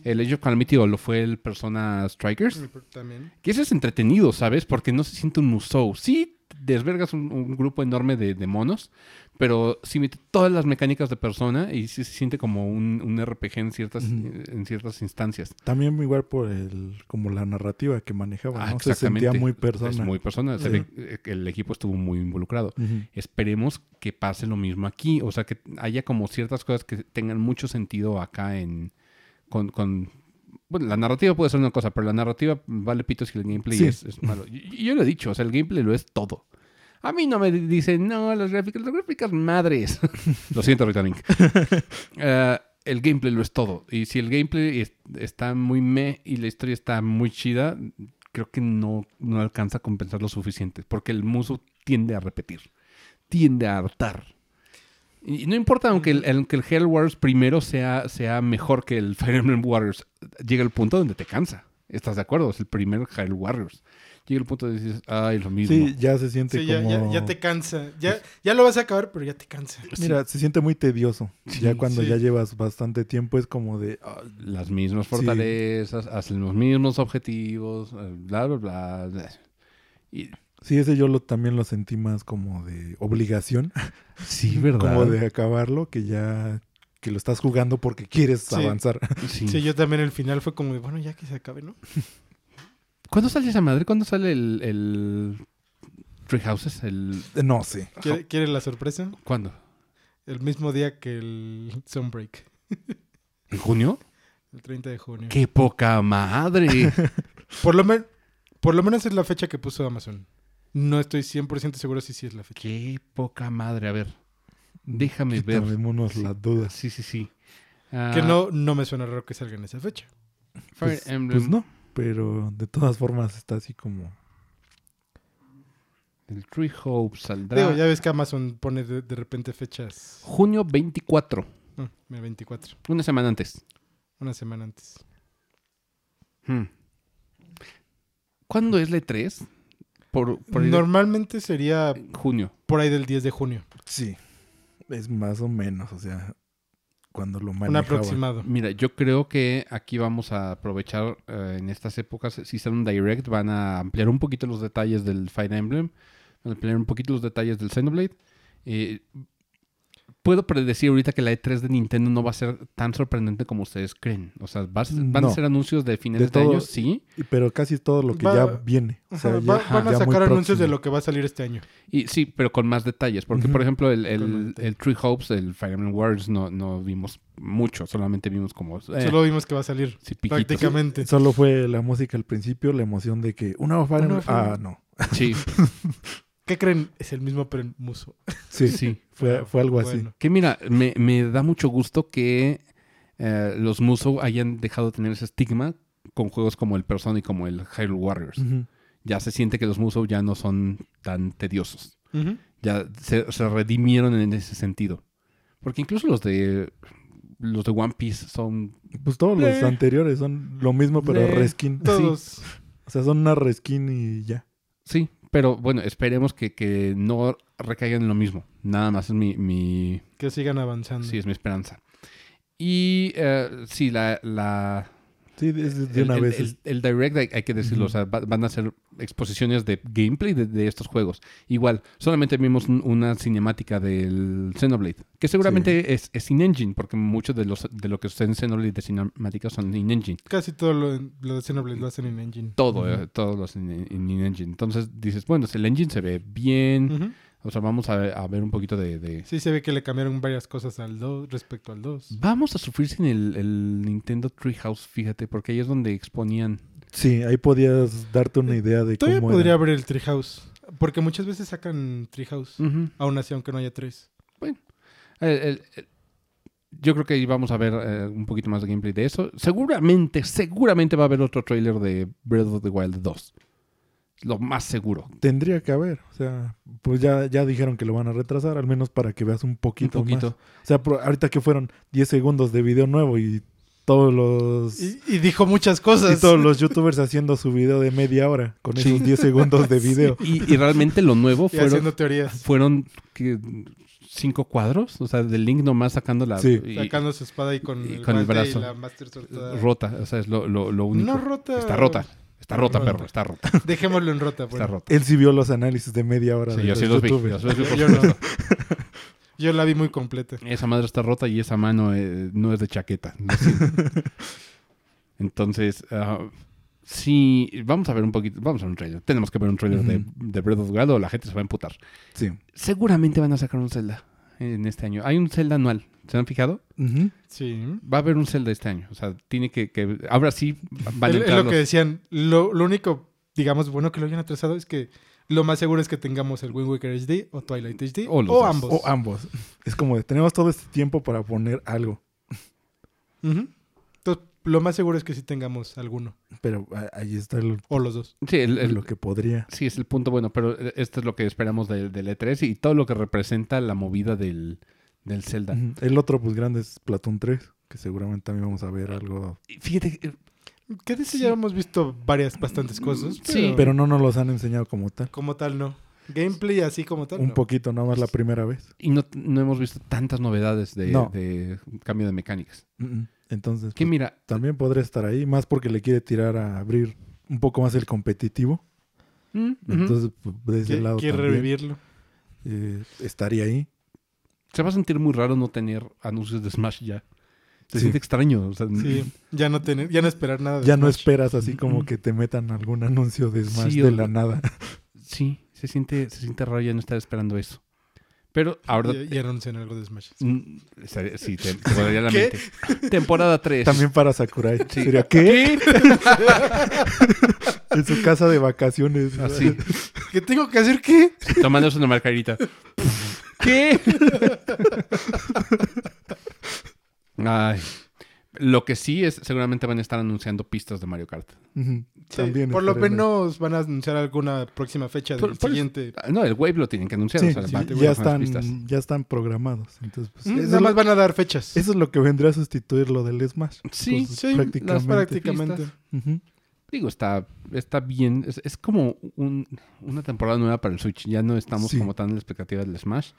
S1: el Age of Calamity o lo fue el Persona Strikers.
S3: También.
S1: Que eso es entretenido, ¿sabes? Porque no se siente un musou. Sí, desvergas un, un grupo enorme de, de monos, pero sí mete todas las mecánicas de persona y sí se siente como un, un RPG en ciertas, en ciertas instancias.
S2: También igual por el, como la narrativa que manejaba,
S1: Ah,
S2: ¿no? Se sentía muy
S1: Es
S2: personal.
S1: muy persona. Se
S2: Sí.
S1: ve que el equipo estuvo muy involucrado.
S2: Ujú.
S1: Esperemos que pase lo mismo aquí. O sea, que haya como ciertas cosas que tengan mucho sentido acá en. Con. con- bueno, la narrativa puede ser una cosa, pero la narrativa vale pitos y el gameplay
S2: Sí.
S1: es, es malo. Y- y yo lo he dicho, o sea, el gameplay lo es todo. A mí no me di- dicen, no, las gráficas, las gráficas madres. lo siento, Rita Link. Eh, el gameplay lo es todo. Y si el gameplay es- está muy meh y la historia está muy chida, creo que no, no alcanza a compensar lo suficiente. Porque el muso tiende a repetir, tiende a hartar. Y y no importa, aunque el, aunque el Hell Wars primero sea, sea mejor que el Fire Emblem Warriors, llega el punto donde te cansa. ¿Estás de acuerdo? Es el primer Hell Warriors. Llega el punto de dices, ay, lo mismo.
S2: Sí, ya se siente
S3: Sí, ya,
S2: como...
S3: ya- ya te cansa. Ya,
S1: pues
S3: ya lo vas a acabar, pero ya te cansa.
S2: Mira, se siente muy tedioso. ya cuando
S3: sí.
S2: ya llevas bastante tiempo es como de... ah,
S1: las mismas fortalezas, hacen los mismos objetivos, eh, bla, bla, bla. bla. Y,
S2: Sí, ese yo lo, también lo sentí más como de obligación,
S1: sí,
S2: como de acabarlo, que ya que lo estás jugando porque quieres
S3: Sí.
S2: avanzar.
S1: Sí.
S3: Sí, yo también el final fue como de, bueno, ya que se acabe, ¿no?
S1: ¿Cuándo sale esa madre? ¿Cuándo sale el, el Three Houses? El...
S2: No sé.
S3: ¿Quiere, quiere la sorpresa?
S1: ¿Cuándo?
S3: El mismo día que el Sunbreak,
S1: ¿En junio?
S3: el 30 de junio.
S1: ¡Qué poca madre!
S3: Por lo, men- por lo menos es la fecha que puso Amazon. No estoy 100% seguro si sí es la fecha.
S1: ¡Qué poca madre! A ver, déjame ver.
S2: Quitémonos
S1: Sí.
S2: las dudas.
S1: Sí, sí, sí. Ah,
S3: Que no, no me suena raro que salga en esa fecha.
S1: Fire
S2: Pues,
S1: Emblem.
S2: pues no, pero de todas formas está así como...
S1: El Three Hopes saldrá
S3: Digo, ya ves que Amazon pone de, de repente fechas.
S1: junio 24,
S3: Mm, mira, 24,
S1: una semana antes.
S3: una semana antes.
S1: Hmm. ¿Cuándo es la E3? Por, por ahí de-
S3: Normalmente sería
S1: junio.
S3: por ahí del 10 de junio,
S2: Sí, es más o menos, o sea, cuando lo
S3: un
S2: manejaba.
S3: aproximado.
S1: Mira, yo creo que aquí vamos a aprovechar eh, en estas épocas, si sale un direct, van a ampliar un poquito los detalles del Fire Emblem, van a ampliar un poquito los detalles del Xenoblade. Eh, puedo predecir ahorita que la E3 de Nintendo no va a ser tan sorprendente como ustedes creen. O sea, va a ser- van
S2: No.
S1: a ser anuncios de fines de,
S2: De todo-
S1: año, sí.
S2: Y- Pero casi todo lo que
S3: Va-
S2: ya viene. O sea,
S3: Ajá,
S2: ya- ah,
S3: va- van a
S2: ya muy
S3: sacar anuncios de
S2: próximo.
S3: lo que va a salir este año.
S1: Y, sí, pero con más detalles. Porque,
S2: Ujú.
S1: por ejemplo, el,
S3: Con más
S1: el,
S3: detalles.
S1: el Tree Hopes, el Fire Emblem Warriors, no, no vimos mucho. Solamente vimos como... eh,
S3: Solo vimos que va a salir
S1: sí, piquitos.
S3: prácticamente.
S2: Solo fue la música al principio, la emoción de que una Fire
S3: Una
S2: Emblem-
S3: Fire
S2: Ah,
S3: Emblem.
S2: no.
S1: Sí,
S3: ¿Qué creen? Es el mismo, pero en muso.
S2: Sí,
S1: sí.
S2: Fue, fue algo así.
S3: Ah, Bueno,
S1: Que mira, me, me da mucho gusto que eh, los Musou hayan dejado de tener ese estigma con juegos como el Persona y como el Hyrule Warriors.
S2: Ujú.
S1: Ya se siente que los Musou ya no son tan tediosos.
S3: Ujú.
S1: Ya se, se redimieron en ese sentido. Porque incluso los de los de One Piece son...
S2: Pues todos los
S3: Bleh.
S2: anteriores son lo mismo, pero
S3: Bleh.
S2: reskin.
S3: Todos.
S2: Sí. O sea, son una reskin y ya.
S1: Sí, pero bueno, esperemos que, que no recaigan en lo mismo. Nada más es mi- mi,
S3: Que sigan avanzando.
S1: Sí, es mi esperanza. Y eh, sí, la, la-
S2: Sí, es de- de
S1: el,
S2: una
S1: el-
S2: vez.
S1: el- el direct hay, hay que decirlo,
S2: Ujú.
S1: o sea, va- van a ser exposiciones de gameplay de, de estos juegos. Igual, solamente vimos un- una cinemática del Xenoblade, que seguramente es, es in-engine, porque mucho de, los, de lo que sucede en Xenoblade de cinemáticas son in-engine.
S3: Casi todo lo, lo de Xenoblade lo hacen en Engine.
S1: Todo,
S2: Ujú.
S1: eh, todos los in- in- in-engine. Entonces dices, bueno, si el engine se ve bien,
S3: Ujú.
S1: o sea, vamos a, a ver un poquito de- de,
S3: Sí, se ve que le cambiaron varias cosas al 2 respecto al 2.
S1: Vamos a sufrir sin el, el Nintendo Treehouse, fíjate, porque ahí es donde exponían.
S2: Sí, ahí podías darte una idea de
S3: Eh, Todavía
S2: cómo era.
S3: podría haber el Treehouse. Porque muchas veces sacan Treehouse.
S1: Mm.
S3: Aún así, aunque no haya tres.
S1: El- el- el- yo creo que ahí vamos a ver eh, un poquito más de gameplay de eso. Seguramente, seguramente va a haber otro trailer de Breath of the Wild 2. Lo más seguro.
S2: Tendría que haber. O sea, pues ya, ya dijeron que lo van a retrasar, al menos para que veas un
S1: Un
S2: poquito,
S1: poquito.
S2: más. O sea, por- ahorita que fueron 10 segundos de video nuevo y todos los... Y,
S3: Y, y dijo muchas cosas.
S2: todos los youtubers haciendo su video de media hora con
S1: Sí.
S2: esos 10 segundos de video.
S1: Y, y realmente lo nuevo
S3: Y
S1: fueron,
S3: haciendo teorías.
S1: fueron que cinco cuadros, o sea, del Link nomás sacando la...
S2: Sí.
S1: y-
S3: Sacando su espada y con,
S1: y
S3: el,
S1: con el
S3: guante
S1: brazo.
S3: Y la Master Sword toda-
S1: rota, o sea, es lo, lo, lo único.
S3: No rota.
S1: Está rota, está rota,
S3: Rota.
S1: perro, está rota,
S3: Dejémoslo en rota.
S1: está
S3: Bueno.
S1: rota.
S2: Él sí vio los análisis de media hora
S1: Sí,
S2: de
S1: yo sí los vi, yo sí los vi, por
S3: Yo no.
S1: supuesto.
S3: Yo la vi muy completa.
S1: Esa madre está rota y esa mano eh, no es de chaqueta. no sé. Entonces, ah, sí, vamos a ver un poquito, vamos a ver un trailer. Tenemos que ver un trailer de,
S2: Ujú.
S1: de Breath of the Wild o la gente se va a emputar.
S2: Sí.
S1: Seguramente van a sacar un Zelda en este año. Hay un Zelda anual, ¿se han fijado?
S2: Ujú.
S3: Sí.
S1: Va a haber un Zelda este año. O sea, tiene que. que ahora sí van a
S3: Es- es
S1: entrar
S3: lo que
S1: los-
S3: decían. Lo, lo único, digamos, bueno que lo hayan atrasado es que lo más seguro es que tengamos el Wind Waker HD o Twilight HD
S1: O
S3: o,
S1: los dos.
S3: ambos.
S2: O ambos. Es como de, tenemos todo este tiempo para poner algo.
S3: Ujú. Entonces, lo más seguro es que sí tengamos alguno
S2: Pero a- ahí está el-
S3: o los dos.
S1: Sí, el- el-
S2: lo que podría.
S1: sí, es el punto bueno, pero eh, esto es lo que esperamos del, del E3 E y todo lo que representa la movida del, del Zelda.
S2: Ujú. El otro, pues grande, es Platón 3, que seguramente también vamos a ver algo.
S1: Y Fíjate, eh,
S3: Que de ese ya hemos visto varias, bastantes cosas.
S1: Sí.
S3: Pero,
S2: Mm, Pero no nos los han enseñado como tal.
S3: como tal, no. Gameplay así como tal.
S2: Un
S3: no.
S2: poquito nada más
S1: Pues
S2: la primera vez.
S1: y no, no hemos visto tantas novedades de,
S2: No.
S1: de cambio de mecánicas.
S2: Ujú. Entonces,
S1: Que
S2: pues,
S1: mira,
S2: también podría estar ahí, más porque le quiere tirar a abrir un poco más el competitivo.
S1: mm, ujú,
S2: Entonces, pues, de ese
S3: Que-
S2: lado
S3: Quiere
S2: también,
S3: revivirlo.
S2: eh, estaría ahí.
S1: se va a sentir muy raro no tener anuncios de Smash ya. Se
S2: Sí.
S1: siente extraño. o sea,
S3: Sí. Ya no, tener, ya no esperar nada. de
S2: Mm. Ya no
S3: Smash.
S2: esperas así
S1: Ujú.
S2: como que te metan algún anuncio de Smash
S1: Sí, o-
S2: de la nada.
S1: sí, se siente, se siente raro ya no estar esperando eso. Pero ahora
S3: Y, y anuncian algo de Smash.
S1: Mm, estaría- Sí, te, te volaría la
S3: ¿Qué?
S1: mente. Temporada 3.
S2: También para Sakurai.
S1: Sí.
S2: Sería, ¿qué? en su casa de vacaciones.
S1: Así,
S3: ¿Qué tengo que hacer qué?
S1: tomándose una margarita. ¿Qué? Ay. Lo que sí es, seguramente van a estar anunciando pistas de Mario Kart.
S2: Ujú.
S3: Sí,
S2: También
S3: por lo
S2: estaré-
S3: menos van a anunciar alguna próxima fecha del
S1: Por- por-
S3: siguiente.
S1: Ah, No, el Wave lo tienen que anunciar.
S2: Sí,
S1: o sea,
S2: sí,
S1: van- van
S2: ya,
S1: a poner las pistas.
S2: están, ya están programados. Entonces, pues,
S3: Mm,
S2: eso,
S3: Nada
S2: es
S3: más
S2: lo,
S3: van a dar fechas.
S2: eso es lo que vendría a sustituir lo del Smash.
S1: Sí,
S2: Pues,
S3: sí,
S2: prácticamente.
S3: las prácticamente.
S2: Ujú.
S1: Digo, está, está bien. Es, es como un- una temporada nueva para el Switch. Ya no estamos
S2: Sí.
S1: como tan en la expectativa del Smash.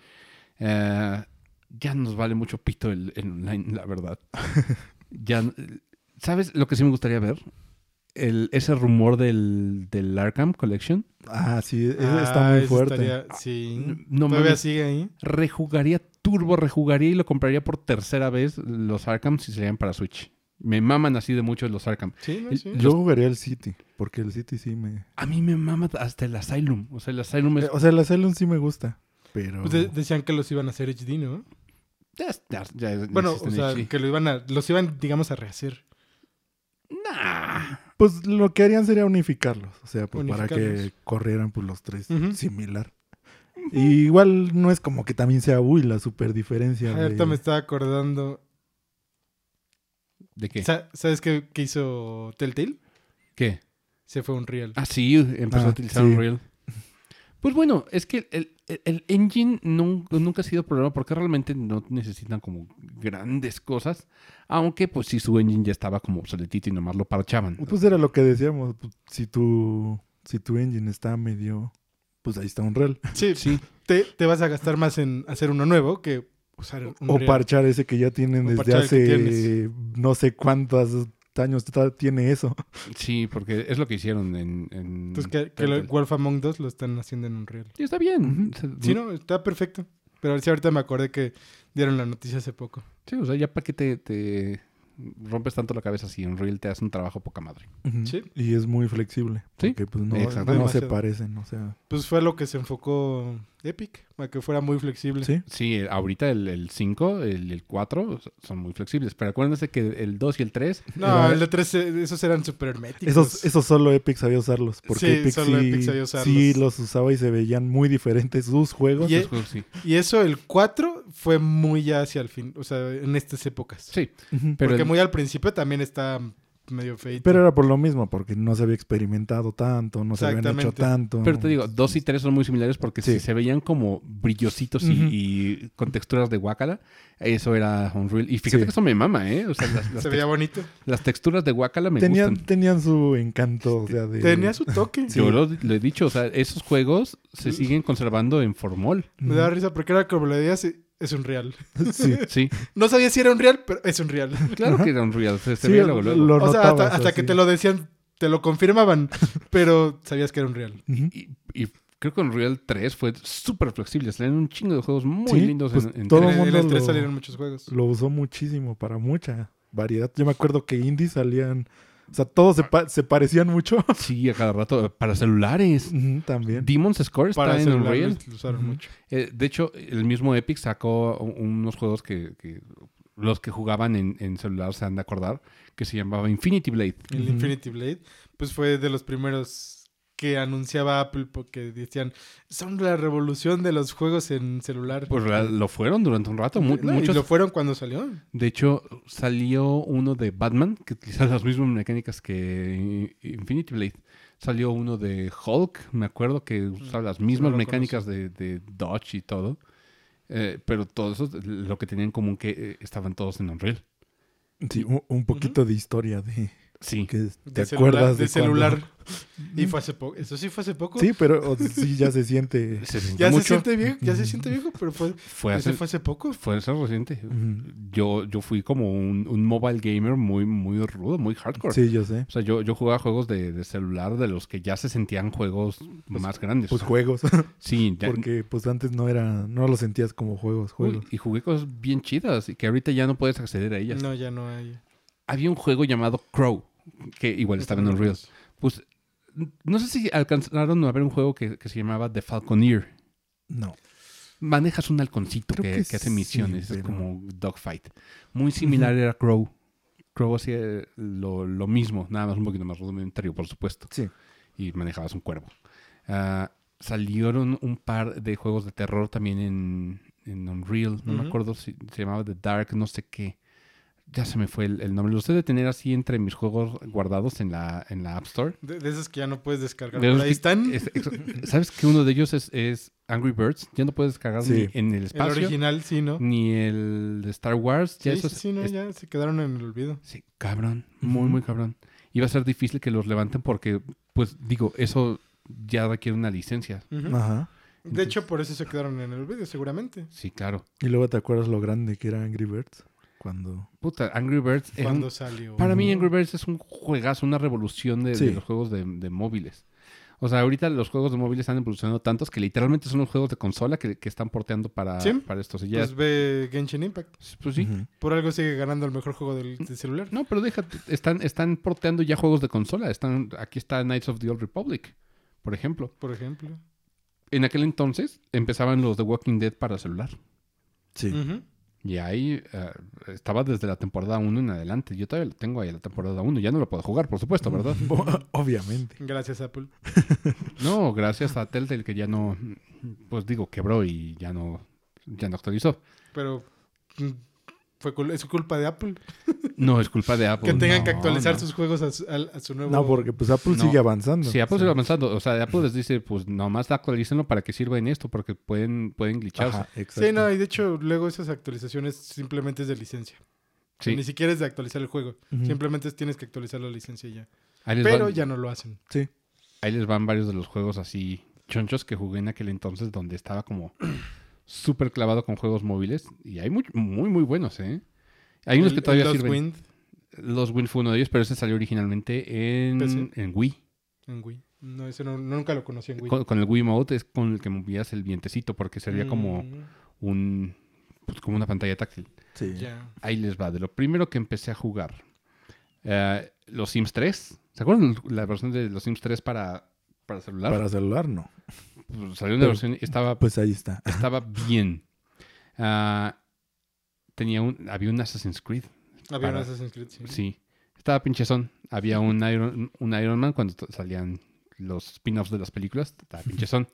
S1: Eh, ya nos vale mucho pito el, el online, la verdad. ya, n- ¿Sabes lo que sí me gustaría ver? El, ese rumor del, del Arkham Collection.
S2: Ah, sí, es-
S3: Ah,
S2: está muy
S3: eso
S2: fuerte.
S3: estaría- sí.
S1: No
S3: Mm, Todavía
S1: mames.
S3: sigue ahí.
S1: Rejugaría turbo, rejugaría y lo compraría por tercera vez los Arkham si salían para Switch. Me maman así de mucho los Arkham.
S3: Sí, no,
S1: El-
S3: sí.
S2: Yo jugaría el City, porque el City sí me... eh,
S1: A mí me mama hasta el Asylum. O sea, el Asylum es
S2: O sea, el Asylum sí me gusta, pero...
S3: Pues de- decían que los iban a hacer HD, ¿no?
S1: Ya, es- ya- ya es-
S3: Bueno,
S1: existe
S3: o
S1: en
S3: sea,
S1: HD.
S3: que lo iban a, los iban, digamos, a rehacer.
S1: Nah.
S2: Pues lo que harían sería unificarlos, o sea, pues, para que
S3: Unificarlos.
S2: corrieran pues los tres
S3: Ujú.
S2: similar. Y igual no es como que también sea, uy, la super diferencia.
S3: Ah, Ahorita me estaba acordando.
S1: ¿De qué?
S3: Sa- ¿Sabes qué, qué hizo Telltale?
S1: ¿Qué?
S3: Se fue a Unreal.
S1: Ah, sí, empezó a
S2: Ah,
S1: utilizar
S2: sí.
S1: Unreal. Pues bueno, es que el, el- el engine nun- nunca ha sido problema porque realmente no necesitan como grandes cosas. Aunque, pues sí, su engine ya estaba como obsoletito y nomás lo parchaban.
S2: Pues era lo que decíamos, pues, si tu, si tu engine está medio, pues ahí está un real.
S3: Sí,
S1: Sí,
S3: Te, te vas a gastar más en hacer uno nuevo que usar un
S2: O parchar ese que ya tienen
S3: O
S2: desde
S3: parchar el que
S2: hace no sé cuántos años tra- tiene eso.
S1: sí, porque es lo que hicieron en. en
S3: Entonces, que, que
S1: Telltale.
S3: lo- Wolf Among Us lo están haciendo en Unreal.
S1: Sí, está bien.
S2: Ujú.
S1: O sea,
S3: Sí, no, está perfecto. Pero sí, ahorita me acordé que dieron la noticia hace poco.
S1: sí, o sea, ya para qué te, te rompes tanto la cabeza si Unreal te hace un trabajo poca madre.
S2: Ujú.
S3: Sí.
S2: Y es muy flexible.
S1: Sí,
S2: Porque pues no,
S1: exacto.
S2: no se
S3: Demasiado.
S2: parecen, o sea.
S3: Pues fue a lo que se enfocó Epic, para que fuera muy flexible.
S2: Sí.
S1: Sí, el- ahorita el, el 5, el, el 4 s- son muy flexibles, pero acuérdense que el 2 y el 3,
S3: No,
S2: Era-
S3: el de 3, esos eran super herméticos.
S2: Esos, esos solo Epic sabía usarlos. Porque
S3: Sí,
S2: Epic,
S3: solo
S2: sí,
S3: Epic sabía usarlos.
S2: sí los usaba y se veían muy diferentes sus juegos.
S3: Y-
S1: los juegos sí.
S3: Y eso, el 4, fue muy ya hacia el fin, o sea, en estas épocas.
S1: Sí,
S2: Ujú.
S1: pero
S3: Porque
S1: el-
S3: muy al principio también está medio feito.
S2: Pero era por lo mismo, porque no se había experimentado tanto, no se habían hecho
S3: Exactamente.
S2: tanto.
S1: Pero te digo, dos y tres son muy similares porque
S2: Mm. Sí.
S1: si se veían como brillositos y,
S2: Ujú.
S1: y con texturas de guacala, eso era Unreal. Y fíjate
S2: Sí.
S1: que eso me mama, ¿eh? O sea, las, las
S3: Se veía bonito.
S1: tex- las texturas de guacala me
S2: tenían,
S1: gustan.
S2: tenían su encanto. o sea, de-
S3: Tenía su toque.
S1: Yo lo, lo he dicho, o sea, esos juegos se siguen conservando en formol.
S3: Me daba risa porque era como le decías, es un real.
S2: Sí.
S1: Sí,
S3: No sabía si era un real, pero es un real.
S1: claro que era Unreal. Se, se
S2: Sí,
S1: veía luego, luego.
S2: lo
S3: o sea, hasta,
S2: notabas
S3: hasta que
S2: así.
S3: te lo decían, te lo confirmaban, pero sabías que era un real.
S2: Ujú.
S1: Y, y creo que Unreal 3 fue súper flexible. Salieron un chingo de juegos muy
S2: Sí,
S1: lindos
S2: pues
S1: en, en
S2: todo
S3: En
S2: el
S3: el, en
S2: mundo
S3: el 3
S2: lo-
S3: salieron muchos juegos.
S2: Lo usó muchísimo para mucha variedad. Yo me acuerdo que indies salían. O sea, todos se, pa- se parecían mucho.
S1: Sí, a cada rato. Para celulares.
S2: Ujú, También.
S1: Demon's Score está
S3: Para
S1: en
S3: celular
S1: Unreal.
S3: lo usaron
S2: Ujú.
S3: mucho.
S1: Eh, de hecho, el mismo Epic sacó u- unos juegos que, que los que jugaban en, en celular se han de acordar, que se llamaba Infinity Blade.
S3: El
S2: Ujú.
S3: Infinity Blade, pues fue de los primeros que anunciaba Apple porque decían, son la revolución de los juegos en celular.
S1: Pues la- lo fueron durante un rato. mu-
S3: No,
S1: muchos-
S3: Y lo fueron cuando salió.
S1: De hecho, salió uno de Batman, que utilizaba las mismas mecánicas que Infinity Blade. Salió uno de Hulk, me acuerdo que usaba las mismas
S3: Mm, lo
S1: mecánicas de, de Dodge y todo. Eh, pero todos esos, lo que tenían en común que eh, estaban todos en Unreal.
S2: Sí, un, un poquito de historia de
S1: Sí.
S2: que te
S3: De celular-
S2: acuerdas
S3: de,
S2: de, cuando-
S3: celular. Y fue hace poco. Eso sí fue hace poco.
S2: Sí, pero o- sí ya se siente.
S1: Se sintió
S3: Ya se
S1: pues, mucho.
S3: siente viejo, ya se siente viejo, pero fue,
S1: Fue
S3: eso
S1: hace,
S3: fue Mm. hace poco.
S1: fue hace reciente.
S2: Ujú.
S1: Yo, yo fui como un, un mobile gamer muy, muy rudo, muy hardcore.
S2: Sí, yo sé.
S1: O sea, yo, yo jugaba juegos de, de celular de los que ya se sentían juegos más grandes.
S2: Pues juegos.
S1: sí, ya-
S2: Porque pues antes no era, no lo sentías como juegos,
S1: Uy,
S2: juegos.
S1: y jugué cosas bien chidas y que ahorita ya no puedes acceder a ellas.
S3: No, ya no hay.
S1: Había un juego llamado Crow, que igual estaba en Unreal. Pues n- no sé si alcanzaron a ver un juego que, que se llamaba The Falconeer.
S2: No.
S1: Manejas un halconcito que,
S2: Creo que
S1: que hace
S2: sí,
S1: misiones, es
S2: pero-
S1: como Dogfight. Muy similar era Crow. Crow hacía lo, lo mismo, nada más un poquito más rudimentario, por supuesto.
S2: Sí.
S1: Y manejabas un cuervo. Ah, salieron un par de juegos de terror también en, en Unreal. No me
S3: Ujú.
S1: acuerdo si se llamaba The Dark, no sé qué. Ya se me fue el, el nombre. Lo sé de tener así entre mis juegos guardados en la, en la App Store.
S3: De, de esos que ya no puedes
S1: De
S3: descargar. Pero
S1: esos
S3: ahí
S1: que-
S3: están.
S1: es- ex- ¿Sabes que uno de ellos es, es Angry Birds? Ya no puedes descargar
S2: Sí.
S1: ni en el
S3: el
S1: espacio
S3: original, sí, ¿no?
S1: ni el de Star Wars. Ya
S3: Sí, sí,
S1: esos-
S3: sí, no,
S1: es-
S3: ya se quedaron en el olvido.
S1: sí, cabrón. Muy, muy cabrón. Y va a ser difícil que los levanten porque, pues digo, eso ya requiere una licencia.
S3: Ujú.
S2: Ajá.
S3: De hecho, por eso se quedaron en el olvido, seguramente.
S1: Sí, claro.
S2: Y luego te acuerdas lo grande que era Angry Birds cuando
S1: Puta, Angry Birds. era un-
S3: Cuando salió.
S1: para mí, Angry Birds es un juegazo, una revolución de, de
S2: Sí.
S1: los juegos de, de móviles. O sea, ahorita los juegos de móviles han evolucionado tantos que literalmente son los juegos de consola que, que están porteando para,
S3: Sí.
S1: para estos. Y ya-
S3: Pues ve Genshin Impact.
S1: pues sí.
S2: Ujú.
S3: Por algo sigue ganando el mejor juego del, del celular.
S1: No, pero déjate, están, están porteando ya juegos de consola. Están, aquí está Knights of the Old Republic, por ejemplo.
S3: Por ejemplo.
S1: En aquel entonces empezaban los de Walking Dead para celular.
S2: Sí.
S3: Ujú.
S1: Y ahí eh, estaba desde la temporada 1 en adelante. Yo todavía lo tengo ahí, la temporada 1. Ya no lo puedo jugar, por supuesto, ¿verdad?
S2: Bo- Obviamente.
S3: Gracias, Apple.
S1: No, gracias a Telltale que ya no, pues digo, quebró y ya no, ya no actualizó.
S3: Pero mm, fue cul- es culpa de Apple.
S1: No, es culpa de Apple.
S3: que tengan que
S1: No,
S3: actualizar
S1: no.
S3: sus juegos a su, al- a su nuevo.
S2: No, porque pues Apple
S1: No.
S2: sigue avanzando.
S1: Sí, Apple sigue avanzando. O sea, Apple les dice, pues nomás actualícenlo para que sirva en esto, porque pueden, pueden glitcharse.
S2: Ajá, exacto.
S3: Sí, no, y de hecho, luego esas actualizaciones simplemente es de licencia. O sea,
S1: Sí,
S3: Ni siquiera es de actualizar el juego.
S2: Ujú.
S3: Simplemente es- tienes que actualizar la licencia y ya.
S1: ahí les,
S3: Pero
S1: van,
S3: ya no lo hacen.
S2: Sí.
S1: ahí les van varios de los juegos así chonchos que jugué en aquel entonces donde estaba como súper clavado con juegos móviles. Y hay muy, muy, muy buenos, ¿eh? Hay unos
S3: El-
S1: que
S3: el
S1: todavía
S3: Lost
S1: sirven.
S3: Wind
S1: Los Win fue uno de ellos, pero ese salió originalmente en,
S3: PC.
S1: en Wii.
S3: en Wii. No, ese no- nunca lo conocí en Wii.
S1: Con, con el Wii Mode es con el que movías el vientecito, porque sería como
S3: Mm,
S1: un pues, como una pantalla táctil.
S2: Sí.
S3: Ya.
S1: Ahí les va, de lo primero que empecé a jugar. eh, los Sims 3. ¿Se acuerdan la versión de los Sims 3 para, para celular?
S2: Para celular no.
S1: Pues, salió una
S2: Pero-
S1: versión y estaba,
S2: Pues ahí está.
S1: estaba bien. Ah, tenía un, había un Assassin's Creed.
S3: Había un
S1: Para-
S3: Assassin's Creed, sí.
S1: Sí. Estaba pinchezón. Había un Iron, un Iron Man cuando to- salían los spin-offs de las películas. Estaba pinchezón.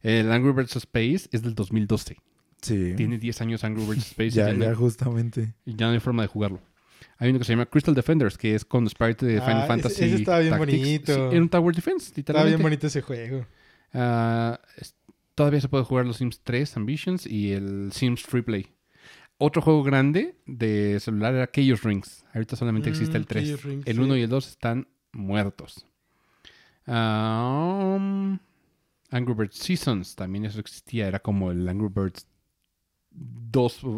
S1: El Angry Birds Space es del 2012.
S2: Sí.
S1: Tiene 10 años Angry Birds Space y
S2: ya,
S1: ya no-
S2: ya justamente.
S1: y ya no hay forma de jugarlo. Hay uno que se llama Crystal Defenders, que es con los sprites de Final
S3: Ah, ese-
S1: Fantasy.
S3: ese estaba bien
S1: Tactics.
S3: bonito.
S1: Sí, era un Tower Defense,
S3: Estaba bien
S1: literalmente.
S3: bonito ese juego.
S1: Ah, es- todavía se puede jugar los Sims 3 Ambitions y el Sims Free Play. Otro juego grande de celular era Chaos Rings. Ahorita solamente existe el
S3: Mm,
S1: 3.
S3: Chaos Rings,
S1: el
S3: sí.
S1: 1 y el 2 están muertos. Ah, um, Angry Birds Seasons también eso existía. Era como el Angry Birds 2 o-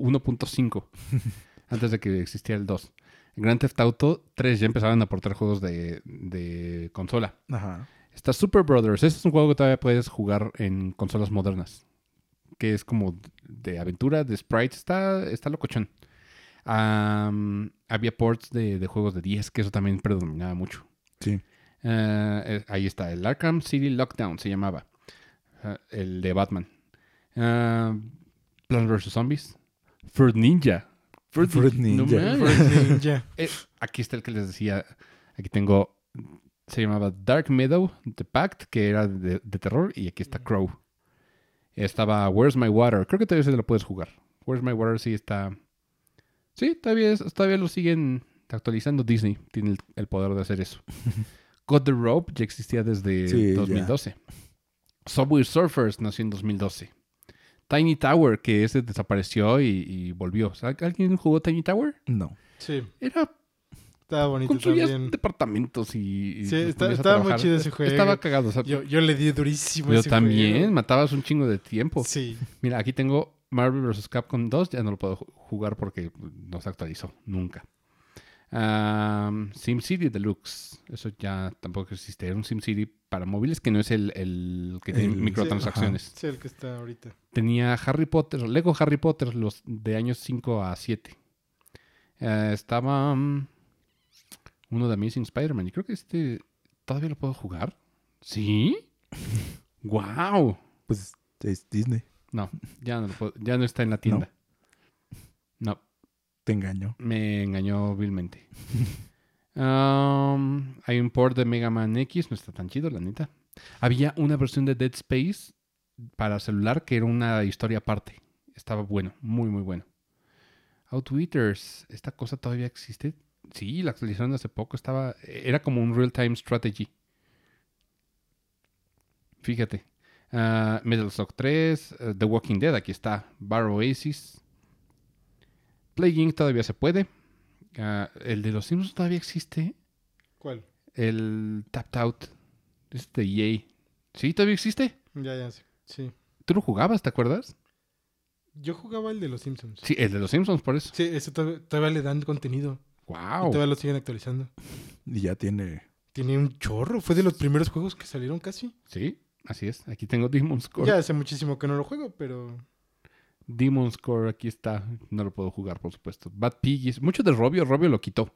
S1: o 1.5 antes de que existiera el 2. En Grand Theft Auto 3 ya empezaban a aportar juegos de- de consola.
S2: Ajá.
S1: Está Super Brothers. Ese es un juego que todavía puedes jugar en consolas modernas. Que es como de aventura, de sprites. Está, está locochón. Am, había ports de, de juegos de 10, que eso también predominaba mucho.
S2: Sí.
S1: Eh, eh, ahí está, el Arkham City Lockdown se llamaba. Ah, el de Batman. Ah, Plants vs. Zombies. Fruit Ninja.
S2: Fruit
S1: Nin- no
S2: Ninja.
S1: mames.
S3: Fruit Ninja.
S1: Eh, aquí está el que les decía. Aquí tengo. Se llamaba Dark Meadow, The Pact, que era de, de terror. Y aquí está Crow. Estaba Where's My Water. Creo que todavía se lo puedes jugar. Where's My Water sí está. Sí, todavía, es- todavía lo siguen actualizando. Disney tiene el, el poder de hacer eso. God the Rope ya existía desde
S2: Sí, ya.
S1: 2012. Subway Surfers nació en 2012. Tiny Tower, que ese desapareció y, y volvió. ¿Al- ¿Alguien jugó Tiny Tower?
S2: No.
S3: Sí,
S1: Era
S3: estaba bonito
S1: construías
S3: también.
S1: departamentos y... y
S3: Sí,
S1: los
S3: está-
S1: ponías a
S3: estaba muy
S1: trabajar.
S3: chido ese juego.
S1: Estaba cagado. o sea, yo
S3: Yo, yo le di durísimo ese
S1: también,
S3: juego.
S1: matabas un chingo de tiempo.
S3: Sí.
S1: Mira, aquí tengo Marvel vs. Capcom 2, ya no lo puedo ju- jugar porque no se actualizó nunca. Sim SimCity Deluxe, eso ya tampoco existe. Era un SimCity para móviles que no es el, el que tiene
S2: El- sí,
S1: microtransacciones.
S3: Sí, el que está ahorita.
S1: Tenía Harry Potter, Lego Harry Potter, los de años 5 a 7. Eh, estaba mm, uno de Amazing Spider-Man. Y creo que este todavía lo puedo jugar. ¿Sí? ¡Wow!
S2: Pues es Disney.
S1: No, ya no, lo puedo- ya no está en la tienda. No,
S2: Te engañó.
S1: me engañó vilmente. Um, hay un port de Mega Man X, no está tan chido, la neta. Había una versión de Dead Space para celular que era una historia aparte. Estaba bueno, muy, muy bueno. Outwitters, ¿esta cosa todavía existe? Sí, la actualizaron hace poco. Estaba, era como un real-time strategy. Fíjate. Ah, Metal Slug 3, eh, The Walking Dead, aquí está. Bar Oasis. Playing todavía se puede. Ah, el de los Sims todavía existe.
S3: ¿Cuál?
S1: El Tapped Out. Este EA. ¿Sí? ¿Todavía existe?
S3: Ya, ya, sí. sí.
S1: Tú lo jugabas, ¿te acuerdas?
S3: Yo jugaba el de los Simpsons.
S1: Sí, el de los Simpsons, por eso.
S3: Sí, ese todavía, todavía le dan contenido. Y
S1: ¡Wow!
S3: todavía lo siguen actualizando.
S2: Y ya tiene.
S3: Tiene un chorro. Fue de los primeros juegos que salieron casi.
S1: Sí, así es. Aquí tengo Demon's Core.
S3: Ya hace muchísimo que no lo juego, pero...
S1: Demon's Core, aquí está. No lo puedo jugar, por supuesto. Bad Piggies. Mucho de Robio. Robio lo quitó. O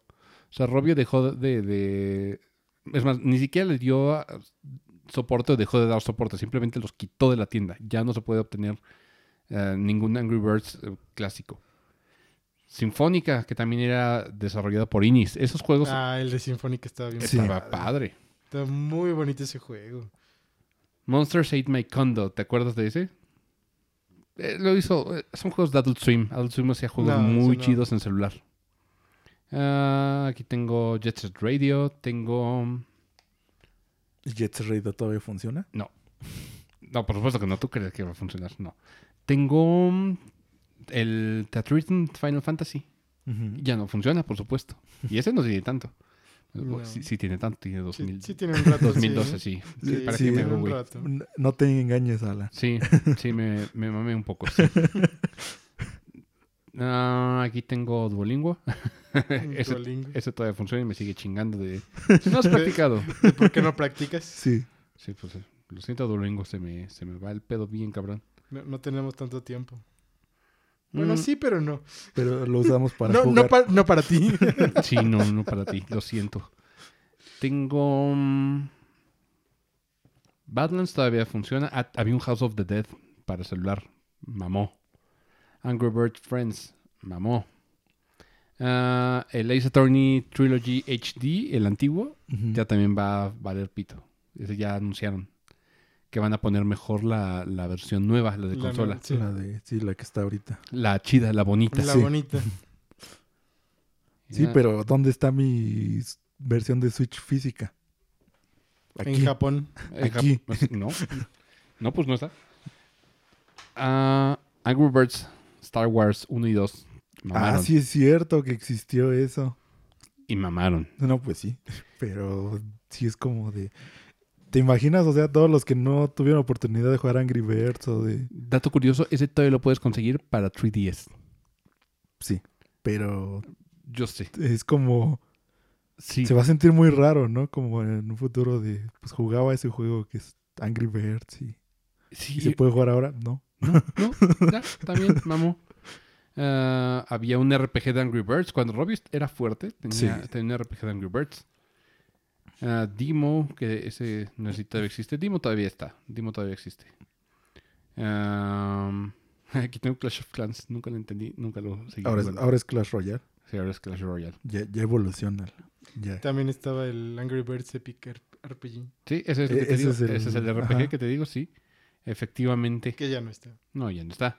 S1: sea, Robio dejó de... de- Es más, ni siquiera le dio ah, soporte o dejó de dar soporte. Simplemente los quitó de la tienda. Ya no se puede obtener eh, ningún Angry Birds eh, clásico. Sinfónica, que también era desarrollado por Inis. Esos juegos
S3: Ah, el de Symphonic estaba bien.
S2: Sí.
S1: estaba padre.
S3: Está muy bonito ese juego.
S1: Monsters Ate My Conduct, ¿te acuerdas de ese? Eh, lo hizo. eh, son juegos de Adult Swim. Adult Swim hacía juegos
S3: No,
S1: muy
S3: ese no.
S1: chidos en celular. Ah, aquí tengo Jet Set Radio. Tengo.
S2: Jets Radio todavía funciona.
S1: No, por supuesto que no. Tú crees que va a funcionar. No. Tengo. mm, El Teatritan Final Fantasy. Ya no funciona, por supuesto. Y ese no tiene tanto.
S3: No.
S1: Sí, sí tiene tanto. Tiene
S3: Sí,
S1: 2000,
S3: sí tiene un rato.
S1: 2012, sí.
S3: Sí,
S1: ¿Para
S2: sí,
S1: qué me
S2: tiene
S1: hago,
S3: un
S1: güey?
S3: rato.
S2: N- No te engañes, Alan.
S1: Sí, sí, me, me mamé un poco. sí. Ah, aquí tengo Duolingo. ese,
S3: Duolingo.
S1: ese todavía funciona y me sigue chingando de... No has practicado.
S3: ¿Por qué no practicas?
S2: Sí.
S1: Sí, pues eh, lo siento, Duolingo, se me, se me va el pedo bien, cabrón.
S3: No, no tenemos tanto tiempo. Bueno,
S1: Mm,
S3: sí, pero no.
S2: Pero lo usamos para
S3: no,
S2: jugar.
S3: no, pa- no para ti.
S1: Sí, no, no para ti, lo siento. Tengo... mm, Badlands todavía funciona. Ah, había un House of the Dead para celular. Mamó. Angry Bird Friends. Mamó. Ah, el Ace Attorney Trilogy HD, el antiguo,
S2: Ujú.
S1: ya también va a valer pito. Ese ya anunciaron que van a poner mejor la, la versión nueva, la de
S3: La
S1: consola.
S3: nueva, sí.
S2: La de, sí, la que está ahorita.
S1: La chida, la bonita.
S3: La
S2: Sí.
S3: bonita.
S2: Sí, pero ¿dónde está mi s- versión de Switch física?
S3: En Japón.
S1: Eh, Jap-
S2: aquí.
S1: No. No, pues no está. Ah, Angry Birds, Star Wars 1 y 2. Mamaron.
S2: Ah, sí es cierto que existió eso.
S1: Y mamaron.
S2: No, pues sí. Pero sí es como de. ¿Te imaginas? O sea, todos los que no tuvieron oportunidad de jugar Angry Birds o de.
S1: Dato curioso, ese todavía lo puedes conseguir para 3DS.
S2: Sí. Pero
S1: Yo sé.
S2: es como.
S1: Sí.
S2: Se va a sentir muy raro, ¿no? Como en un futuro de. Pues jugaba ese juego que es Angry Birds y.
S1: sí.
S2: ¿y se puede jugar ahora? No.
S1: No, ya, está bien, mamó. Ah, había un RPG de Angry Birds. Cuando Robbie era fuerte, tenía,
S2: Sí.
S1: tenía un RPG de Angry Birds. Ah, Dimo, que ese no sé si todavía existe. Dimo todavía está. Dimo todavía existe. Am, aquí tengo Clash of Clans. Nunca lo entendí, nunca lo seguí.
S2: Ahora es,
S1: jugando.
S2: ahora es Clash Royale.
S1: Sí, ahora es Clash Royale.
S2: Ya, ya evoluciona. Ya.
S3: También estaba el Angry Birds Epic R- RPG,
S1: Sí, ese es, lo que
S2: E-
S1: te
S2: ese
S1: digo.
S2: es el-
S1: ese es el RPG
S2: ajá.
S1: que te digo, sí. Efectivamente.
S3: que ya no está.
S1: No, ya no está.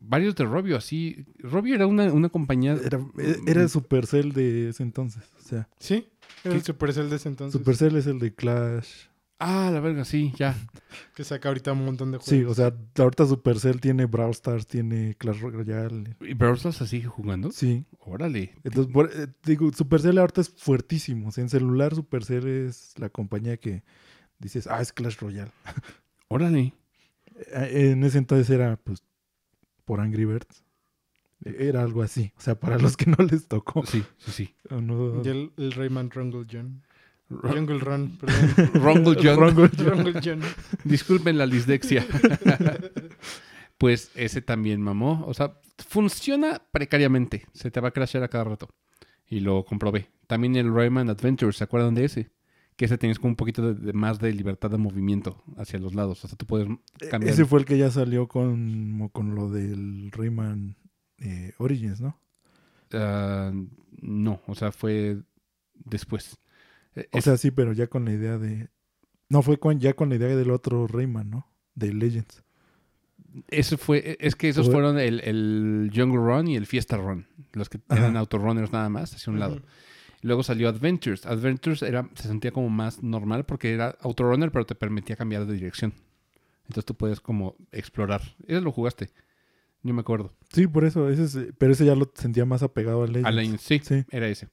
S1: Varios de Robio, así. Robio era una, una compañía.
S2: Era, era el Supercell de ese entonces. O sea,
S3: Sí, era
S2: ¿Qué?
S3: el Supercell de ese entonces.
S2: Supercell es el de Clash.
S1: Ah, la verga, sí, ya.
S3: Que saca ahorita un montón de
S2: Sí,
S3: juegos.
S2: o sea, ahorita Supercell tiene Brawl Stars, tiene Clash Royale.
S1: ¿Y Brawl Stars se sigue jugando?
S2: Sí.
S1: Órale.
S2: Entonces, por- eh, digo, Supercell ahorita es fuertísimo. O sea, en celular, Supercell es la compañía que dices, ah, es Clash Royale.
S1: Órale.
S2: Eh, En ese entonces era, pues, por Angry Birds. Eh, Era algo así. O sea, para los que no les tocó.
S1: Sí, sí, sí.
S2: O no-
S3: Y el, el Rayman Rungle John.
S1: Ro-
S3: Jungle Run, perdón.
S1: Rongo John.
S2: Rongo John.
S3: Rungle John.
S1: Disculpen la lisdexia. pues ese también mamó. O sea, funciona precariamente. Se te va a crashear a cada rato. Y lo comprobé. También el Rayman Adventures, ¿se acuerdan de ese? Que ese tenías como un poquito de, de más de libertad de movimiento hacia los lados. O sea, tú puedes
S2: Eh,
S1: cambiar.
S2: Ese fue el que ya salió con, con lo del Rayman eh, Origins, ¿no?
S1: Ah, no, o sea, fue después. Eh,
S2: O
S1: es-
S2: sea, sí, pero ya con la idea de. No, fue con, ya con la idea del otro Rayman, ¿no? De Legends.
S1: Eso fue, e, es que esos
S2: Fue-
S1: fueron el, el Jungle Run y el Fiesta Run, los que eran
S2: Ajá.
S1: autorunners nada más, hacia un lado. Luego salió Adventures. Adventures era, se sentía como más normal porque era autorunner, pero te permitía cambiar de dirección. Entonces tú puedes como explorar. Eso lo jugaste. Yo me acuerdo.
S2: Sí, por eso. Ese es- pero ese ya lo sentía más apegado a Legends.
S1: A la in- sí,
S2: Sí.
S1: era ese.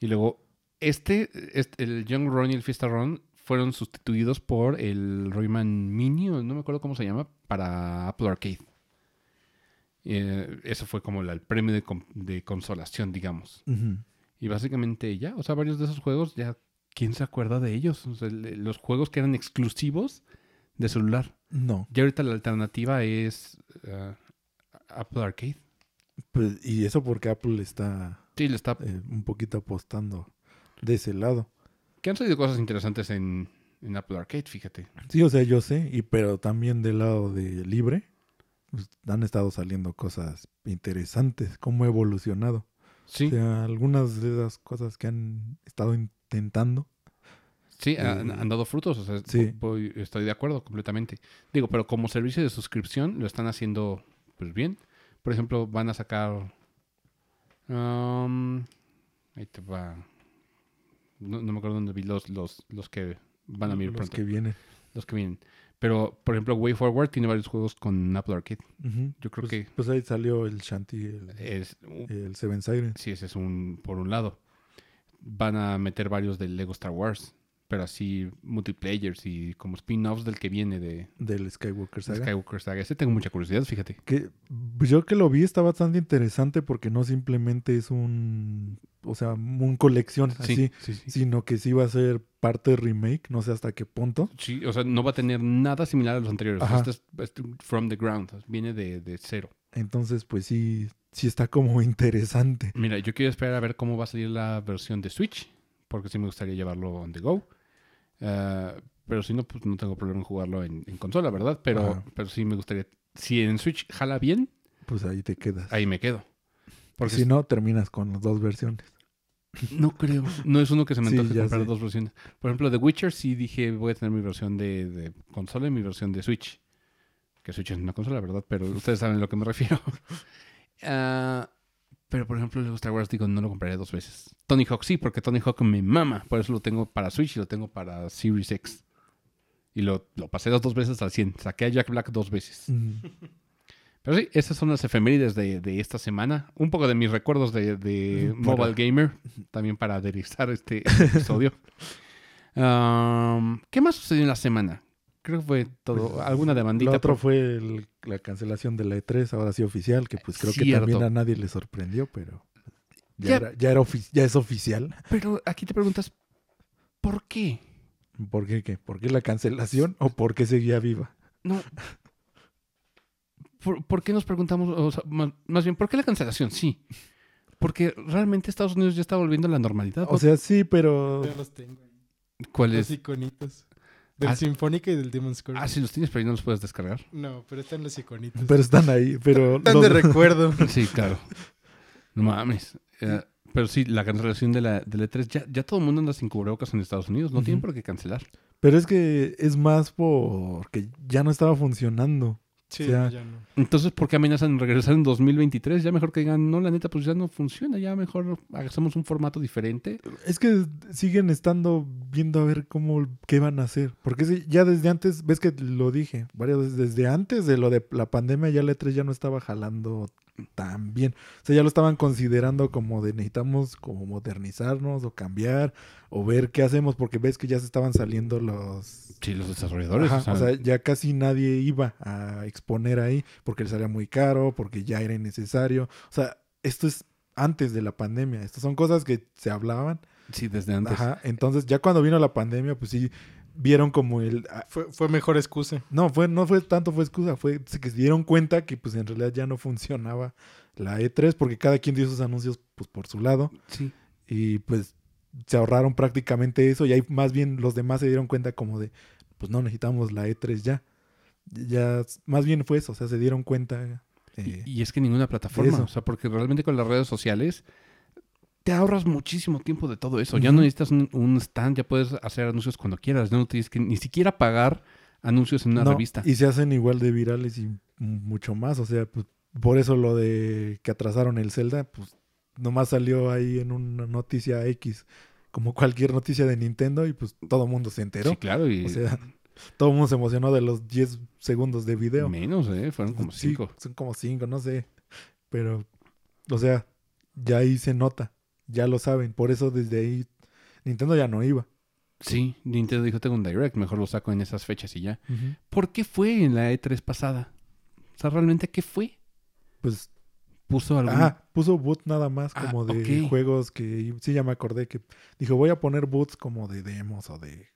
S1: Y luego, este, este- el Young Run y el Fiesta Run fueron sustituidos por el Rayman Mini, o no me acuerdo cómo se llama, para Apple Arcade. Eh, eso fue como la- el premio de, con- de consolación, digamos.
S2: Ujú.
S1: Y básicamente ya, o sea, varios de esos juegos ya, ¿quién se acuerda de ellos? O sea, le- los juegos que eran exclusivos de celular.
S2: No.
S1: Ya ahorita la alternativa es eh, Apple Arcade.
S2: Pues, y eso porque Apple está
S1: Sí, le está
S2: eh, un poquito apostando de ese lado.
S1: Que han salido cosas interesantes en, en Apple Arcade, fíjate.
S2: Sí, o sea, yo sé. Y pero también del lado de Libre. pues, han estado saliendo cosas interesantes. Cómo ha evolucionado.
S1: Sí,
S2: O sea, algunas de esas cosas que han estado intentando.
S1: sí, han,
S2: eh,
S1: han dado frutos. O sea,
S2: sí.
S1: voy- estoy de acuerdo completamente. Digo, pero como servicio de suscripción lo están haciendo pues bien. Por ejemplo, van a sacar. um, ahí te va. No, no me acuerdo dónde vi los, los, los que van a venir
S2: los
S1: pronto.
S2: que vienen.
S1: Los que vienen. Pero, por ejemplo, Way Forward tiene varios juegos con Apple Arcade.
S2: Ujú.
S1: Yo creo
S2: pues,
S1: que
S2: pues ahí salió el Shanty, el,
S1: es un-
S2: el Seven Sirens.
S1: Sí, ese es un, por un lado. Van a meter varios del Lego Star Wars, pero así multiplayers y como spin-offs del que viene de
S2: Del Skywalker Saga.
S1: Skywalker Saga. Ese tengo mucha curiosidad, fíjate.
S2: que yo que lo vi está bastante interesante porque no simplemente es un, o sea, un colección así,
S1: sí, sí.
S2: sino que Ah, sí va a ser parte remake, no sé hasta qué punto.
S1: Sí, o sea, no va a tener nada similar a los anteriores.
S2: Ajá.
S1: Este es, este from the ground, viene de, de cero.
S2: Entonces, pues sí, sí está como interesante.
S1: Mira, yo quiero esperar a ver cómo va a salir la versión de Switch, porque sí me gustaría llevarlo on the go. Ah, pero si no, pues no tengo problema en jugarlo en, en consola, ¿verdad? Pero,
S2: Ajá.
S1: pero sí me gustaría. Si en Switch jala bien,
S2: Pues ahí te quedas.
S1: ahí pues me quedo. Porque
S2: si no, terminas con las dos versiones.
S1: No creo. No es uno que se me
S2: Sí,
S1: antoje
S2: ya
S1: comprar
S2: sé.
S1: dos versiones. Por ejemplo, The Witcher sí dije voy a tener mi versión de, de consola y mi versión de Switch. Que Switch es una consola, ¿verdad? Pero ustedes saben a lo que me refiero. Ah, Pero, por ejemplo, los Star Wars, digo, no lo compraré dos veces. Tony Hawk sí, porque Tony Hawk me mama. Por eso lo tengo para Switch y lo tengo para Series X. Y lo, lo pasé las dos veces al 100. Saqué a Jack Black dos veces.
S2: Mm.
S1: Pero sí, esas son las efemérides de, de esta semana. Un poco de mis recuerdos de, de
S2: Bueno.
S1: Mobile Gamer, también para aderezar este episodio. Um, ¿Qué más sucedió en la semana? Creo que fue todo.
S2: Pues,
S1: alguna demandita.
S2: Lo otro
S1: por-
S2: fue el- la cancelación de la E3, ahora sí oficial, que pues creo que
S1: Cierto.
S2: también a nadie le sorprendió, pero ya,
S1: Ya.
S2: Era, ya, era ofi- ya es oficial.
S1: Pero aquí te preguntas, ¿por qué?
S2: ¿Por qué, qué? ¿Por qué la cancelación o por qué seguía viva?
S1: No. ¿Por, por qué nos preguntamos? o sea, más, más bien, ¿por qué la cancelación? Sí. Porque realmente Estados Unidos ya está volviendo a la normalidad.
S2: O pues sea, sí, pero
S3: Yo los tengo. ahí.
S1: ¿Cuál
S3: Los
S1: es?
S3: iconitos. Del
S1: Ah,
S3: Sinfónica y del Demon's Core.
S1: Ah, sí, los tienes, pero ya no los puedes descargar.
S3: No, pero están los iconitos.
S2: pero están ahí, pero
S3: están
S2: los-
S3: de recuerdo.
S1: Sí, claro. No mames. Eh, pero sí, la cancelación de la, de 3 ya, ya todo el mundo anda sin cubrebocas en Estados Unidos. No tienen
S2: Ujú.
S1: por qué cancelar.
S2: pero es que es más porque ya no estaba funcionando.
S3: Sí,
S2: O sea,
S3: no, ya no.
S1: Entonces, ¿por qué amenazan en regresar en 2023? Ya mejor que digan, no, la neta, pues ya no funciona. Ya mejor hagamos un formato diferente.
S2: Es que siguen estando viendo a ver cómo qué van a hacer, porque es que ya desde antes, ves que lo dije, varias veces desde antes de lo de la pandemia ya la E3 ya no estaba jalando tan bien. O sea, ya lo estaban considerando como de necesitamos como modernizarnos o cambiar o ver qué hacemos porque ves que ya se estaban saliendo los
S1: Sí, los desarrolladores.
S2: Ajá, o sea, ya casi nadie iba a exponer ahí porque le salía muy caro, porque ya era innecesario. O sea, esto es antes de la pandemia. Estas son cosas que se hablaban.
S1: sí, desde antes.
S2: Ajá. Entonces, ya cuando vino la pandemia, pues sí vieron como el ah,
S3: Fue, fue mejor excusa.
S2: no fue no fue tanto fue excusa, fue que se dieron cuenta que pues en realidad ya no funcionaba la E3 porque cada quien dio sus anuncios pues por su lado
S1: Sí.
S2: y pues se ahorraron prácticamente eso y ahí más bien los demás se dieron cuenta como de, pues no necesitamos la E3 ya. Ya, más bien fue eso, o sea, se dieron cuenta. eh,
S1: Y, y es que ninguna plataforma,
S2: eso.
S1: o sea, porque realmente con las redes sociales te ahorras muchísimo tiempo de todo eso. Ya no
S2: Ujú.
S1: necesitas un, un stand, ya puedes hacer anuncios cuando quieras. Ya no tienes que ni siquiera pagar anuncios en una
S2: no,
S1: revista.
S2: Y se hacen igual de virales y m- mucho más, o sea, pues, por eso lo de que atrasaron el Zelda, pues nomás salió ahí en una noticia X, como cualquier noticia de Nintendo y pues todo el mundo se enteró.
S1: sí, claro, y
S2: O sea, todo el mundo se emocionó de los 10 segundos de video.
S1: menos, ¿eh? Fueron como
S2: Sí,
S1: cinco.
S2: son como cinco, no sé. Pero, o sea, ya ahí se nota. Ya lo saben. Por eso desde ahí Nintendo ya no iba.
S1: Sí, Nintendo dijo, tengo un direct, mejor lo saco en esas fechas y ya. ¿Por qué fue en la E3 pasada? O sea, ¿realmente qué fue?
S2: Pues,
S1: ¿Puso algún...?
S2: ah, puso boot nada más
S1: Ah,
S2: como de
S1: ok.
S2: juegos que sí ya me acordé que dijo, voy a poner boots como de demos o de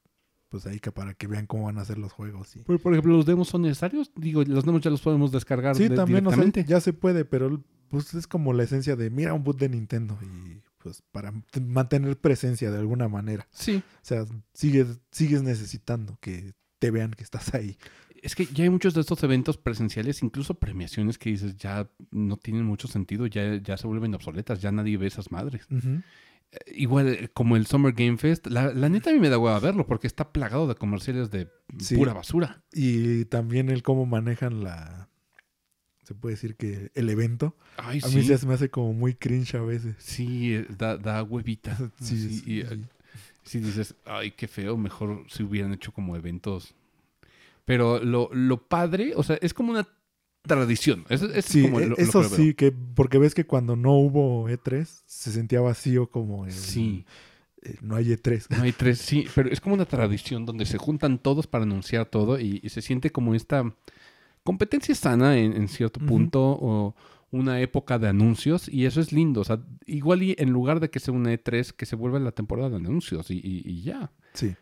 S2: pues ahí que para que vean cómo van a ser los juegos. Y...
S1: Por, por ejemplo, ¿los demos son necesarios? Digo, los demos ya los podemos descargar
S2: Sí,
S1: de-
S2: también, o sea,
S1: directamente.
S2: ya se puede, pero pues es como la esencia de mira un boot de Nintendo y pues para t- mantener presencia de alguna manera.
S1: Sí,
S2: O sea, sigues, sigues necesitando que te vean que estás ahí.
S1: Es que ya hay muchos de estos eventos presenciales, incluso premiaciones que dices ya no tienen mucho sentido, ya, ya se vuelven obsoletas, ya nadie ve esas madres. Eh, igual eh, como el Summer Game Fest, la, la neta a mí me da hueva verlo porque está plagado de comerciales de
S2: Sí.
S1: pura basura.
S2: Y también el cómo manejan la... Se puede decir que el evento.
S1: Ay,
S2: A
S1: sí.
S2: mí se me hace como muy cringe a veces.
S1: Sí, eh, da, da huevita.
S2: Sí,
S1: Sí,
S2: sí,
S1: y, eh,
S2: sí.
S1: sí dices, ay, qué feo, mejor si hubieran hecho como eventos. Pero lo, lo padre, o sea, es como una tradición. Es, es
S2: Sí,
S1: como
S2: e-
S1: lo- lo
S2: eso
S1: que veo.
S2: sí, que porque ves que cuando no hubo E3 se sentía vacío como el,
S1: Sí.
S2: eh, no hay E3.
S1: No hay tres, sí, pero es como una tradición donde se juntan todos para anunciar todo y, y se siente como esta competencia sana en, en cierto
S2: Ujú.
S1: punto o una época de anuncios y eso es lindo. O sea, igual y en lugar de que sea una E3, que se vuelva la temporada de anuncios y, y- y ya.
S2: Sí.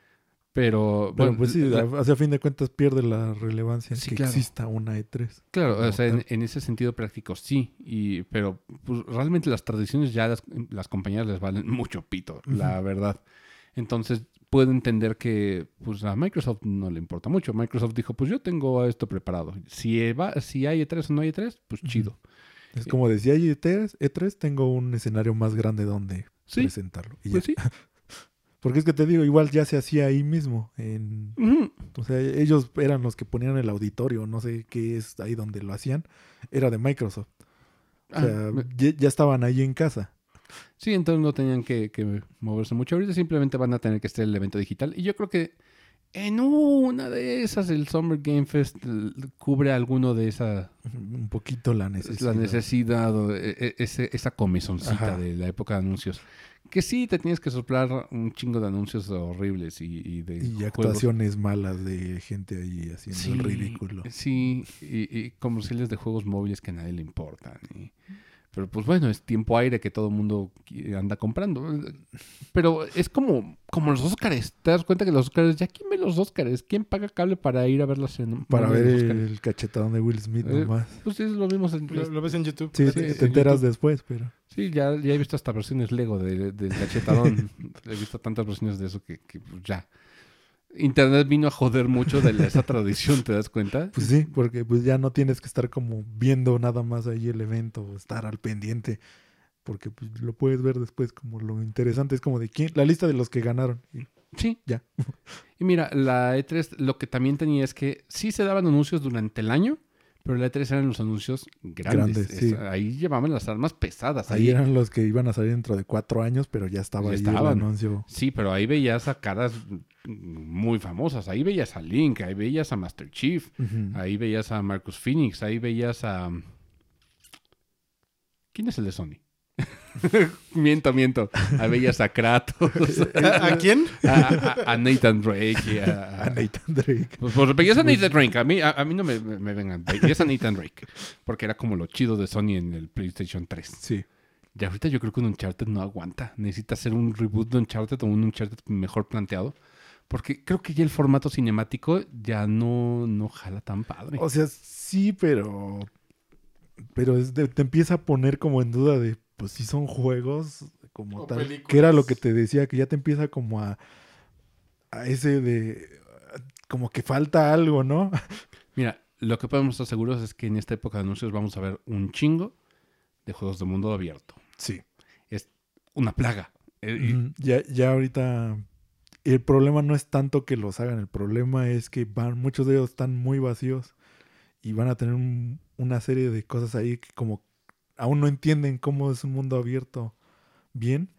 S1: Pero,
S2: Pero
S1: bueno, eh,
S2: pues sí,
S1: la-
S2: a- hacia fin de cuentas pierde la relevancia
S1: Sí,
S2: que
S1: claro.
S2: exista una E E3.
S1: claro, o
S2: como
S1: sea, en,
S2: tal.
S1: en ese sentido práctico sí, y, pero pues, realmente las tradiciones ya las, las compañías les valen mucho pito, la verdad. Entonces puedo entender que pues a Microsoft no le importa mucho. Microsoft dijo, pues yo tengo esto preparado. Si, eva- si hay E3 o no hay E3, pues
S2: Ujú.
S1: chido.
S2: Es
S1: Eh,
S2: como decía hay E E3, E3 tengo un escenario más grande donde
S1: Sí,
S2: presentarlo. Y ya.
S1: pues sí.
S2: Porque es que te digo, igual ya se hacía ahí mismo. En,
S1: Ujú.
S2: o sea, ellos eran los que ponían el auditorio, no sé qué es ahí donde lo hacían. Era de Microsoft.
S1: Ah,
S2: O sea, ya, ya estaban ahí en casa.
S1: Sí, entonces no tenían que, que moverse mucho. Ahorita simplemente van a tener que estar el evento digital. Y yo creo que en una de esas el Summer Game Fest l- cubre alguno de esa
S2: Un poquito la necesidad.
S1: la necesidad o e- e- ese- esa comezoncita
S2: Ajá.
S1: de la época de anuncios. Que sí, te tienes que soplar un chingo de anuncios horribles y, y de
S2: Y
S1: juegos
S2: actuaciones malas de gente ahí haciendo el ridículo.
S1: Sí, y, y comerciales de juegos móviles que a nadie le importan. y- pero pues bueno, es tiempo aire que todo el mundo qui- anda comprando. Pero es como, como los Óscares. Te das cuenta que los Óscares, ya quién ve los Óscares, quién paga cable para ir a ver la cena?
S2: Para
S1: ver
S2: ver
S1: los
S2: el,
S1: Óscares?
S2: cachetadón de Will Smith
S1: Eh,
S2: nomás.
S1: Pues sí, lo vimos en
S3: Lo, lo ves en YouTube.
S2: Sí,
S3: ¿no?
S2: te,
S1: sí,
S2: te
S1: en
S2: enteras después, pero...
S1: Sí, ya, ya he visto hasta versiones Lego de- del cachetadón. he visto tantas versiones de eso que, que, pues, ya. Internet vino a joder mucho de la- esa tradición, ¿te das cuenta?
S2: Pues sí, porque pues ya no tienes que estar como viendo nada más ahí el evento o estar al pendiente. Porque pues, lo puedes ver después como lo interesante es como de quién, la lista de los que ganaron. Y
S1: Sí.
S2: Ya.
S1: Y mira, la E3 lo que también tenía es que sí se daban anuncios durante el año, pero la E3 eran los anuncios grandes.
S2: Grandes, sí.
S1: Es- ahí llevaban las armas pesadas.
S2: pues, ahí
S1: Ahí
S2: eran los que iban a salir dentro de cuatro años, pero ya estaba
S1: Ya
S2: ahí
S1: estaban.
S2: el anuncio.
S1: Sí, pero ahí veías a caras muy famosas. Ahí veías a Link, ahí veías a Master Chief,
S2: Ujú.
S1: ahí veías a Marcus Phoenix, ahí veías a... ¿Quién es el de Sony? miento, miento. Ahí veías a Kratos,
S3: ¿A, a quién?
S1: a, a- a Nathan Drake, y a,
S2: A Nathan Drake.
S1: Pues, pues veías a Nathan Drake. A mí, a, a mí no me, me- me vengan. Veías a Nathan Drake. Porque era como lo chido de Sony en el PlayStation 3.
S2: Sí.
S1: Y ahorita yo creo que un Uncharted no aguanta. Necesita hacer un reboot de Uncharted o un Uncharted mejor planteado. Porque creo que ya el formato cinemático ya no, no jala tan padre.
S2: O sea, sí, pero. Pero es de- te empieza a poner como en duda de, pues si son juegos, como
S3: O
S2: tal.
S3: películas.
S2: Que era lo que te decía, que ya te empieza como a. A ese de. Como que falta algo, ¿no?
S1: Mira, lo que podemos estar seguros es que en esta época de anuncios vamos a ver un chingo de juegos de mundo abierto.
S2: Sí.
S1: Una plaga. Eh, y-
S3: Mm.
S2: Ya, ya ahorita. El problema no es tanto que los hagan, el problema es que van, muchos de ellos están muy vacíos y van a tener un- una serie de cosas ahí que como aún no entienden cómo es un mundo abierto bien.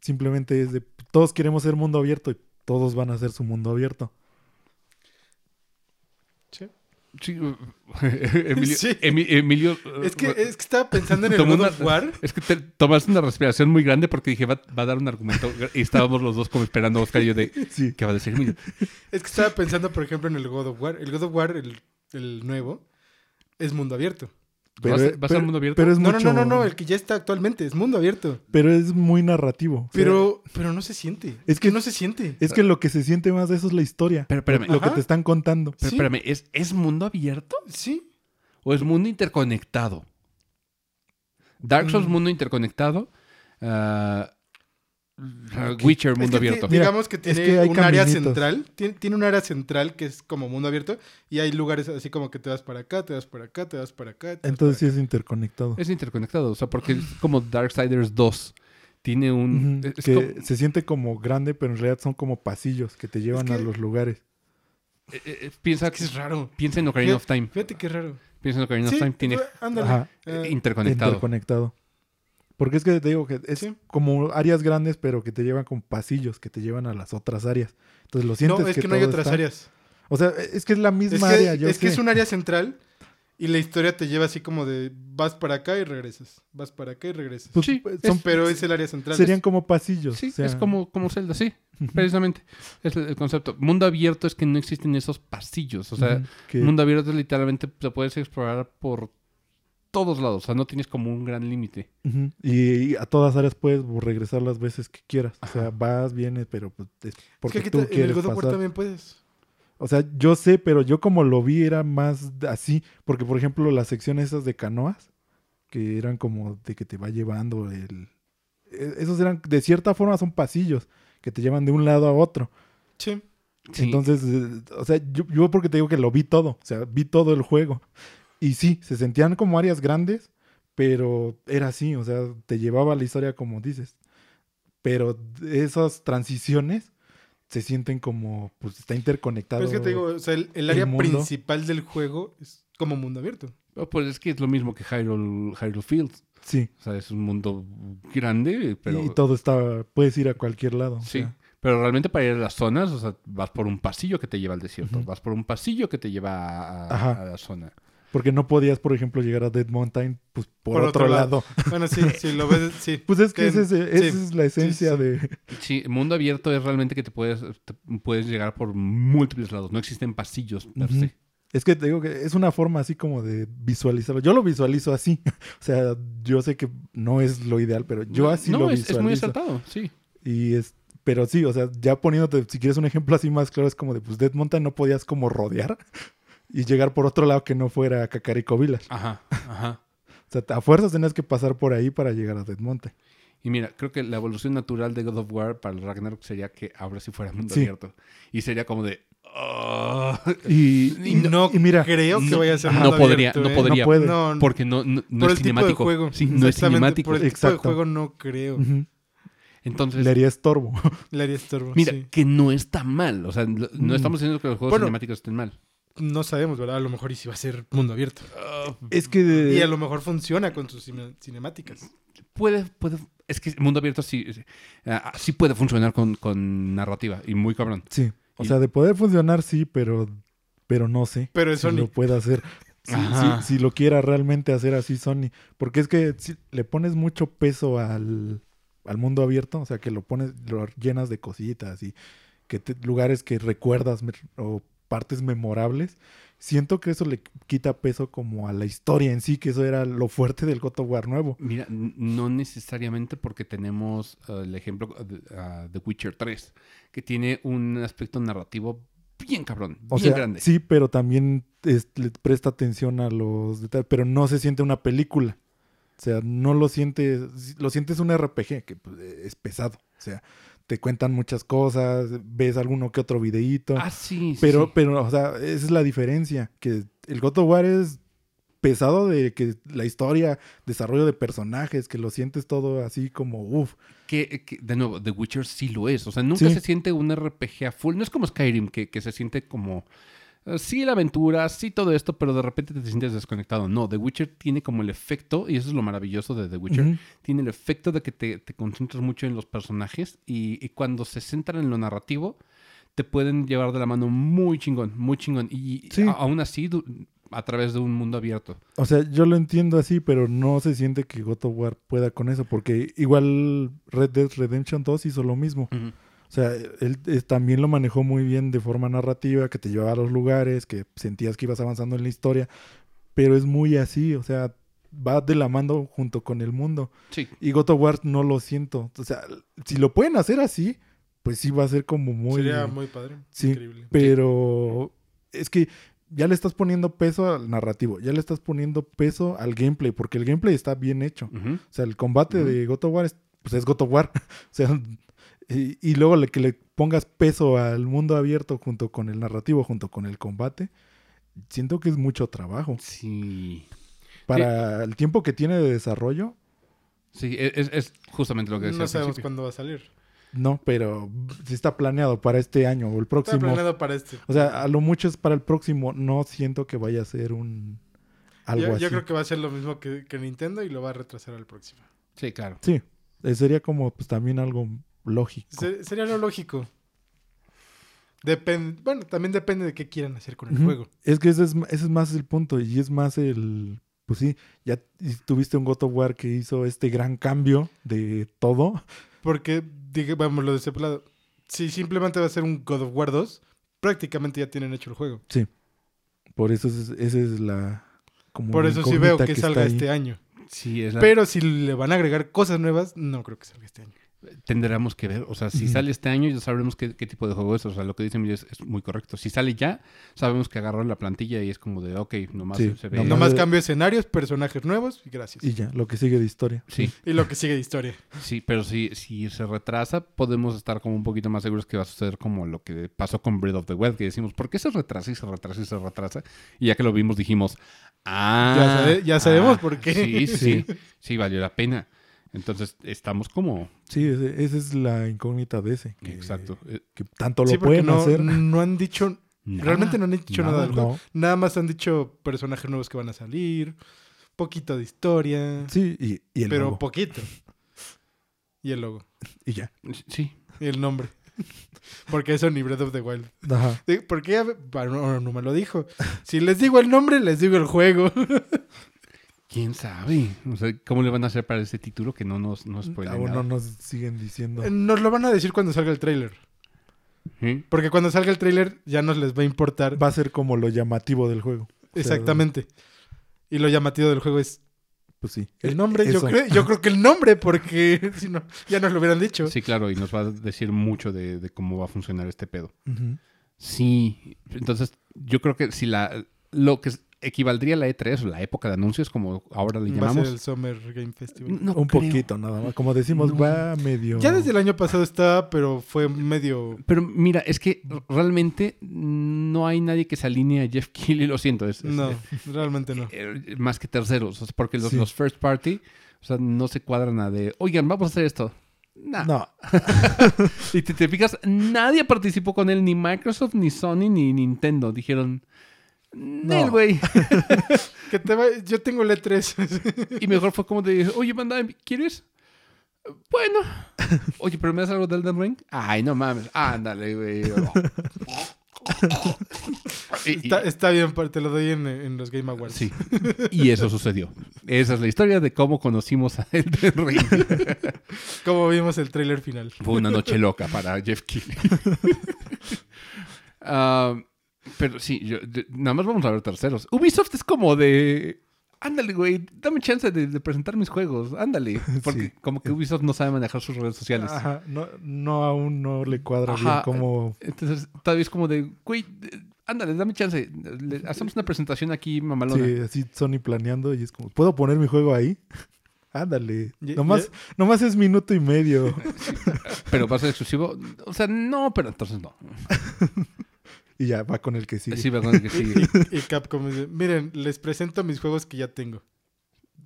S2: Simplemente es de todos queremos ser mundo abierto y todos van a ser su mundo abierto.
S1: sí, Emilio,
S3: Sí.
S1: Emi- Emilio, eh,
S3: Es que, es que estaba pensando en el
S1: Tomó
S3: God of
S1: una-
S3: War.
S1: Es que te tomaste una respiración muy grande porque dije, va, va a dar un argumento. Y estábamos los dos como esperando a Oscar y yo de,
S2: Sí.
S1: ¿qué va a decir Emilio?
S3: Es que estaba pensando, por ejemplo, en el God of War. El God of War, el, el nuevo, es mundo abierto.
S1: ¿Va a
S3: eh,
S1: ser- va a ser mundo abierto?
S2: Pero es
S3: No,
S2: mucho-
S3: no, no, no, no, el que ya está actualmente, es mundo abierto.
S2: Pero es muy narrativo. O sea,
S3: Pero, pero no se siente.
S2: Es
S3: Es
S2: que-
S3: que no se siente.
S2: es que lo que se siente más de eso es la historia.
S1: Pero espérame,
S2: Lo que
S3: Ajá.
S2: te están contando.
S1: pero
S3: sí.
S1: espérame, ¿es, ¿es mundo abierto
S3: Sí.
S1: o es mundo interconectado? Dark Souls,
S3: Mm.
S1: mundo interconectado. ah,
S3: Ok.
S1: Witcher,
S3: Es
S1: mundo
S3: que ti-
S1: abierto.
S2: Mira,
S3: digamos que
S2: es
S3: tiene
S2: que hay
S3: un área
S2: caminitos.
S3: central. Tiene, tiene un área central que es como mundo abierto. Y hay lugares así como que te vas para acá, te vas para acá, te vas para acá. te vas
S2: Entonces sí
S3: para
S2: es interconectado.
S1: Es interconectado, o sea, porque es como Darksiders 2. Tiene un...
S2: Ujú,
S1: es
S2: que
S1: como-
S2: se siente como grande, pero en realidad son como pasillos que te llevan
S3: que-
S2: a los lugares.
S1: eh, eh, piensa
S3: acá. Es que es raro.
S1: Piensa en Ocarina of Time.
S3: Fíjate qué raro.
S1: Piensa en Ocarina of Time. Tiene
S3: fue- ándale.
S2: Ajá,
S3: Ah,
S1: interconectado.
S2: interconectado. Porque es que te digo que es
S3: Sí.
S2: como áreas grandes, pero que te llevan con pasillos que te llevan a las otras áreas. Entonces lo sientes.
S3: no, es que, no hay
S2: todo
S3: otras
S2: está-
S3: áreas.
S2: O sea, es que es la
S3: Es, que,
S2: misma área. Yo
S3: es que
S2: sé.
S3: es un área central y la historia te lleva así como de vas para acá y regresas. Vas para acá y regresas.
S2: Pues,
S1: Sí,
S2: pues,
S1: es-
S2: son-
S3: Pero es el área central.
S2: serían como pasillos.
S1: Sí,
S2: o sea,
S1: es como, como Zelda, sí, precisamente. Es el, el concepto. Mundo abierto es que no existen esos pasillos. O sea,
S2: ujú, que-
S1: mundo abierto literalmente te puedes explorar por todos lados. O sea, no tienes como un gran límite.
S2: ujú, y, y a todas áreas puedes regresar las veces que quieras. O sea, vas, vienes, pero pues, es
S3: Es
S2: porque
S3: que aquí
S2: tú
S3: ta- en el
S2: quieres
S3: God of War
S2: pasar.
S3: también puedes.
S2: O sea, yo sé, pero yo como lo vi era más de- así, porque por ejemplo las secciones esas de canoas, que eran como de que te va llevando el... e- Esos eran, de cierta forma son pasillos que te llevan de un lado a otro.
S3: Sí.
S1: Sí.
S2: Entonces, eh, o sea, yo, yo porque te digo que lo vi todo, o sea, vi todo el juego. Y sí, se sentían como áreas grandes, pero era así, o sea, te llevaba la historia como dices. Pero esas transiciones se sienten como, pues está interconectado.
S3: Pero es que te digo, o sea, el, el área
S2: mundo.
S3: principal del juego es como mundo abierto.
S1: Oh, pues es que es lo mismo que Hyrule, Hyrule Fields.
S2: Sí.
S1: O sea, es un mundo grande, pero...
S2: Y todo está, puedes ir a cualquier lado. o
S1: Sí,
S2: sea,
S1: pero realmente para ir a las zonas, o sea, vas por un pasillo que te lleva al desierto,
S2: Ujú.
S1: vas por un pasillo que te lleva a, a-
S2: Ajá.
S1: a la zona.
S2: porque no podías, por ejemplo, llegar a Dead Mountain, pues por,
S3: Por
S2: otro,
S3: otro
S2: lado.
S3: lado. Bueno, sí, sí, lo ves, sí.
S2: Pues es que
S3: Que-
S2: ese es- esa
S3: sí,
S2: es la esencia
S3: sí.
S2: de...
S1: Sí, mundo abierto es realmente que te puedes, te puedes llegar por múltiples lados, no existen pasillos per
S2: Ujú.
S1: se.
S2: Es que te digo que es una forma así como de visualizarlo. Yo lo visualizo así. O sea, yo sé que no es lo ideal, pero yo
S1: No,
S2: así
S1: no,
S2: lo
S1: es-
S2: visualizo.
S1: es muy acertado, sí.
S2: Y es, pero sí, o sea, ya poniéndote, si quieres un ejemplo así más claro, es como de, pues Dead Mountain no podías como rodear y llegar por otro lado que no fuera Kakariko Village.
S1: Ajá, ajá.
S2: O sea, a fuerzas tenías que pasar por ahí para llegar a Dead Mountain.
S1: Y mira, creo que la evolución natural de God of War para el Ragnarok sería que ahora sí fuera mundo
S2: Sí.
S1: abierto. Y sería como de... "Ah".
S2: Y,
S3: Y no
S2: y mira,
S3: creo que
S1: no-
S3: vaya a ser
S1: no
S3: mundo
S1: podría,
S3: abierto,
S1: no
S3: ¿eh?
S1: podría.
S2: no puede.
S3: No, no.
S1: Porque no, no, no
S3: por
S1: es
S3: el tipo de
S1: cinemático.
S3: juego.
S1: Sí, no es
S3: Exactamente,
S1: cinemático.
S3: Por el
S2: Exacto.
S3: tipo de juego no creo.
S2: ujú,
S1: Entonces,
S2: le haría estorbo.
S3: Le haría estorbo.
S1: Mira,
S3: sí.
S1: que no está mal. O sea, lo- no
S2: Mm.
S1: estamos diciendo que los juegos
S3: Bueno.
S1: cinemáticos estén mal.
S3: No sabemos, ¿verdad? A lo mejor y si va a ser mundo abierto.
S1: ah,
S2: es que...
S3: Y a lo mejor funciona con sus cine- cinemáticas.
S1: Puede, puede. Es que el mundo abierto sí, sí, ah, sí puede funcionar con, con narrativa y muy cabrón.
S2: Sí. O
S1: Y-
S2: sea, de poder funcionar, sí, pero, pero no sé
S3: Pero es
S2: si
S3: Sony.
S2: lo pueda hacer. Si,
S1: Ajá.
S2: si- si lo quiera realmente hacer así Sony. Porque es que si le pones mucho peso al, al mundo abierto, o sea, que lo pones, lo llenas de cositas y que te- lugares que recuerdas me- o partes memorables. Siento que eso le quita peso como a la historia en sí, que eso era lo fuerte del God of War nuevo.
S1: Mira, n- no necesariamente porque tenemos ah, el ejemplo de ah, The Witcher 3, que tiene un aspecto narrativo bien cabrón,
S2: O
S1: bien
S2: sea,
S1: grande.
S2: sí, pero también es- le presta atención a los detalles, pero no se siente una película. O sea, no lo sientes, lo sientes un RPG que pues, es pesado. O sea, te cuentan muchas cosas, ves alguno que otro videíto,
S1: Ah, sí, sí,
S2: pero,
S1: sí.
S2: pero, o sea, esa es la diferencia, que el God of War es pesado de que la historia, desarrollo de personajes, que lo sientes todo así como, uff,
S1: Que, que, de nuevo, The Witcher sí lo es. O sea, nunca
S2: Sí.
S1: se siente un RPG a full. No es como Skyrim, que, que se siente como. eh, Sí, la aventura, sí todo esto, pero de repente te sientes desconectado. No, The Witcher tiene como el efecto, y eso es lo maravilloso de The Witcher, tiene el efecto de que te, te concentras mucho en los personajes y, y cuando se centran en lo narrativo, te pueden llevar de la mano muy chingón, muy chingón. Y
S2: Sí.
S1: a- aún así, du- a través de un mundo abierto.
S2: O sea, yo lo entiendo así, pero no se siente que God of War pueda con eso, porque igual Red Dead Redemption 2 hizo lo mismo. O sea, él eh, también lo manejó muy bien de forma narrativa, que te llevaba a los lugares, que sentías que ibas avanzando en la historia, pero es muy así, o sea, va de la mano junto con el mundo.
S1: Sí,
S2: Y God of War no lo siento. O sea, si lo pueden hacer así, pues sí va a ser como muy...
S3: Sería muy padre.
S2: Sí.
S3: Increíble.
S2: Pero es que ya le estás poniendo peso al narrativo, ya le estás poniendo peso al gameplay, porque el gameplay está bien hecho.
S1: Ujú.
S2: O sea, el combate
S1: Ujú.
S2: de God of War es, pues es God of War. o sea, y, y luego le, que le pongas peso al mundo abierto junto con el narrativo, junto con el combate, siento que es mucho trabajo.
S1: sí.
S2: Para
S3: Eh,
S2: el tiempo que tiene de desarrollo,
S1: Sí, es, es- es justamente lo que decía.
S3: No
S1: al
S3: sabemos
S1: principio.
S3: cuándo va a salir.
S2: no, pero si está planeado para este año o el
S3: Está
S2: próximo.
S3: planeado para este.
S2: O sea, a lo mucho es para el próximo. No siento que vaya a ser un... Algo
S3: yo,
S2: así.
S3: yo creo que va a ser lo mismo que, que Nintendo y lo va a retrasar al próximo.
S1: Sí, claro.
S2: Sí, eh, sería como pues también algo lógico.
S3: Se- sería lo lógico. Depen- bueno, también depende de qué quieran hacer con el
S2: Ujú.
S3: juego.
S2: Es que ese es, m- ese es más el punto y es más el... Pues sí, ya t- tuviste un God of War que hizo este gran cambio de todo.
S3: Porque, diga, vamos, lo de ese lado. Si simplemente va a ser un God of War 2, prácticamente ya tienen hecho el juego.
S2: Por eso es- esa es la... Como
S3: Por eso sí veo que, salga
S2: este
S3: este año.
S1: Sí, es la-
S3: Pero si le van a agregar cosas nuevas, no creo que salga este año.
S1: tendremos que ver. O sea, si
S2: Ujú.
S1: sale este año, ya sabremos qué, qué tipo de juego es. O sea, lo que dice Emilio es, es muy correcto. Si sale ya, sabemos que agarraron la plantilla y es como de, ok, nomás
S2: Sí,
S1: se- se ve.
S2: nomás-
S3: Nomás
S2: de-
S3: cambio escenarios, personajes nuevos y gracias.
S2: Y
S3: Y,
S2: ya, lo que sigue de historia.
S1: Sí,
S3: lo que sigue de historia.
S1: sí, pero si, si se retrasa, podemos estar como un poquito más seguros que va a suceder como lo que pasó con Breath of the Wild, que decimos, ¿por qué se retrasa y se retrasa y se retrasa? Y ya que lo vimos, dijimos, ah.
S3: Ya sabe- ya sabemos por qué.
S1: Sí, sí, sí, valió la pena. Entonces estamos como...
S2: Sí, ese- esa es la incógnita de ese. que-
S1: Exacto. eh,
S2: Que tanto lo
S3: Sí, porque
S2: pueden
S3: no,
S2: hacer.
S3: no han dicho.
S1: nada.
S3: realmente no han dicho nada,
S1: nada,
S2: no.
S3: del juego. Nada más han dicho personajes nuevos que van a salir. Poquito de historia.
S2: Sí, y, y el
S3: pero
S2: logo,
S3: poquito. Y el logo.
S2: Y ya.
S1: Sí.
S3: Y el nombre. Porque eso ni Breath of the Wild.
S2: Ajá.
S3: Sí, Porque ya bueno, no, no me lo dijo. Si les digo el nombre, les digo el juego.
S1: ¿Quién sabe? O sea, ¿cómo le van a hacer para ese título que no nos,
S3: Mm,
S1: nos puede
S2: Aún no Ah, nos siguen diciendo.
S3: Nos lo van a decir cuando salga el tráiler.
S1: ¿Eh?
S3: Porque cuando salga el tráiler ya nos les va a importar
S2: Va a ser como lo llamativo del juego. O sea,
S3: exactamente. Y lo llamativo del juego es
S2: Pues sí.
S3: el nombre. Yo
S2: Eso.
S3: creo, yo creo que el nombre, porque si no, ya nos lo hubieran dicho.
S1: Sí, claro, y nos va a decir mucho de, de cómo va a funcionar este pedo.
S2: Ujú.
S1: Sí, entonces yo creo que si la lo que equivaldría a la E3 o la época de anuncios, como ahora le
S3: Va a ser el
S1: llamamos,
S3: Summer Game Festival.
S1: no
S2: Un
S1: creo.
S2: poquito, nada más. Como decimos,
S1: No.
S2: va medio.
S3: Ya desde el año pasado estaba, pero fue medio...
S1: Pero mira, es que realmente no hay nadie que se alinee a Jeff Keighley, lo siento, es, es-
S3: No, realmente no.
S1: eh, más que terceros, o sea, porque los,
S2: Sí.
S1: los first party, o sea, no se cuadran a de, oigan, vamos a hacer esto. Nah.
S2: No.
S1: Y te, te fijas, nadie participó con él, ni Microsoft, ni Sony, ni Nintendo. Dijeron, no,
S2: No.
S1: güey.
S3: Que te va- Yo tengo el E E3.
S1: Y mejor fue como de, oye, banda, ¿quieres? Bueno. Oye, pero ¿me das algo del Elden Ring? Ay, no mames. Ándale, güey. Y- y-
S3: Está, está bien, pa- te lo doy en, en los Game Awards.
S1: sí. Y eso sucedió. Esa es la historia de cómo conocimos a Elden Ring.
S3: Como vimos el tráiler final.
S1: Fue una noche loca para Jeff Keighley. Ah, pero sí, yo- yo- nada más vamos a ver terceros. Ubisoft es como de... Ándale, güey, dame chance de, de presentar mis juegos. Ándale. Porque
S2: Sí.
S1: como que Ubisoft no sabe manejar sus redes sociales.
S2: Ajá. No, no, aún no le cuadra bien
S1: Ajá.
S2: como.
S1: Entonces, todavía es como de, güey, eh, ándale, dame chance. Le- hacemos una presentación aquí, mamalona.
S2: Sí, así Sony planeando y es como, ¿puedo poner mi juego ahí? Ándale.
S3: Ye-
S2: Nomás, nomás es minuto y medio.
S1: Pero va a ser exclusivo. O sea, no, pero entonces no.
S2: y ya va con el que sigue.
S1: Sí, perdón, que sí.
S3: Y, y Capcom dice, miren, les presento mis juegos que ya tengo.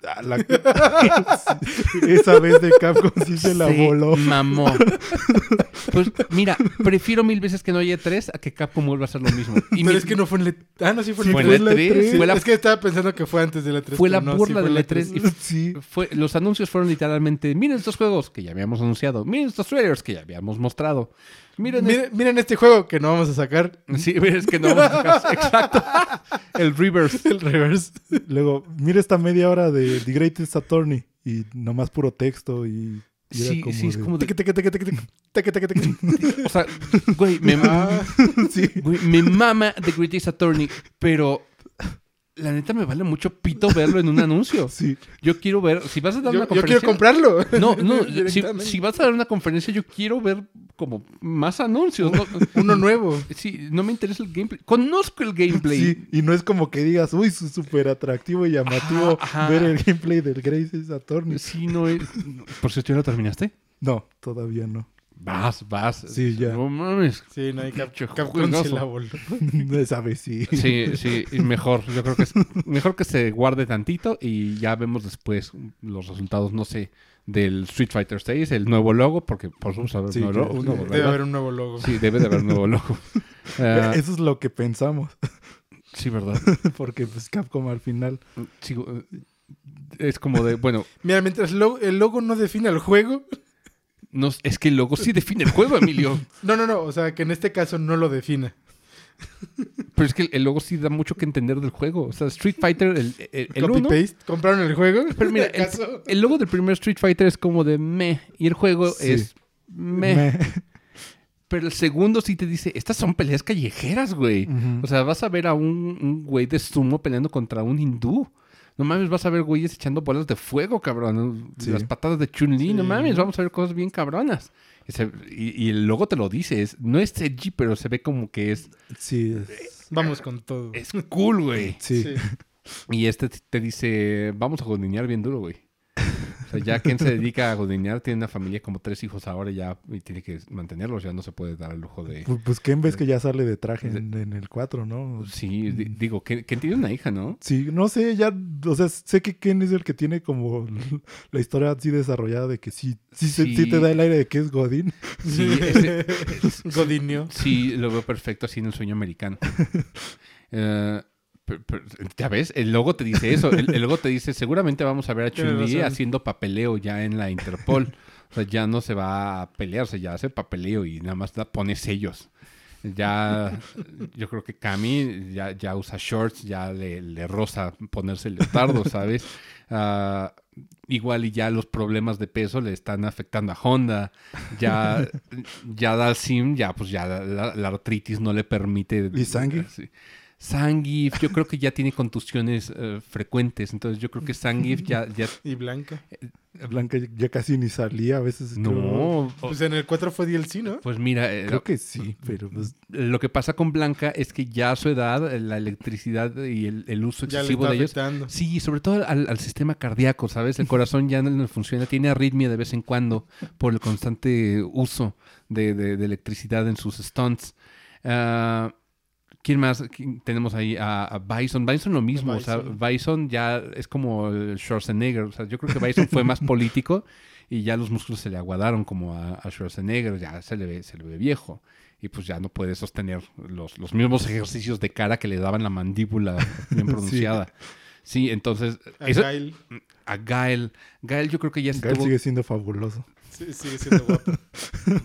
S2: Ah, la- Esa vez de Capcom sí se la voló.
S1: Mamó. Pues mira, prefiero mil veces que no haya tres a que Capcom vuelva a hacer lo mismo. Y
S3: Pero
S1: mi-
S3: es que no fue en la... Ah, no, sí fue en
S1: fue
S3: la
S1: la
S3: E3.
S1: E3,
S3: Sí,
S1: fue la,
S3: Es que estaba pensando que fue antes E de la 3.
S1: fue la burla E de la
S3: E
S1: E3 y
S2: Sí.
S1: fue- los anuncios fueron literalmente, miren estos juegos que ya habíamos anunciado, miren estos trailers que ya habíamos mostrado, miren,
S3: Miren, miren este juego que no vamos a sacar.
S1: este- sí, es que no vamos a sacar- exacto, el reverse,
S3: El reverse.
S2: Luego, mira esta media hora de The Greatest Attorney y nomás puro texto y... y era
S1: sí, sí, es
S2: de-
S1: como de-
S3: Teque, teque, teque, teque, teque, teque, teque, teque.
S1: o sea, güey, me,
S3: Ah.
S2: Sí.
S1: Güey, me mama The Greatest Attorney, pero la neta me vale mucho pito verlo en un anuncio.
S2: Sí.
S1: Yo quiero ver, si vas a dar
S3: Yo,
S1: una
S3: yo quiero
S1: conferencia...
S3: comprarlo.
S1: no, no, si,
S3: Directamente.
S1: si vas a dar una conferencia yo quiero ver como más anuncios. No,
S3: Uno nuevo.
S1: sí, no me interesa el gameplay. Conozco el gameplay.
S2: Sí, y no es como que digas, uy, su- súper atractivo y llamativo
S1: Ajá, ajá.
S2: ver el gameplay del Greatest Attorney.
S1: Sí, no es... no. Por cierto, ¿ya lo terminaste?
S2: No, todavía no.
S1: Vas, vas.
S2: Sí, ya.
S1: No mames.
S3: Sí, no hay Cap-
S1: Pinche
S3: Capcom
S1: juegazo.
S3: se la voló.
S2: Esa vez sí.
S1: Sí, sí, y mejor. Yo creo que es mejor que se guarde tantito y ya vemos después los resultados, no sé, del Street Fighter 6, el nuevo logo, porque por supuesto va a haber
S2: Sí,
S1: nuevo
S2: claro.
S1: logo, un nuevo,
S3: Debe
S1: ¿verdad?
S3: haber un nuevo logo.
S1: Sí, debe de haber un nuevo logo. Ah,
S2: Eso es lo que pensamos,
S1: sí, ¿verdad?
S2: porque pues Capcom al final...
S1: Sí, eh, es como de, bueno,
S3: Mira, mientras lo- el logo no defina el juego.
S1: no, es que el logo sí define el juego, Emilio.
S3: No, no, no. O sea, que en este caso no lo defina.
S1: Pero es que el, el logo sí da mucho que entender del juego. O sea, Street Fighter, el, el, el uno-
S3: Copy-paste. ¿Compraron el juego?
S1: Pero mira, el,
S3: ¿Acaso?
S1: el logo del primer Street Fighter es como de meh, y el juego
S2: Sí.
S1: es meh.
S2: me-
S1: Pero el segundo sí te dice, estas son peleas callejeras, güey.
S2: Ujú.
S1: O sea, vas a ver a un, un güey de sumo peleando contra un hindú. No mames, vas a ver güeyes echando bolas de fuego, cabrón.
S2: Sí.
S1: Las patadas de Chun-Li, no
S3: Sí.
S1: mames, vamos a ver cosas bien cabronas. Y se- Y, y el logo te lo dice, es- no es edgy, pero se ve como que es,
S2: Sí, es-
S3: Vamos con todo.
S1: es cool, güey.
S2: sí.
S3: Sí.
S1: Y este te dice, vamos a godinear bien duro, güey. O sea, ya quien se dedica a godinear tiene una familia como tres hijos ahora y ya y tiene que mantenerlos, ya no se puede dar el lujo de...
S2: Pues, pues Ken ves que ya sale de traje en, en el 4, ¿no?
S1: Sí, di- digo, que tiene una hija, ¿no?
S2: Sí, no sé, ya, o sea, sé que Ken es el que tiene como la historia así desarrollada de que sí, sí, se-
S1: Sí.
S2: sí te da el aire de que es Godín.
S1: Sí, ese-
S3: Godinio.
S1: Sí, lo veo perfecto así en el sueño americano. Eh, per- per- ya ves, el logo te dice eso. El, el logo te dice, seguramente vamos a ver a
S3: Tienes
S1: Chun-Li
S3: razón.
S1: haciendo papeleo ya en la Interpol. O sea, ya no se va a pelear, o sea, ya hace papeleo y nada más la pone sellos. Ya, yo creo que Cami ya, ya usa shorts, ya le, le rosa ponerse el leotardo, ¿sabes? Ah, igual y ya los problemas de peso le están afectando a Honda. Ya, ya Dal Sim, ya pues ya la, la- la artritis no le permite. Ah,
S2: ¿Y Zangief?
S1: Sí. Zangief, yo creo que ya tiene contusiones eh, frecuentes, entonces yo creo que Zangief ya... ya
S3: Y Blanca.
S2: Blanca ya- ya casi ni salía a veces. creo.
S1: no, o-
S3: Pues en el 4 fue DLC, ¿no?
S1: pues mira, eh,
S2: Creo que sí, pero pues,
S1: lo que pasa con Blanca es que ya a su edad eh, la electricidad y el, el uso
S3: Ya le
S1: excesivo
S3: está
S1: de ellos
S3: afectando.
S1: Sí, sobre todo al, al sistema cardíaco, ¿sabes? El corazón ya no le funciona, tiene arritmia de vez en cuando por el constante uso de, de- de electricidad en sus stunts. Ah, ¿Quién más ¿Quién tenemos ahí? A, a Bison. Bison lo mismo, o
S3: Bison.
S1: sea, Bison ya es como el Schwarzenegger, o sea, yo creo que Bison fue más político y ya los músculos se le aguadaron como a, a Schwarzenegger, ya se le, ve, se le ve viejo. Y pues ya no puede sostener los, los mismos ejercicios de cara que le daban la mandíbula bien pronunciada. Sí, entonces.
S3: A
S1: eso-
S3: Gail.
S1: a Gael. Gael yo creo que ya
S2: Gael
S1: estuvo.
S2: sigue siendo fabuloso.
S3: Sí, sigue siendo guapo.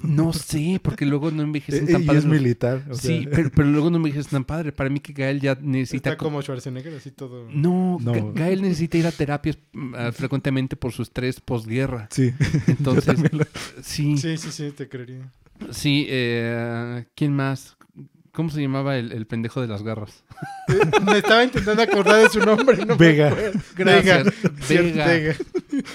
S1: No sé, porque luego no envejecen
S2: Eh,
S1: tan
S2: eh, y
S1: padre.
S2: es militar. o
S1: sí,
S2: sea,
S1: pero, pero luego no envejecen tan padre. Para mí que Gael ya necesita.
S3: Está
S1: co-
S3: como Schwarzenegger, así todo.
S1: No,
S2: No.
S1: Ga- Gael necesita ir a terapias mm, ah, frecuentemente por su estrés posguerra.
S2: sí.
S1: Entonces, sí, sí.
S3: Sí, sí, sí, te creería.
S1: eh, ¿Quién más? ¿Cómo se llamaba el, el pendejo de las garras?
S3: Eh, Me estaba intentando acordar de su nombre, ¿no?
S2: Vega.
S3: Vega. Cierto,
S1: Vega.
S3: Vega.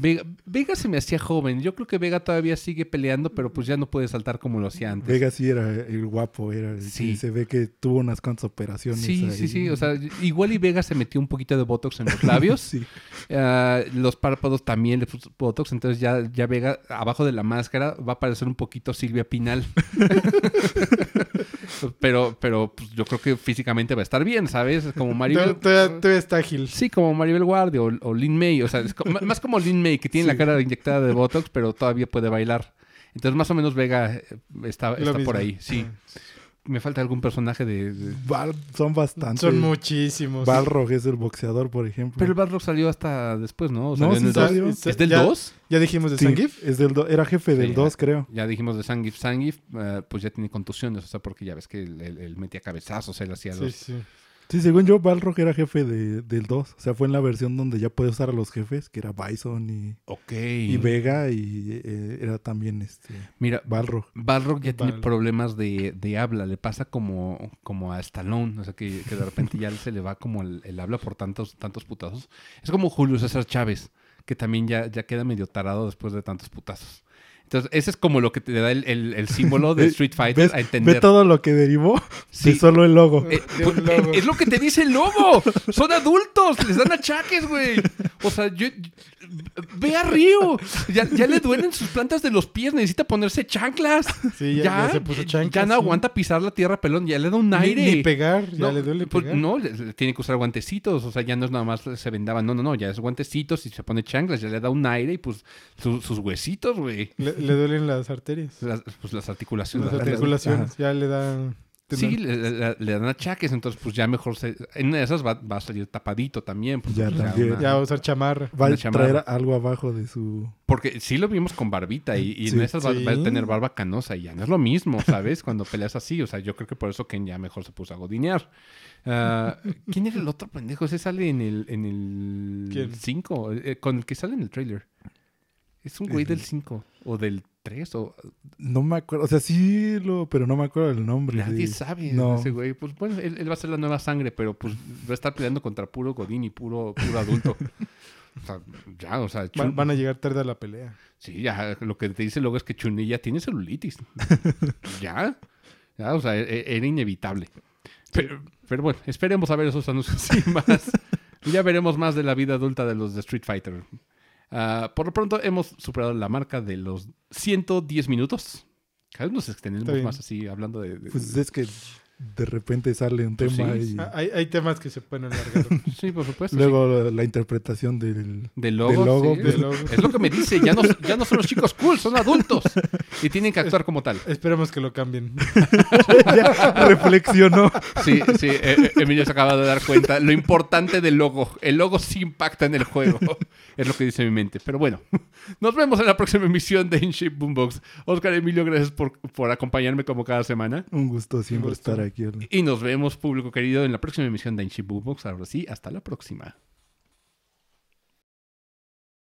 S1: Vega, Vega se me hacía joven. Yo creo que Vega todavía sigue peleando, pero pues ya no puede saltar como lo hacía antes.
S2: Vega sí era el guapo, era el que
S1: Sí.
S2: se ve que tuvo unas cuantas operaciones.
S1: Sí,
S2: ahí.
S1: sí, sí. O sea, igual y Vega se metió un poquito de Botox en los labios.
S2: Sí.
S1: Ah, los párpados también le puso Botox. Entonces ya, ya Vega, abajo de la máscara, va a parecer un poquito Silvia Pinal. pero pero pues, yo creo que físicamente va a estar bien, ¿sabes? Como Maribel...
S3: Todavía- Todavía todavía está ágil.
S1: Sí, como Maribel Guardia o, o Lin May. O sea, es co- m- más como Lin May, que tiene la cara inyectada de Botox, pero todavía puede bailar. Entonces, más o menos Vega eh, está,
S3: Lo
S1: está
S3: mismo.
S1: por ahí. Sí. Me falta algún personaje de- de,
S2: Val- son bastantes.
S3: Son muchísimos.
S2: Balrog es el boxeador, por ejemplo.
S1: Pero el Barrock salió hasta después, ¿no? ¿O salió
S2: No, sí
S1: en el
S2: salió.
S1: 2?
S3: Sí,
S1: ¿Es del
S3: ya-
S1: 2?
S3: Ya dijimos de
S2: Sí,
S3: Zangief.
S2: es del do- era jefe
S1: Sí,
S2: del 2, creo.
S1: Ya dijimos de Sangif. Sangif, eh, pues ya tiene contusiones, o sea, porque ya ves que él, él- él metía cabezazos, él hacía
S3: Sí,
S1: los...
S3: sí.
S2: Sí, según yo, Balrog era jefe de- del 2. O sea, fue en la versión donde ya puede usar a los jefes, que era Bison y,
S1: Ok.
S2: y Vega, y eh, era también este
S1: Mira,
S2: Balrog.
S1: Balrog ya tiene
S3: Balrog.
S1: problemas de, de habla, le pasa como, como a Stallone, o sea, que, que de repente ya se le va como el, el habla por tantos, tantos putazos. Es como Julio César Chávez, que también ya, ya queda medio tarado después de tantos putazos. Entonces, ese es como lo que te da el, el- el símbolo de
S2: Ve-
S1: Street Fighter
S2: ¿Ves,
S1: a entender.
S2: ve todo lo que derivó
S1: Sí.
S2: de solo el logo.
S1: Eh,
S3: De
S1: pues,
S3: un lobo.
S1: eh, es lo que te dice el lobo. Son adultos, les dan achaques, güey. O sea, yo, ve a Río. Ya, ya le duelen sus plantas de los pies, necesita ponerse chanclas.
S3: Sí, ya, ya se puso chanclas,
S1: ya no
S3: sí.
S1: aguanta pisar la tierra pelón, ya le da un
S3: Ni-
S1: aire.
S3: Ni, pegar, ya
S1: No,
S3: le duele
S1: pues,
S3: pegar.
S1: no, le- le tiene que usar guantecitos, o sea, ya no es nada más se vendaban, no, no, no, ya es guantecitos y se pone chanclas, ya le da un aire y pues su- sus huesitos, güey.
S3: Le, le duelen las arterias.
S1: Las, pues las articulaciones.
S3: Las
S1: las-
S3: articulaciones. Ya le da.
S1: Sí, le, le- le dan achaques, entonces pues ya mejor se... En una de esas va, va a salir tapadito también. pues,
S2: Ya
S1: o sea,
S2: también.
S1: una-
S3: Ya va a usar chamarra.
S2: Va
S1: una
S2: a
S1: chamarra.
S2: traer algo abajo de su...
S1: Porque sí lo vimos con barbita y, y en
S2: Sí.
S1: esas va, va a
S3: Sí.
S1: tener barba canosa y ya no es lo mismo, ¿sabes? Cuando peleas así, o sea, yo creo que por eso Ken ya mejor se puso a godinear. Ah, ¿Quién era el otro pendejo? Ese sale en el en el
S3: ¿Quién?
S1: 5, con el que sale en el trailer. Es un güey del 5 o del 3 o
S2: No me acuerdo, o sea, sí, lo, pero no me acuerdo el nombre.
S1: Nadie
S2: sí.
S1: sabe
S2: No.
S1: ese güey. Pues bueno, él, él va a ser la nueva sangre, pero pues va a estar peleando contra puro Godín y puro, puro adulto. o sea, ya, o sea,
S3: Van,
S1: Chun-
S3: van a llegar tarde a la pelea.
S1: sí, ya, lo que te dice luego es que Chun ya tiene celulitis. ya, ya, o sea, e- e- era inevitable. Pero, pero bueno, esperemos a ver esos anuncios y más. ya veremos más de la vida adulta de los de Street Fighter. Ah, por lo pronto hemos superado la marca de los 110 minutos. Cada vez nos
S3: Está
S1: extendemos
S3: bien.
S1: más así hablando de... de-
S2: Pues es que de repente sale un
S1: Pues
S2: tema
S1: sí.
S2: y
S3: Ah, Hay, hay temas que se pueden alargar.
S1: sí, por supuesto. sí.
S2: luego la- la interpretación del...
S1: Del logo.
S2: del logo,
S1: sí.
S2: del
S1: Es-
S3: logo.
S1: Es lo que me dice. Ya no, ya no son los chicos cool, son adultos. Y tienen que actuar como tal.
S3: Esperemos que lo cambien.
S2: Ya reflexionó.
S1: Sí, sí. eh, eh, Emilio se acaba de dar cuenta. Lo importante del logo. El logo sí impacta en el juego. Es lo que dice mi mente. Pero bueno. Nos vemos en la próxima emisión de InShape Boombox. Oscar Emilio, gracias por, por acompañarme como cada semana.
S2: Un gusto siempre
S3: gusto.
S2: estar aquí. Ernesto.
S1: Y nos vemos, público querido, en la próxima emisión de InShape Boombox. Ahora sí, hasta la próxima.